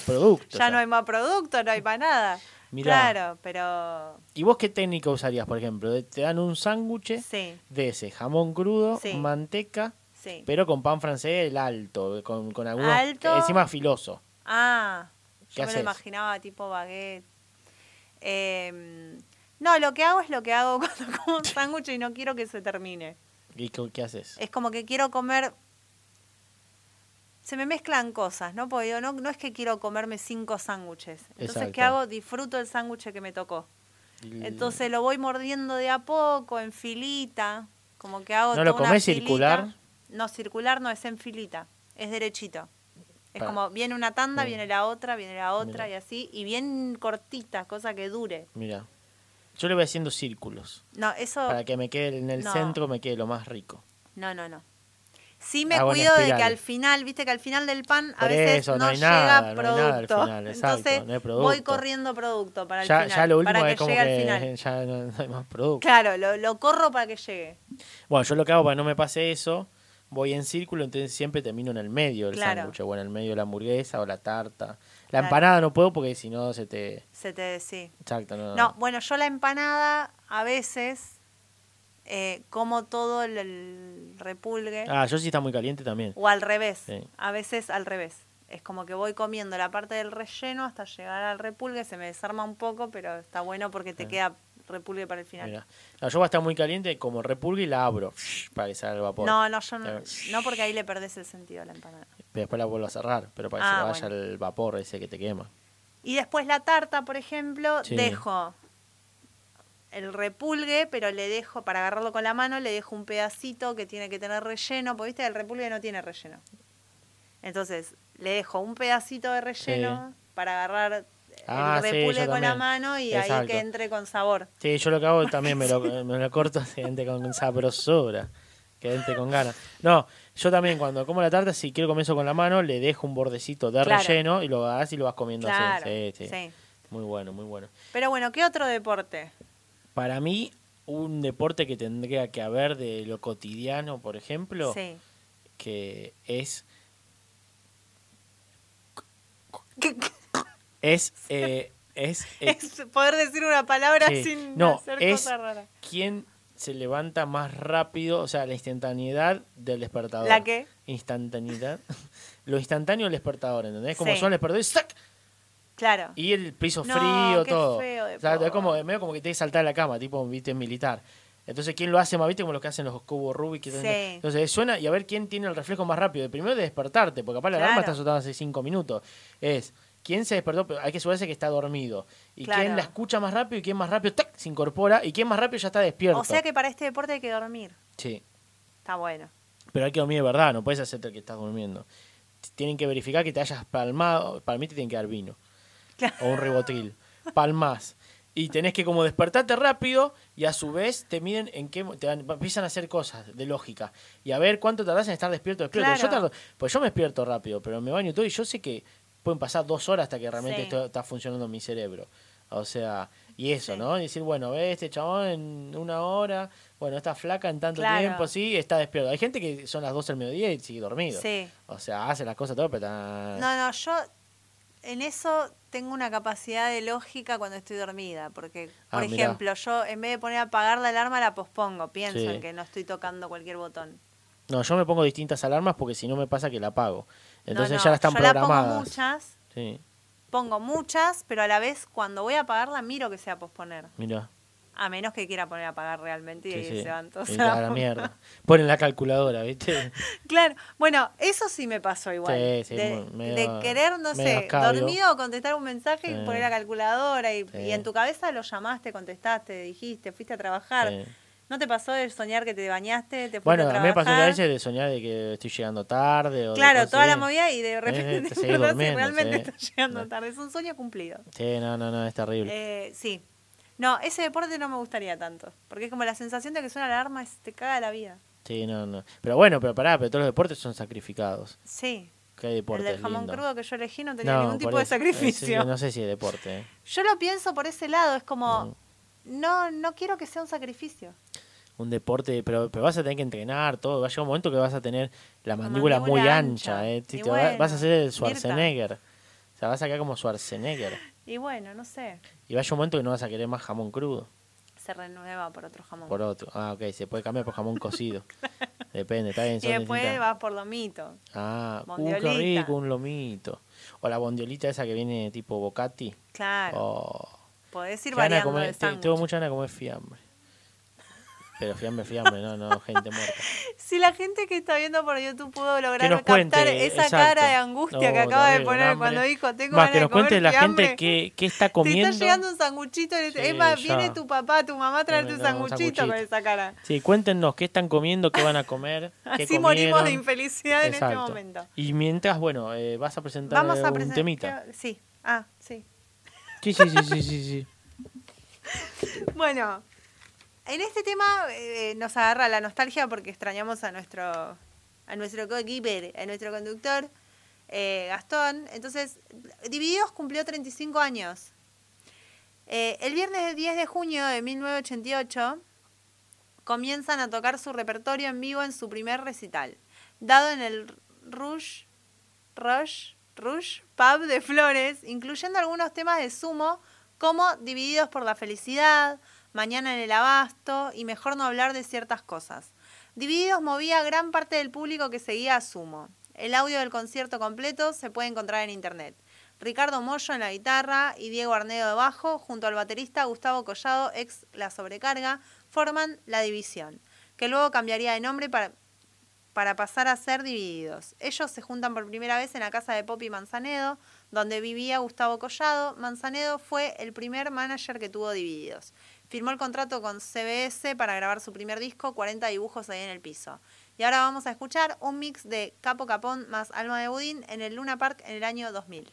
ya
producto. o sea.
no hay más producto, no hay más nada.
Mirá.
Claro, pero
¿Y vos qué técnica usarías, por ejemplo? De- Te dan un sándwich
sí,
de ese, jamón crudo,
Sí.
manteca,
sí.
pero con pan francés, el alto, con, con algunos,
Alto.
encima filoso.
Ah,
¿Qué
yo me lo
haces?
imaginaba tipo baguette. Eh, no, lo que hago es lo que hago cuando como un sándwich y no quiero que se termine.
¿Y qué, qué haces?
Es como que quiero comer. Se me mezclan cosas, ¿no? Porque yo no, no es que quiero comerme cinco sándwiches. Entonces, ¿qué
Exacto.
hago? Disfruto el sándwich que me tocó. Entonces lo voy mordiendo de a poco, en filita, como que hago
¿No lo
toda una
comés
filita.
circular?
No, circular no, es en filita, es derechito. Es
Pa.
como viene una tanda,
Mm.
viene la otra, viene la otra
Mira.
y así, y bien cortita, cosa que dure.
Mira, yo le voy haciendo círculos
No, eso...
para que me quede en el
no.
centro, me quede lo más rico.
No, no, no. Sí me
Ah, bueno,
cuido de que
espiral.
al final, viste que al final del pan a
Por
veces
eso,
no,
no hay
llega
nada, no hay
producto.
nada al final, exacto,
Entonces
no hay producto.
voy corriendo producto para el
ya,
final.
ya lo último
para que
es como
llegue al
que
final.
ya no, no hay más producto.
Claro, lo, lo corro para que llegue.
Bueno, yo lo que hago para que no me pase eso, voy en círculo, entonces siempre termino en el medio del
Claro.
sándwich, o en el medio de la hamburguesa o la tarta. La
Claro.
empanada no puedo porque si no se te...
Se te sí.
Exacto, no.
No, bueno, yo la empanada a veces eh, como todo el, el repulgue.
Ah, yo sí está muy caliente también.
O al revés.
Sí.
A veces al revés. Es como que voy comiendo la parte del relleno hasta llegar al repulgue, se me desarma un poco, pero está bueno porque te queda repulgue para el final.
Mira. No, yo va a estar muy caliente, como repulgue y la abro para que salga el vapor.
No, no, yo no,
Pero
no porque ahí le perdés el sentido a la empanada.
Después la vuelvo a cerrar, pero para que
Ah,
se vaya el vapor ese que te quema.
Y después la tarta, por ejemplo,
Sí.
dejo el repulgue, pero le dejo, para agarrarlo con la mano, le dejo un pedacito que tiene que tener relleno, porque viste, el repulgue no tiene relleno. Entonces, le dejo un pedacito de relleno para agarrar
Ah,
el
sí,
repulgue
yo
con la
también.
mano y ahí
Exacto.
que entre con sabor.
Sí, yo lo que hago también me lo, me lo corto gente con sabrosura. Que entre con ganas. No, yo también cuando como la tarta, si quiero comer eso con la mano, le dejo un bordecito de
Claro.
relleno y lo vas y lo vas comiendo así.
Claro,
Sí, sí.
sí.
Muy bueno, muy bueno.
Pero bueno, ¿qué otro deporte?
Para mí, un deporte que tendría que haber de lo cotidiano, por ejemplo,
Sí.
que es. Es. eh, es, eh,
Es poder decir una palabra
Sí.
sin
No,
hacer
es-
cosas raras.
¿Quién se levanta más rápido? O sea, la instantaneidad del despertador.
¿La qué?
Instantaneidad. Lo instantáneo del despertador, ¿entendés? Como
Sí.
son el despertador y ¡zac!
Claro.
y el piso
No,
frío,
qué
todo.
feo
O sea, es como, es medio como que te que saltar de la cama, tipo, viste, militar. Entonces, ¿quién lo hace más? ¿Viste? Como lo que hacen los cubos Rubik. que-
Sí.
Entonces, suena y a ver quién tiene el reflejo más rápido. El primero de despertarte, porque capaz la alarma
Claro.
está soltada hace cinco minutos. Es, ¿quién se despertó? Pero hay que suponerse que está dormido. Y
Claro.
quién la escucha más rápido y quién más rápido ¡tac! se incorpora y quién más rápido ya está despierto.
O sea que para este deporte hay que dormir.
Sí,
Está bueno.
pero hay que dormir de verdad, no puedes hacerte el que estás durmiendo. T- Tienen que verificar que te hayas palmado. Para mí te tienen que dar vino. O un rebotril. Palmas. Y tenés que como despertarte rápido y a su vez te miden en qué... mo- Te dan- empiezan a hacer cosas de lógica. Y a ver cuánto tardás en estar despierto. despierto.
Claro.
Yo tardo- pues yo me despierto rápido, pero me baño y todo y yo sé que pueden pasar dos horas hasta que realmente
Sí.
esto está funcionando en mi cerebro. O sea, y eso, ¿no? Y decir, bueno, ve este chabón en una hora, bueno, esta flaca en tanto
Claro.
tiempo, sí, está despierto. Hay gente que son las 12 del mediodía y sigue dormido.
Sí.
O sea, hace las cosas todo, pero... tan-
No, no, yo en eso tengo una capacidad de lógica cuando estoy dormida, porque,
Ah,
por
mirá.
ejemplo, yo en vez de poner a apagar la alarma, la pospongo, pienso
Sí.
en que no estoy tocando cualquier botón.
No, yo me pongo distintas alarmas porque si no me pasa que la apago.
No,
Entonces
no,
ya la están
yo
programadas.
pongo muchas,
Sí,
pongo muchas, pero a la vez cuando voy a apagarla miro que sea posponer,
mira.
a menos que quiera poner a apagar realmente y
Sí,
ahí
sí.
se van todos
Y
a
la, la
poner.
mierda. Ponen la calculadora, ¿viste?
Claro, bueno, eso sí me pasó igual.
Sí, sí,
de,
mu- medio-
de querer, no
medio
sé,
escabio.
dormido, contestar un mensaje
Sí.
y poner la calculadora y,
Sí.
y en tu cabeza lo llamaste, contestaste, dijiste, fuiste a trabajar.
Sí.
¿No te pasó de soñar que te bañaste, te fuiste
Bueno,
a
a mí
trabajar?
me pasó a veces de soñar de que estoy llegando tarde. O de
Claro,
cosas
toda la
así.
movida y de repente
te
te
seguís
acordás y
durmiendo,
realmente
sí.
estás llegando tarde. Es un sueño cumplido.
Sí, no, no, no, es terrible.
Eh, sí. No, ese deporte no me gustaría tanto, porque es como la sensación de que suena la alarma, es- te caga la vida.
Sí, no, no. Pero bueno, pero pará, pero todos los deportes son sacrificados.
Sí.
¿Qué deporte
El del
es
jamón
lindo?
crudo que yo elegí no tenía
No,
ningún tipo
por
de
eso. Eh,
sacrificio.
sí, no sé si es deporte. eh.
Yo lo pienso por ese lado, es como,
Mm.
no, no quiero que sea un sacrificio.
Un deporte, pero, pero vas a tener que entrenar todo. Va a llegar un momento que vas a tener la mandíbula, muy
mandíbula
ancha.
ancha.
eh. Sí,
Y
te va- vas a ser el
bueno,
Schwarzenegger. O sea, vas a quedar como Schwarzenegger.
Y bueno, no sé,
Y va a llegar un momento que no vas a querer más jamón crudo.
se renueva por otro jamón.
Por otro. Ah, ok, se puede cambiar por jamón cocido. Depende, está bien.
y
son
después
distintas-
vas por lomito.
Ah, uh, qué
Bondiolita.
rico, un lomito. O la bondiolita esa que viene tipo bocati.
Claro,
Oh.
podés ir
Qué gana de
variando
comer-
de
este te-
sándwich.
tengo mucha ganas de comer fiambre. Pero fiambre, fiambre, no, no, gente muerta.
Si la gente que está viendo por YouTube pudo
Que
lograr
nos
captar
cuente.
esa
exacto.
cara de angustia
No,
que acaba de
terrible, un
poner
hambre.
cuando dijo, tengo ganas
Más, que
de
nos
comer
cuente la
fiambre".
gente qué, qué está
Te
comiendo.
está llegando un sanguchito. y le-
Sí,
Emma,
ya.
viene tu papá, tu mamá, traerte un
Tremendo, un
sanguchito con
sanguchito.
esa cara.
Sí, cuéntenos qué están comiendo, qué van a comer. qué
Así morimos de
comieron.
infelicidad en este
Exacto.
momento.
Y mientras, bueno, eh, vas a presentar
Vamos
eh,
a
un
presentar.
temita.
Sí, ah, sí.
Sí, sí, sí, sí, sí, sí.
eh, Bueno, en este tema eh, nos agarra la nostalgia porque extrañamos a nuestro a nuestro coequiper, a nuestro conductor, eh, Gastón. Entonces, Divididos cumplió 35 años. Eh, el viernes 10 de junio de 1988 comienzan a tocar su repertorio en vivo en su primer recital, dado en el Rush, Rush, Rush Pub de Flores, incluyendo algunos temas de sumo como Divididos por la Felicidad, Mañana en el Abasto y Mejor no hablar de ciertas cosas. Divididos movía a gran parte del público que seguía a Sumo. El audio del concierto completo se puede encontrar en internet. Ricardo Mollo en la guitarra y Diego Arnedo de bajo, junto al baterista Gustavo Collado, ex La Sobrecarga, forman La División, que luego cambiaría de nombre para, para pasar a ser Divididos. Ellos se juntan por primera vez en la casa de Poppy Manzanedo, donde vivía Gustavo Collado. Manzanedo fue el primer manager que tuvo Divididos. Firmó el contrato con CBS para grabar su primer disco, 40 dibujos ahí en el piso. Y ahora vamos a escuchar un mix de Capo Capón más Alma de Budín en el Luna Park en el año 2000.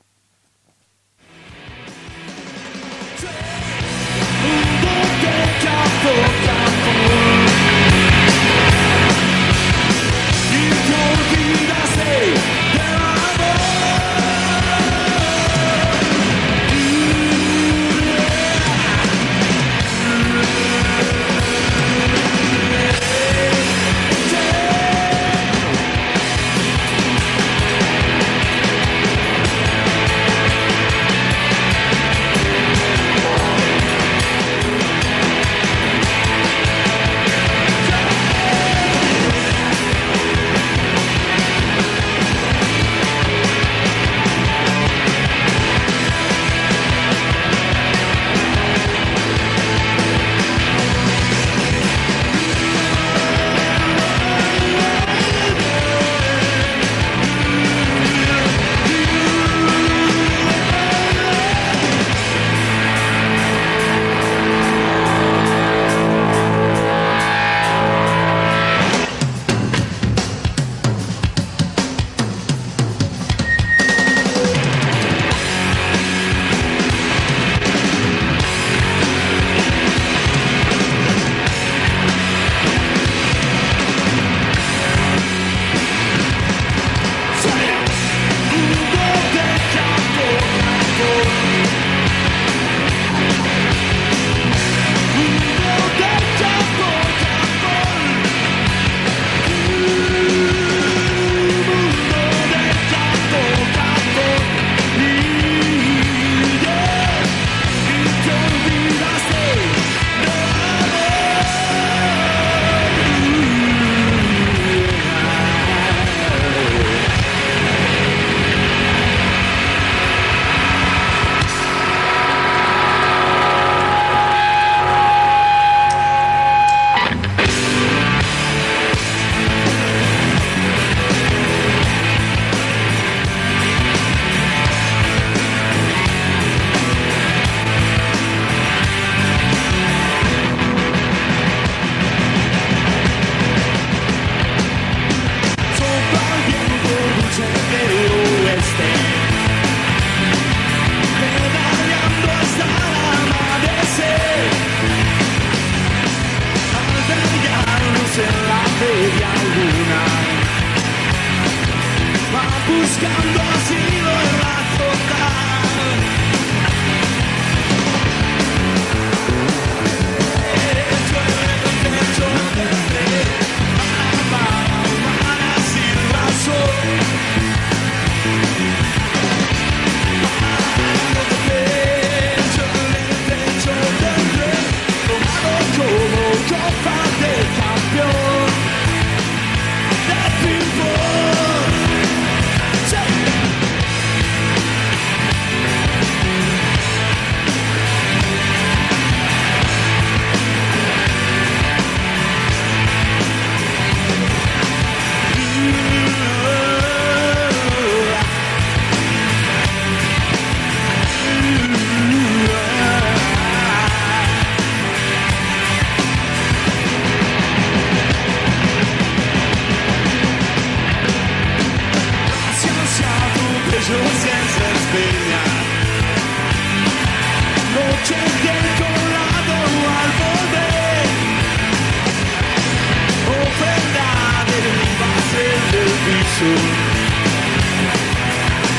Ofrenda del mi
azul.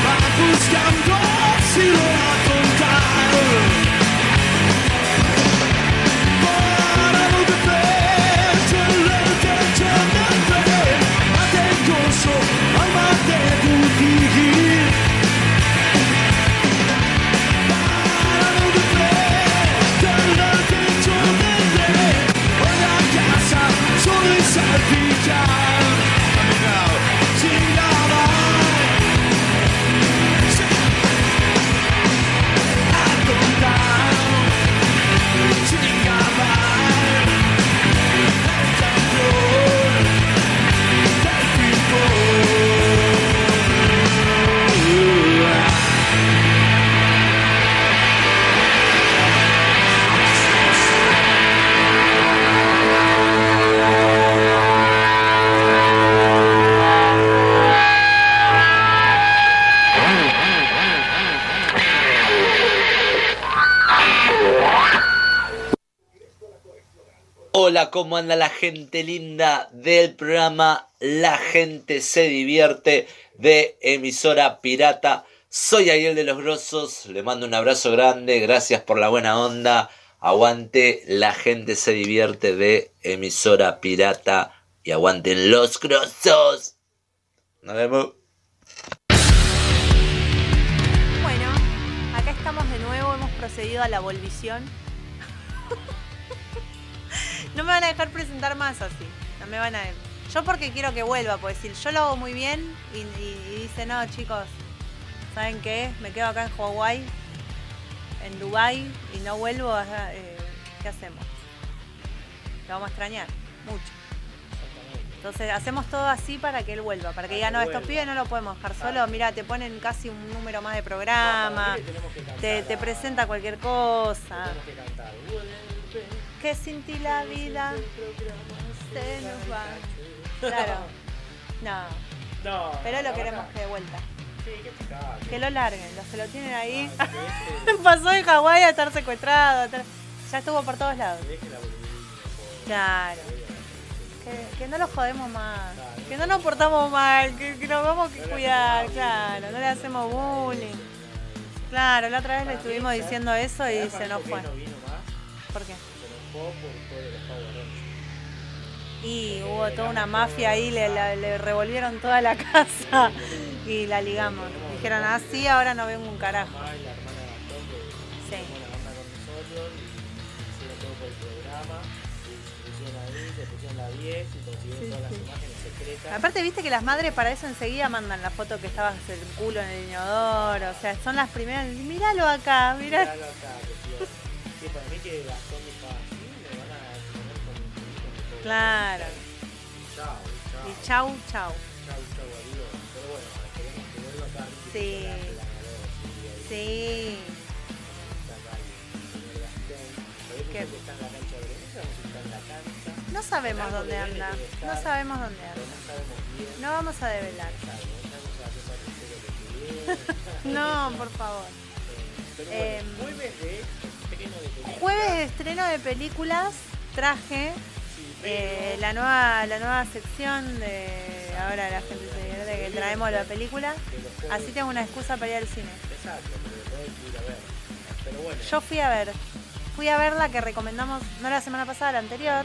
Va buscando si lo va a contar. Para no depender del tenerte, atentoso, alma de cumplir. Para no depender del tenerte, Voy a casa, solo es salpicar. Sin grabar. Sí. A contar. Sin grabar. El campeón del fútbol.
Hola, ¿cómo anda la gente linda del programa La gente se divierte de emisora pirata? Soy Ariel de los Grosos, le mando un abrazo grande, gracias por la buena onda, aguante La gente se divierte de emisora pirata y aguanten los grosos. Nos vemos.
Bueno, acá estamos de nuevo, hemos procedido a la volvisión. No me van a dejar presentar más así. No me van a. Yo porque quiero que vuelva, pues si yo lo hago muy bien y, y- y dice, no, chicos, ¿saben qué? Me quedo acá en Hawái, en Dubai y no vuelvo, ajá, eh, ¿qué hacemos? Lo vamos a extrañar, mucho. Entonces hacemos todo así para que él vuelva, para que diga, no, estos pibes no lo podemos dejar solo, mira, te ponen casi un número más de programa, te, te presenta cualquier cosa. Que sin ti la vida se nos va. Claro. No.
No,
Pero
la
lo queremos
verdad.
que de vuelta.
Sí, qué picada.
Que lo larguen, los que lo tienen ahí. Pasó de Hawái a estar secuestrado. a estar- Ya estuvo por todos lados. Claro. Que, que no los jodemos más. Que no nos portamos mal. Que, que nos vamos a cuidar. Claro. No le hacemos bullying. Claro, la otra vez le estuvimos diciendo eso y se nos fue. ¿Por qué? Y hubo toda una mafia ahí, le, la- le revolvieron toda la casa y la ligamos. Dijeron, así ahora no vengo un carajo. Sí. Aparte, viste que las madres para eso enseguida mandan la foto que estabas el culo en el inodoro. O sea, son las primeras. Míralo acá, mirá. Claro. Y chau, chau. Sí. Sí. ¿Qué? No sabemos dónde anda. No sabemos dónde anda. No vamos a develar. No, por favor. Eh, jueves de estreno de películas traje eh, la nueva la nueva sección de ahora la gente se divierte que traemos la película. Así tengo una excusa para ir al cine. Yo fui a ver. Fui a ver la que recomendamos, no la semana pasada, la anterior.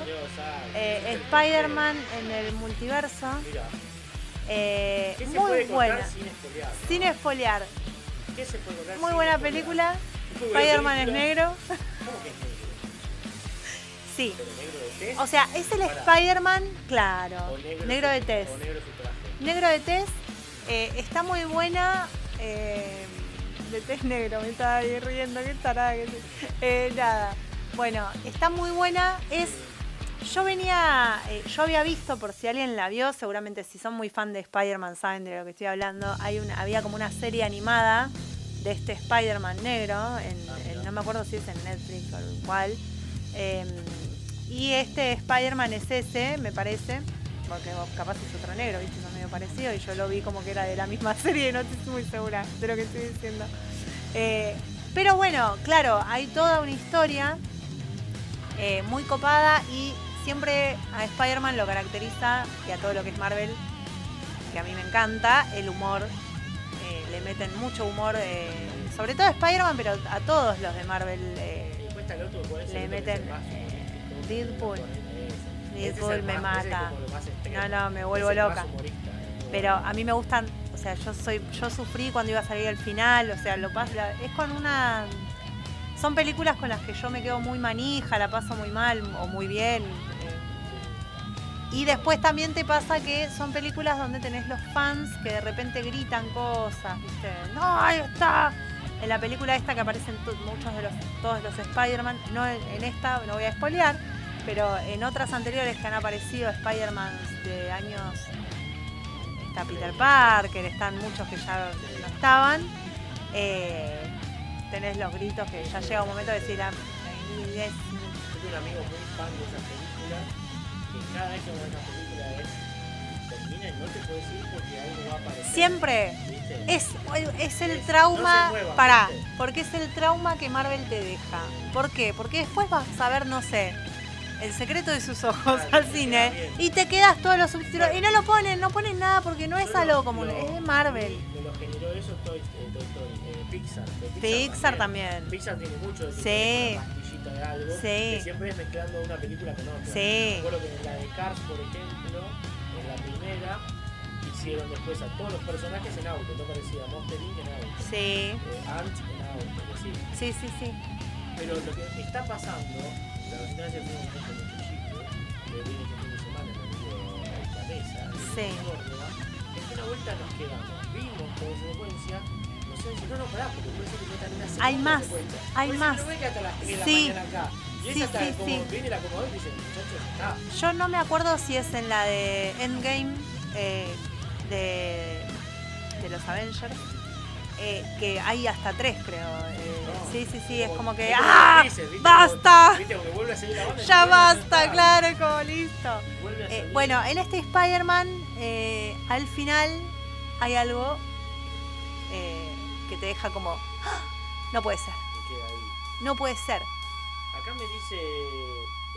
eh, Spider-Man en el multiverso. Eh,
¿Qué se
muy
puede contar
buena.
sin espolear?
Sin espolear.
¿Qué se puede contar
Muy
sin
buena
espolear?
película.
Muy buena
Spider-Man es
película.
negro.
¿Cómo que es negro?
Sí.
¿Pero negro de tez?
O sea, es el
Pará.
Spider-Man, claro.
O negro,
Negro de
su-
tez.
o negro su traje.
Negro de tez eh, está muy buena. eh, de tez negro, me estaba ahí riendo, qué tarada que soy. Eh, nada. Bueno, está muy buena. Es. Yo venía. eh, yo había visto, por si alguien la vio, seguramente si son muy fan de Spider-Man saben de lo que estoy hablando. Hay una, había como una serie animada de este Spider-Man negro. en- en- no me acuerdo si es en Netflix o en cuál. Eh, y este Spider-Man es ese, me parece. Porque vos capaz es otro negro, ¿viste? Son medio parecido y yo lo vi como que era de la misma serie, no estoy muy segura de lo que estoy diciendo. Eh, pero bueno, claro, hay toda una historia eh, muy copada y siempre a Spider-Man lo caracteriza, y a todo lo que es Marvel, que a mí me encanta, el humor. eh, le meten mucho humor, eh, sobre todo a Spider-Man, pero a todos los de Marvel. eh, le meten. eh, Deadpool. Deadpool me mata. No, no, me vuelvo loca.
¿eh?
Pero a mí me gustan, o sea, yo soy yo sufrí cuando iba a salir el final, o sea, lo pas- la- es con una son películas con las que yo me quedo muy manija, la paso muy mal o muy bien. eh. Y después también te pasa que son películas donde tenés los fans que de repente gritan cosas, ¿viste? No, ahí está. En la película esta que aparecen tu- muchos de los todos los Spider-Man, no en, en esta no voy a spoilear, pero en otras anteriores que han aparecido Spider-Man de años está Peter Parker, están muchos que ya no estaban. eh, tenés los gritos que ya llega un momento de decir, ah, ahí
Yo
es-
tengo un amigo muy fan de esa película que cada vez que veo esa película es termina y no te puedes ir porque algo va a aparecer.
Siempre
¿Viste?
es, es el trauma,
No se muevan,
pará,
¿viste?
porque es el trauma que Marvel te deja. ¿Por qué? Porque después vas a ver, no sé, el secreto de sus ojos al cine y te quedas todos los subtítulos y no lo ponen, no ponen nada porque no es algo común, es de Marvel.
Me lo generó eso Toy, eh, Toy Story, eh, Pixar. de
Pixar también.
Pixar tiene mucho de que
Sí.
tiene una pastillita de algo,
Sí.
que siempre es mezclando una película con otra.
Sí.
Me acuerdo que en la de Cars, por ejemplo, en la primera hicieron después a todos los personajes en auto, no parecía Monster Inc. en auto.
Sí.
Eh, Ant en auto, y así.
Sí, sí, sí.
Pero lo que está pasando, la verdad es que tengo un poco de chico, que viene este fin de semana, me amigo a la mesa,
Sí.
en Córdoba, es que una vuelta nos quedamos, vimos como secuencia, no sé, si no, no pará, porque puede ser que metan una segunda
Hay más,
secuencia.
hay
Puede ser
más.
que no venga hasta las 3 de la
Sí.
mañana acá. Y
Sí,
ella está
sí,
como,
sí.
viene el acomodador y dice, muchachos, está.
Yo no me acuerdo si es en la de Endgame eh, de, de los Avengers, eh, que hay hasta tres, creo. eh, sí, sí, sí, es como que
Es como
¡ah!
dices, Oh. ¿viste?
¡Basta!
Como- ¿Viste? Como que vuelve a salir la banda y
Ya
vuelve a
basta,
saltar.
claro, es como listo.
Vuelve a
Eh,
salir.
bueno, en este Spider-Man, eh, al final hay algo eh, que te deja como, ¡Ah! no puede ser,
Me queda ahí.
no puede ser.
Acá me dice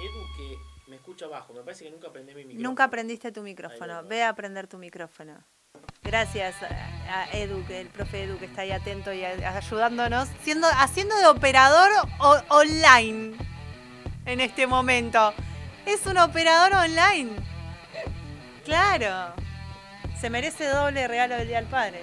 Edu que me escucha abajo, me parece que nunca aprendí mi micrófono.
Nunca aprendiste tu
Ahí
micrófono.
va.
Ve a aprender tu micrófono. Gracias a a Edu, que- el profe Edu que está ahí atento y a- ayudándonos, siendo, haciendo de operador o- online en este momento. Es un operador online. Claro. Se merece doble regalo del Día al Padre.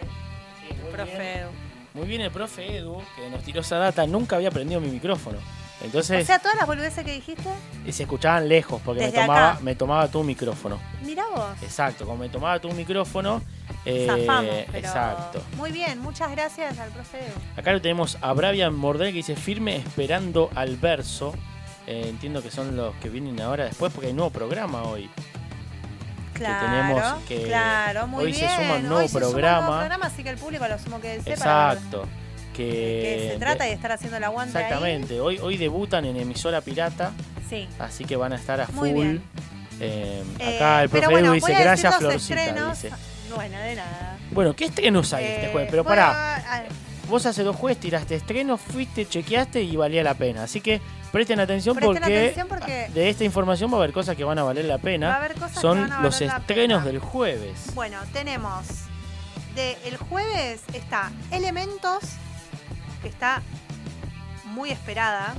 el profe Edu.
Muy bien el profe Edu, que nos tiró esa data, nunca había aprendido mi micrófono. Entonces,
O sea, todas las boludeces que dijiste,
y se escuchaban lejos porque me
Desde
tomaba,
acá.
me tomaba tu micrófono.
mirá vos.
Exacto, como me tomaba tu micrófono. eh,
Zafamos, pero-
Exacto.
Muy bien, muchas gracias al profe Edu.
Acá lo tenemos a Bravian Mordel que dice firme esperando al verso. Eh, entiendo que son los que vienen ahora después porque hay nuevo programa hoy.
Claro,
tenemos que
claro, muy
hoy se
bien.
suma un nuevo
hoy se suma un
programa.
nuevo programa, así que el público lo sumo que desee para ver
Exacto. Que,
de qué se trata y estar haciendo el aguante
Exactamente, hoy, hoy debutan en emisora pirata,
ahí. Sí.
así que van a estar a
Muy
full.
bien.
Eh,
Eh,
acá el
pero
profe
bueno, voy
Edu dice,
a decir
gracias
los
Florcita.
estrenos".
Dice.
Bueno, de nada.
Bueno, ¿qué estrenos hay este
Eh,
jueves? Pero
bueno,
pará,
ah,
vos hace dos jueves tiraste estrenos, fuiste, chequeaste y valía la pena. Así que presten atención,
Presten
porque,
atención porque-
de esta información va a haber cosas que van a valer la pena.
Va a haber cosas que
Son
van a
los
valer la
estrenos
pena.
del jueves.
Bueno, tenemos de el jueves está Elementos, que está muy esperada.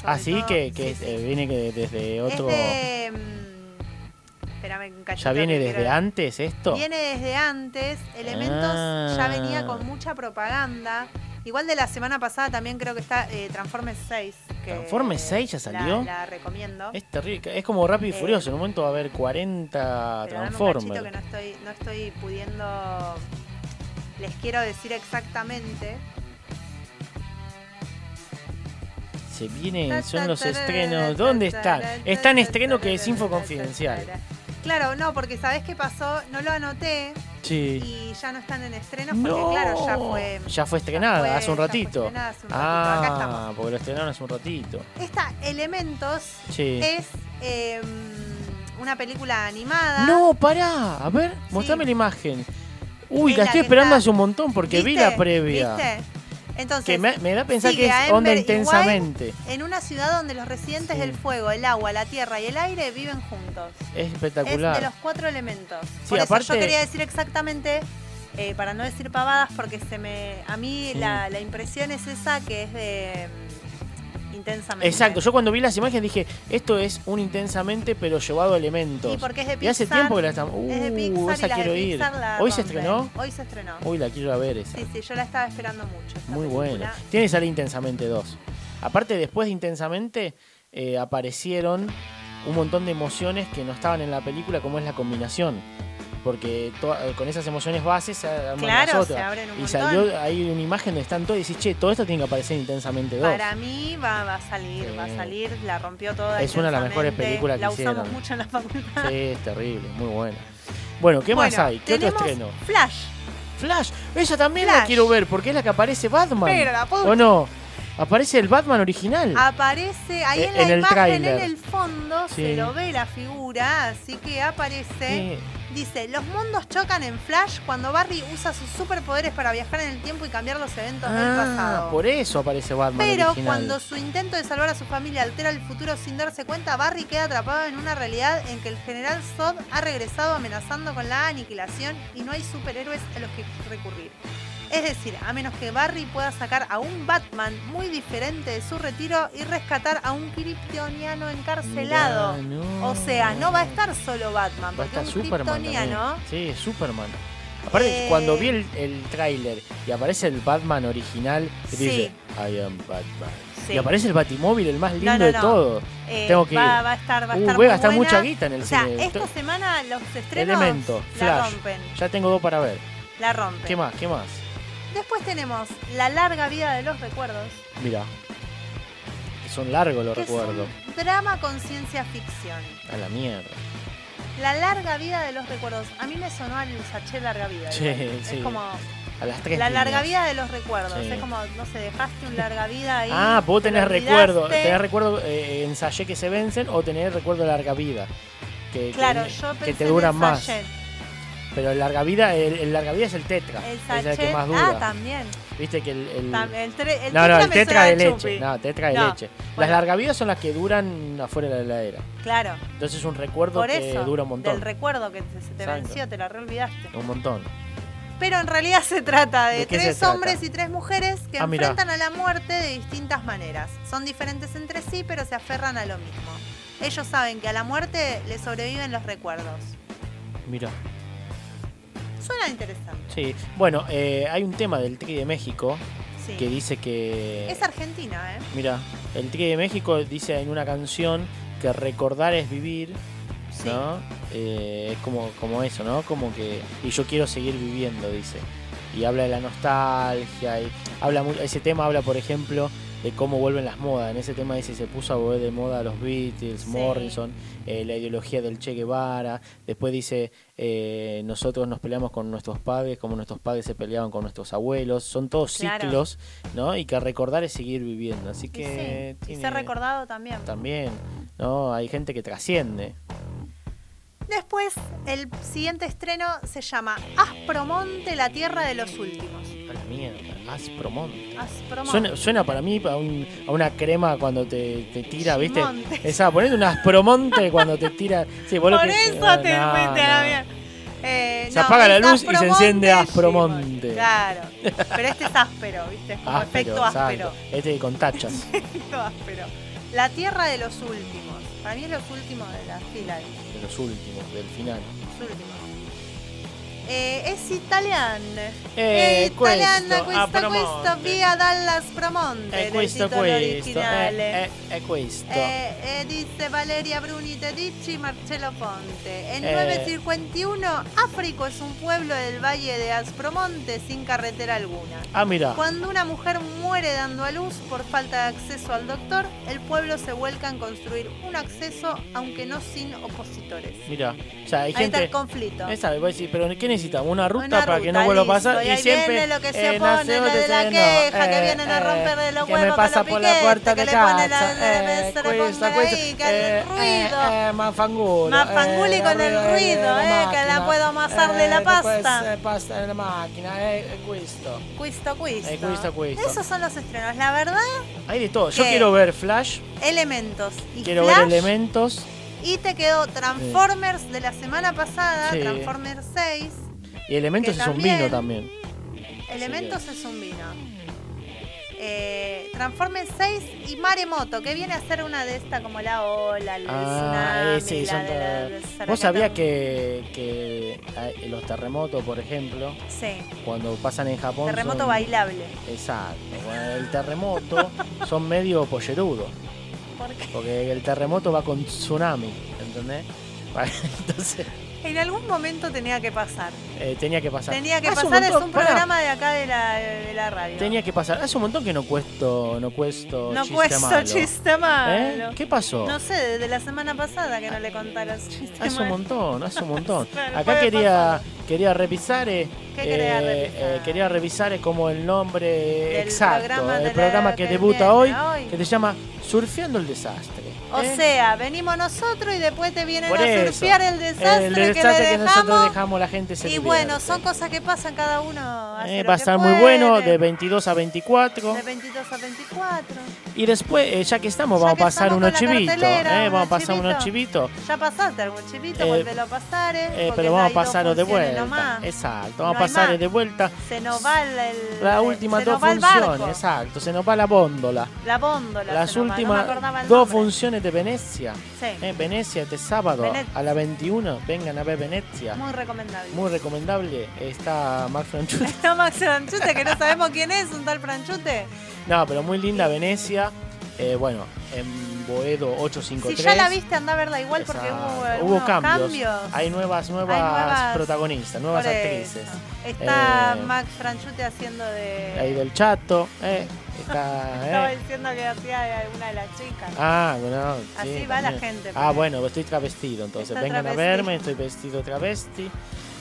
sobre
Así
todo-
Ah, que, que
sí,
eh, viene que desde
Es
otro...
de, mm, espérame un cachito
¿Ya viene
que
desde
quiero-
antes esto?
Viene desde antes, Elementos ya
Ah.
venía con mucha propaganda. Igual de la semana pasada también creo que está eh, Transformers 6. que
¿Transformers 6 ya
la-
salió?
La, recomiendo.
Es terrible, es como rápido y
Eh,
furioso. En un momento va a haber 40
Pero dame un cachito que
Transformers.
no estoy, no estoy pudiendo. Les quiero decir exactamente.
Se vienen, Eh, son los
Ta, ta, ta, ta,
estrenos.
ta,
¿Dónde
ta,
están?
ta, ta,
Es tan
ta,
estreno
ta,
que
ta,
es
ta,
info
ta, ta,
confidencial.
ta. Claro, no, porque ¿sabés qué pasó? No lo anoté
Sí.
y ya no están en estreno porque, claro, ya fue.
Ya fue estrenada
fue-
hace
ya
un
fue
ratito.
estrenada hace un
ah,
ratito, acá estamos.
porque lo estrenaron hace un ratito.
Esta Elementos
Sí.
es eh, una película animada.
No, pará. A ver, mostrame la imagen. Uy,
Es
la
la
estoy
que
esperando
está-
hace un montón porque vi
¿Viste?
la previa.
¿Viste? Entonces,
Que me- me da a pensar
sigue
que es
a
onda
Ember y
intensamente.
White En una ciudad donde los residentes
Sí.
del fuego, el agua, la tierra y el aire viven juntos.
Es
Es de
espectacular.
los cuatro elementos.
Sí,
Por eso
aparte-
yo quería decir exactamente, eh, para no decir pavadas, porque se me a mí
Sí.
la, la impresión es esa que es de mm, intensamente.
Exacto, yo cuando vi las imágenes dije, esto es un intensamente pero llevado a elementos.
Y porque es de Pixar.
Y hace tiempo que la estamos...
es de Pixar
Uh,
y
esa
las de
quiero ir.
Pixar la
Hoy se
rompen.
estrenó.
Hoy se estrenó.
Uy, la quiero ir a ver esa.
Sí, sí, yo la estaba esperando mucho. esta
Muy
película.
bueno. Tiene que salir Intensamente 2. Aparte, después de Intensamente, eh, aparecieron un montón de emociones que no estaban en la película, como es la combinación. Porque to- eh, con esas emociones bases se arman
Claro,
las
se
otras.
abren un
y
montón.
salió ahí una imagen donde están todos y decís, che, todo esto tiene que aparecer en Intensamente 2.
Para mí va, va a salir, va a
Sí.
salir, la rompió toda.
Es una de las mejores
intensamente,
películas que
La
hicieron.
usamos mucho en la facultad.
Sí, es terrible, muy buena. Bueno, ¿qué más
Bueno,
hay? ¿Qué otro
tenemos
estreno?
Flash.
Flash, ella también la
Flash.
quiero ver porque es la que aparece Batman.
Pero la puta.
¿O no? Aparece el Batman original.
Aparece ahí
Eh,
en la
en el
imagen,
tráiler.
en el fondo,
Sí.
se lo ve la figura, así que aparece. Dice, los mundos chocan en Flash cuando Barry usa sus superpoderes para viajar en el tiempo y cambiar los eventos del
Ah,
pasado.
por eso aparece Batman
Pero
original.
cuando su intento de salvar a su familia altera el futuro sin darse cuenta, Barry queda atrapado en una realidad en que el general Zod ha regresado amenazando con la aniquilación y no hay superhéroes a los que recurrir. Es decir, a menos que Barry pueda sacar a un Batman muy diferente de su retiro y rescatar a un kryptoniano encarcelado.
Mirá, no.
O sea, no va a estar solo Batman,
Va a
porque
estar
un
Superman
kryptoniano
también. Sí, Superman. Aparte,
Eh.
cuando vi el, el tráiler y aparece el Batman original, que
Sí.
dice, I am Batman.
Sí.
Y aparece el Batimóvil, el más lindo
no,
de
no.
todo.
eh,
Tengo que
va,
ir.
va a estar, va a
Uh,
estar
voy
muy
a gastar
buena.
mucha guita en el
O sea,
cine.
esta
To-
semana los estrenos
Elemento,
la
Flash.
rompen.
Ya tengo dos para ver.
La rompen.
¿Qué más? ¿Qué más?
Después tenemos La larga vida de los recuerdos,
Mira. Son largos los
¿Qué son?
recuerdos.
drama con ciencia ficción.
A la mierda.
La larga vida de los recuerdos. A mí me sonó al Saché Larga Vida.
Sí,
igual.
sí.
Es como
A las tres.
la larga
líneas.
vida de los recuerdos.
Sí.
Es como, no sé, dejaste un larga vida ahí.
Ah, vos
te lo
tenés recuerdo.
olvidaste.
Tenés recuerdo eh, en Sallé que se vencen o tenés recuerdo de larga vida. Que, que-
Claro, yo pensé
que te
en
duran
el
más.
sachet.
Pero el larga vida, el, el larga vida es el tetra.
El
es el
sachet-
que más
Ah,
dura.
también.
Viste que el. el-
Tam- el tre- el
no, no, el
me
tetra
suena
de
a
leche.
chupi.
No, tetra de
No,
leche. Las
bueno.
larga vidas son las que duran afuera de la heladera.
Claro.
Entonces es un recuerdo
Por
que
eso,
dura un montón.
del recuerdo que te- se te
Exacto.
venció, te la reolvidaste.
Un montón.
Pero en realidad se trata de,
¿De qué se
tres
trata?
hombres y tres mujeres que
Ah, mirá.
enfrentan a la muerte de distintas maneras. Son diferentes entre sí, pero se aferran a lo mismo. Ellos saben que a la muerte le sobreviven los recuerdos.
Mira.
Suena interesante.
Sí. Bueno, eh, hay un tema del Tri de México
Sí.
que dice que.
Es Argentina, ¿eh?
Mira, el Tri de México dice en una canción que recordar es vivir,
Sí.
¿no? Eh, es como, como eso, ¿no? Como que. Y yo quiero seguir viviendo, dice. Y habla de la nostalgia. Y habla mu- ese tema habla, por ejemplo, de cómo vuelven las modas. En ese tema dice se puso a volver de moda los Beatles, Morrison, eh, la ideología del Che Guevara. Después dice eh, nosotros nos peleamos con nuestros padres, como nuestros padres se peleaban con nuestros abuelos. Son todos
Claro.
ciclos, ¿no? Y que recordar es seguir viviendo. Así
Y
que
sí, y
tiene-
ser recordado también.
también, ¿no? Hay gente que trasciende.
Después, el siguiente estreno se llama Aspromonte, la tierra de los últimos.
A la mierda, Aspromonte.
Aspromonte.
Suena, suena para mí a, un- a una crema cuando te, te tira, ¿viste?
Monte.
Esa, ponete un aspromonte cuando te tira. Sí, vos lo
Por
que-
eso
no,
te
no,
fuiste a la
no.
mierda. Eh,
Se
no,
apaga la
es
luz y se enciende
Aspromonte.
aspromonte.
Claro, pero este es áspero, ¿viste? Es como
Áspero,
efecto áspero.
exacto. Este con tachas.
Efecto áspero. La tierra de los últimos. Para mí es los últimos de la fila, los
De los últimos, del final.
últimos. Eh, es italiano.
Eh,
è italiana
questo,
questa,
Aspromonte.
questa via dall'Aspromonte.
È
del
questo, Eh,
titolo
questo.
originale.
È, è- è questo.
Eh, eh, dice Valeria Bruni Tedici, Marcelo Ponte. En
Eh.
951, Áfrico es un pueblo del valle de Aspromonte sin carretera alguna.
Ah, mira.
Cuando una mujer muere dando a luz por falta de acceso al doctor, el pueblo se vuelca en construir un acceso, aunque no sin opositores.
Mira, o sea, hay
Ahí está
gente.
el conflicto.
Esa, voy a decir, pero ¿qué necesitamos? Una ruta
Una
para que no
ruta,
vuelva a
listo,
pasar.
y
Y,
ahí
siempre.
viene lo que se
eh,
opone,
nació,
lo de la
dice, no,
queja, que
eh,
vienen a romperle los
que
huevos
me
con
pasa
los
por la
piquetes,
puerta que
que le ponen la-
casa,
la-
eh,
se le
cuesta,
ponen ahí,
cuesta,
que el
eh,
ruido.
eh, eh, más fangulo,
Más
eh,
fanguli
la
con el
rueda de
ruido, eh, que la
máquina, Eh,
puedo más pasarle la pasta.
Puoi passare la eh, macchina, è, è questo.
Cuisto, cuisto.
Eh, cuisto, cuisto.
Esos son los estrenos. La verdad,
Hay de todo. Yo
¿Qué?
quiero ver Flash,
elementos. Y
quiero
Flash,
ver Elementos
Y te quedó Transformers de la semana pasada,
Sí.
Transformers 6.
y Elementos
Que
es un
también-
vino también.
Elementos es un vino. Eh, Transformers 6 y Maremoto, que viene a ser una de estas como la ola, el
Ah,
tsunami,
eh, sí,
la
son
de-
todas-
de- de-
Vos sabías que, que, eh, los terremotos, por ejemplo,
Sí,
cuando pasan en Japón.
terremoto
son-
bailable.
Exacto. Bueno, el terremoto son medio pollerudos.
¿Por qué?
Porque el terremoto va con tsunami, ¿entendés? Entonces
En algún momento tenía que pasar.
eh, tenía que pasar.
Tenía que
Hace
pasar, es
montón-
un
pará,
programa de acá de la, de la radio.
Tenía que pasar. Hace un montón que no cuesto, no cuesto
no
chiste
cuesta
malo.
chiste malo.
¿Eh? ¿Qué pasó?
No sé, desde la semana pasada que no le contaron chiste
Hace un
malo.
montón, ¿eh? hace un montón.
Claro,
Acá
puede
quería, quería revisar, eh,
¿Qué quería revisar?
eh, quería revisar eh, como el nombre exacto,
programa de
el
la-
programa que
que
debuta hoy,
viene hoy.
que se llama Surfeando el Desastre.
O
¿eh?
sea, venimos nosotros y después te vienen
Por
a
eso,
surfear el desastre,
el
que le
desastre que
dejamos.
nosotros dejamos, la gente se
y
divierte.
bueno, son cosas que pasan cada uno. hace
Eh,
lo
va a
que
estar muy
puede,
bueno, de 22 a 24.
de 22 a 24.
Y después, eh, ya que estamos,
Ya
vamos
que
a pasar
estamos
unos
con la
chivitos.
cartelera,
eh, vamos a
unos
pasar unos chivitos.
Ya pasaste algún chivito,
Eh,
volvelo a pasar. eh,
eh,
porque
pero
no
vamos
hay
a
dos
pasarlo de
funciones
vuelta.
nomás.
Exacto, vamos
No
a
hay
pasar
más.
de vuelta.
Se nos va el, el-
Las últimas
se
dos
nos va el barco,
funciones, exacto. Se nos va la góndola.
La góndola.
Las
se nos va, no me
últimas
acordaba el
dos
nombre.
funciones de Venecia.
Sí.
Eh, Venecia este sábado
Venet-
a las 21. Vengan a ver Venecia.
Muy recomendable.
Eh, Muy recomendable. Está Mark Franchute.
Está Max Franchute, que no sabemos quién es, un tal Franchute.
No, pero muy linda Venecia. Eh, bueno, en Boedo 853.
Si ya la viste, anda a verla igual porque hubo,
Exacto.
algunos
cambios.
cambios.
Hay nuevas, nuevas,
nuevas-
protagonistas, nuevas
Por eso.
actrices.
Está
Eh,
Max Franchute haciendo de.
Ahí del chato. eh, está.
Estaba
eh.
diciendo que hacía de alguna de las chicas.
Ah, bueno.
Así
sí,
va la
también.
gente,
Ah,
porque-
bueno, estoy travestido, entonces
Está
vengan
travesti.
a verme, estoy vestido travesti.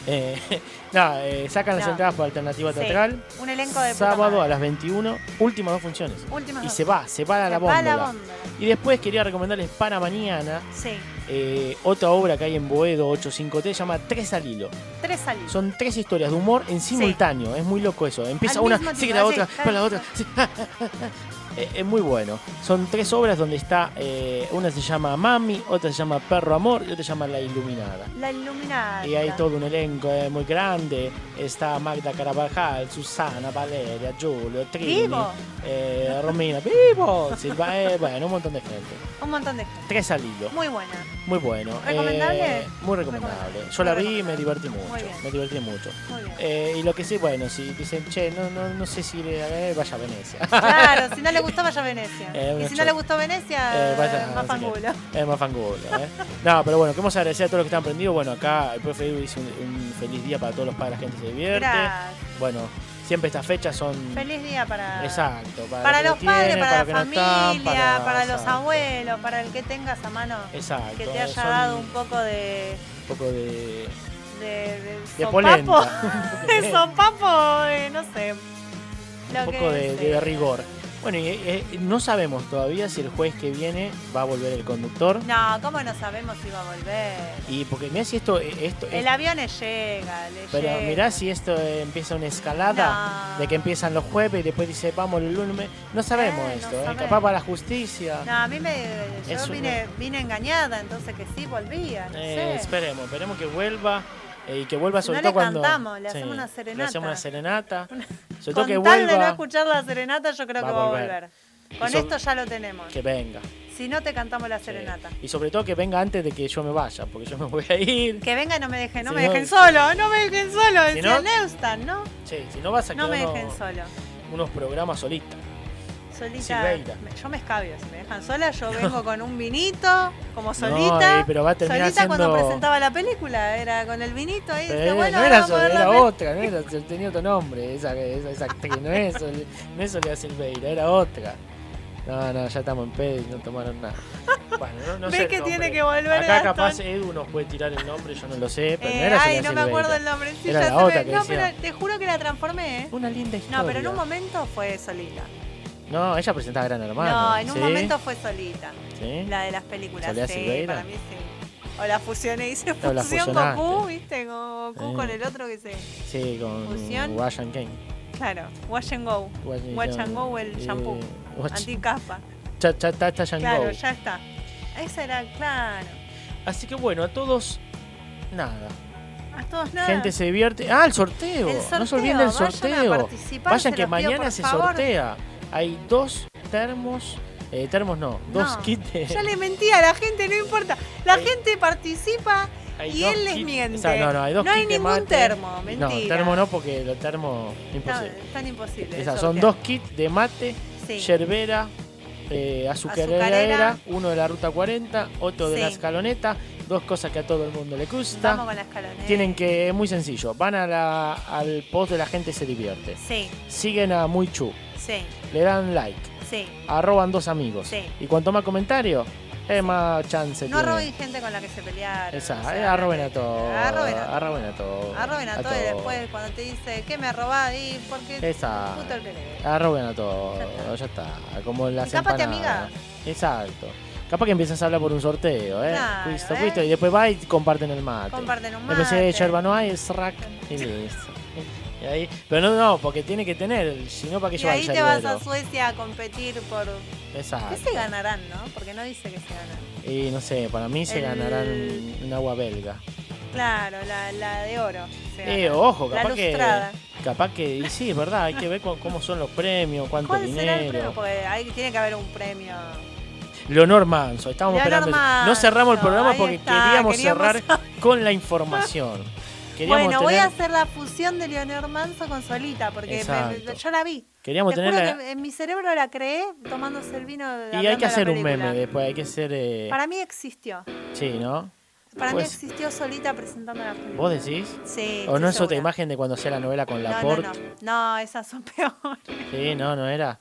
Eh, no, eh, sacan las
No.
entradas por alternativa
Sí,
teatral.
un elenco de puta
Sábado
madre.
a las 21, últimas dos funciones.
Últimas
y
dos.
se va, se va a la
Se va
bomba.
a la góndola.
Y después quería recomendarles para mañana
Sí,
eh, otra obra que hay en Boedo 853, se llama Tres al Hilo.
tres salidas.
Son tres historias de humor en simultáneo. Es muy loco eso. Empieza
Al
una,
mismo
sigue
tiempo,
la
sí,
otra,
claro.
para la otra. sí. Eh, es muy bueno. Son tres obras donde está. eh, una se llama Mami, otra se llama Perro Amor y otra se llama La Iluminada.
La iluminada.
Y hay todo un elenco eh, muy grande. Está Magda Carabajal, Susana, Valeria, Giulio, Trini,
¿Vivo?
eh, Romina, vivo. Silva, eh, bueno, un montón de gente.
Un montón de gente.
Tres al hilo.
Muy buena.
Muy bueno.
¿Recomendable?
Eh, muy recomendable. Yo la vi y me divertí mucho.
bien.
Me divertí mucho.
Muy bien.
Eh, y lo que sí, bueno, si dicen, che, no, no, no sé si iré a ver, vaya a Venecia.
Claro, si no le gustó, vaya a Venecia.
Eh,
y
una
si no
chota.
le gustó Venecia,
Eh, vaya,
Ah, más
no sé
fangulo.
qué. Eh, más fangulo, eh. No, pero bueno, queremos agradecer a todos los que están prendidos. Bueno, acá el profe Edu dice un, un feliz día para todos los padres, la gente se divierte.
Gracias.
Bueno, siempre estas fechas son...
Feliz día para,
Exacto. Para,
para
que
los padres,
tienen,
para,
que
la
no
familia,
están,
para, los
exacto,
abuelos, para el que tengas a mano.
Exacto,
Que te
eh,
haya
son-
dado un poco de.
Un poco de...
de. de,
De
sopapo.
polenta.
de sopapo, de, eh, no sé. Lo
un
que
poco de,
es,
de
eh,
rigor. Bueno, y, eh, no sabemos todavía si el jueves que viene va a volver el conductor.
No, ¿cómo no sabemos si va a volver?
Y porque mirá si esto, eh, esto
El avión le llega, le
pero
llega.
mirá si esto eh, empieza una escalada
No.
de que empiezan los jueves y después dice vamos el lunes. No sabemos
Eh, no
esto, eh.
sabemos.
capaz para la justicia.
No, a mí me. Yo
Es un-
vine, vine engañada, entonces que sí volvía. No
Eh,
sé.
Esperemos, esperemos que vuelva eh, y que vuelva
Si
sobre
no
todo
le
cuando
cantamos, le hacemos una
Le hacemos una serenata. Sobre todo
Con
que
tal de no
vuelva,
escuchar la serenata, yo creo
Va
que
a
va a
volver.
volver. Con
Eso-
esto ya lo tenemos.
que venga.
Si no, te cantamos la serenata.
Y sobre todo que venga antes de que yo me vaya, porque yo me voy a ir.
Que venga, no me dejen, no
Si
me
no-
dejen solo, no me dejen solo,
Si
decía
no-
Neustan, ¿no?
Che, si no vas a
No me
quedarnos
dejen solo.
unos programas solistas.
Solita,
Silveira.
me- yo me escabio, si me dejan sola, yo vengo con un vinito, como
No,
solita.
eh, pero va a terminar
solita cuando
siendo-
presentaba la película, era con el vinito ahí,
Pero
decía,
era-
bueno,
no
ahora
era
vamos a
Sol,
ver la
era
peli-
otra, no era, tenía otro nombre, esa, esa, esa actriz, no es, Sol- no es Soledad Silveira, era otra. No, no, ya estamos en pedo y no tomaron nada. Bueno, no, no sé
¿Ves
el
que
nombre.
tiene que volver
Acá
Gastón?
capaz Edu nos puede tirar el nombre, yo no lo sé, pero no
Eh,
era
ay, no
Soledad
me
Silveira.
acuerdo el nombre. Sí,
Era
ya
la
se
otra
me-
que
no,
decía-
pero te juro que la transformé, ¿eh?
Una linda
No, pero en
historia.
un momento fue solita.
No, ella presentaba Gran Hermano.
no, en un
¿sí?
momento fue solita.
¿Sí?
La de las películas,
¿Soledad
sí,
Silveira?
para mí sí. O la fusioné, hice
O la
fusión con
fusionaste.
Q, ¿viste? Con Q
Sí.
con el otro que se.
Sí, con
Fusión.
Wash and Kane.
Claro, Wash and Go.
Wash and
Wash and
Go,
Go, el
eh,
shampoo.
wash-
Anticaspa.
Cha, cha, ta, ta, yan,
Claro,
go.
ya está. Esa era, claro.
Así que bueno, a todos, nada.
A todos nada.
Gente se divierte. Ah, el sorteo.
El
no se
sorteo,
olviden del
vayan a
sorteo.
participar, se
que
los pido,
mañana
por
se
favor.
sortea. Hay dos termos. eh, termos no, dos
No,
kits de.
Ya le mentía a la gente, no importa. La gente participa
hay
y
dos
él les
kits-
miente.
o sea, no, no, hay dos kits de
ningún
mate.
termo,
No,
mentira.
termo no, porque los termos.
No,
Imposible.
es tan imposible. de
Esas son
sortear.
dos kits de mate,
Sí.
yerbera, eh, azucarera,
Azucarera.
uno de la ruta 40, otro de la
Sí.
escaloneta, dos cosas que a todo el mundo le gusta.
Vamos con la escaloneta.
Tienen que, muy sencillo, van a la- al post de la gente se divierte.
Sí,
Siguen a Muichu,
sí,
le dan like,
sí.
arroban dos amigos.
Sí.
Y cuanto más comentario, es más chance.
No
tiene.
arroben gente con la que se pelearon.
Exacto,
o sea,
eh, arroben a todos.
Arroben a todos.
Arroben a todos.
Arroben a, todo y después cuando te dice, ¿qué me robás? Y porque
Exacto.
puto el que le-
Arroben a todos, ya está. Como en las
Escápate,
empanadas. Exacto. Capaz que empiezas a hablar por un sorteo, ¿eh?
Claro,
Listo,
¿eh?
listo, Y después va y comparten el mate.
Comparten un
Después
mate.
de yerba no hay, es rack y listo. Y ahí- pero no, no, porque tiene que tener, si no, ¿para qué
Y
llevar
ahí
el Ah,
te vas
yerbero?
a Suecia a competir por...
Exacto.
¿Qué se ganarán, no? Porque no dice que se ganan.
Y no sé, para mí se
El-
ganarán un, un agua belga.
Claro, la, la de oro. se
Eh,
gana.
ojo,
La
capaz que.
lustrada.
Capaz que. Y sí, es verdad, hay que ver cu- cómo son los premios, cuánto
¿Cuál
dinero.
será el premio? Porque ahí tiene que haber un premio.
Leonor Manso, estábamos
Leonor
esperando.
Manso,
no cerramos el programa
ahí
porque
está,
queríamos,
queríamos-
cerrar con la información. Queríamos
bueno, voy
tener,
a hacer la fusión de Leonor Manso con Solita, porque me-
Exacto.
yo la vi.
queríamos
Te
tener
juro
la-
que en mi cerebro la creé tomándose el vino.
y hay que hacer un
película.
meme después, hay que hacer eh,
Para mí existió.
sí, ¿no?
Para mí
Pues,
existió Solita presentando la película.
¿Vos decís?
Sí.
¿O
estoy
no es otra
segura.
imagen de cuando hacía la novela con
No,
Laporte?
no, no. No, esas son peores.
Sí, no, no era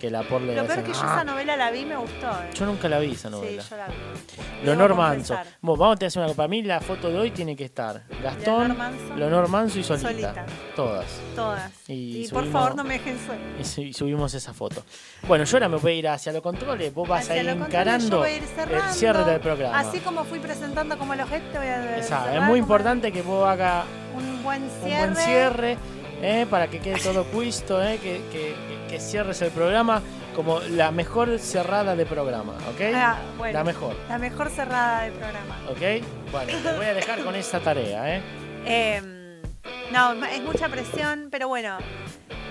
que Laporte le
Lo peor
hacía-
es que yo
¡Ah!
esa novela la vi y me gustó. eh.
Yo nunca la vi esa
Sí,
novela.
yo la vi.
Leonor
Debo
Manso.
confesar.
Bueno, vamos a hacer una Para mí la foto de hoy tiene que estar Gastón,
Leonor Manso.
Leonor Manso y Solita.
Solita.
Todas.
Todas.
Y
Y, por
subimos-
favor no me dejen sola.
Y su- y subimos esa foto. Bueno, yo ahora me voy a ir hacia los controles. Vos vas
Hacia
a ir
lo contrario, yo
encarando
voy a ir cerrando.
el cierre del programa.
Así como fui presentando como el ojete, voy a
Exacto,
cerrar
Es muy
como
importante que vos hagas
Un buen
un
cierre.
buen cierre eh, para que quede todo puesto, eh, que, que- que- que cierres el programa como la mejor cerrada de programa, ¿ok?
Ah, bueno.
La mejor,
La mejor cerrada del programa.
¿ok? Bueno, te voy a dejar con esa tarea, ¿eh?
Eh, no, ma- es mucha presión, pero bueno.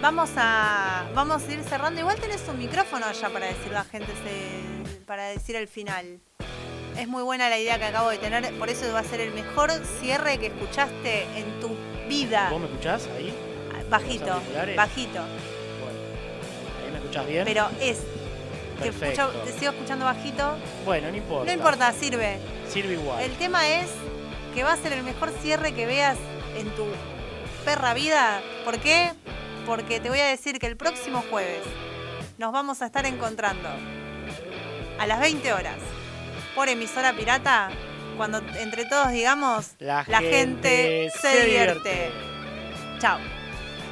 Vamos a, vamos a ir cerrando. Igual tenés un micrófono allá para decir la gente se- para decir el final. Es muy buena la idea que acabo de tener, por eso va a ser el mejor cierre que escuchaste en tu vida. Ah,
¿Vos me escuchás ahí?
Bajito,
auriculares? ¿Eh?
bajito.
¿Ahí me escuchás bien?
Pero es. Te,
Perfecto.
escucho- te sigo escuchando bajito.
Bueno, no importa.
No importa, sirve.
Sirve igual.
El tema es que va a ser el mejor cierre que veas en tu perra vida. ¿Por qué? Porque te voy a decir que el próximo jueves nos vamos a estar encontrando a las 20 horas por emisora pirata cuando entre todos digamos
La
gente se divierte. Chao.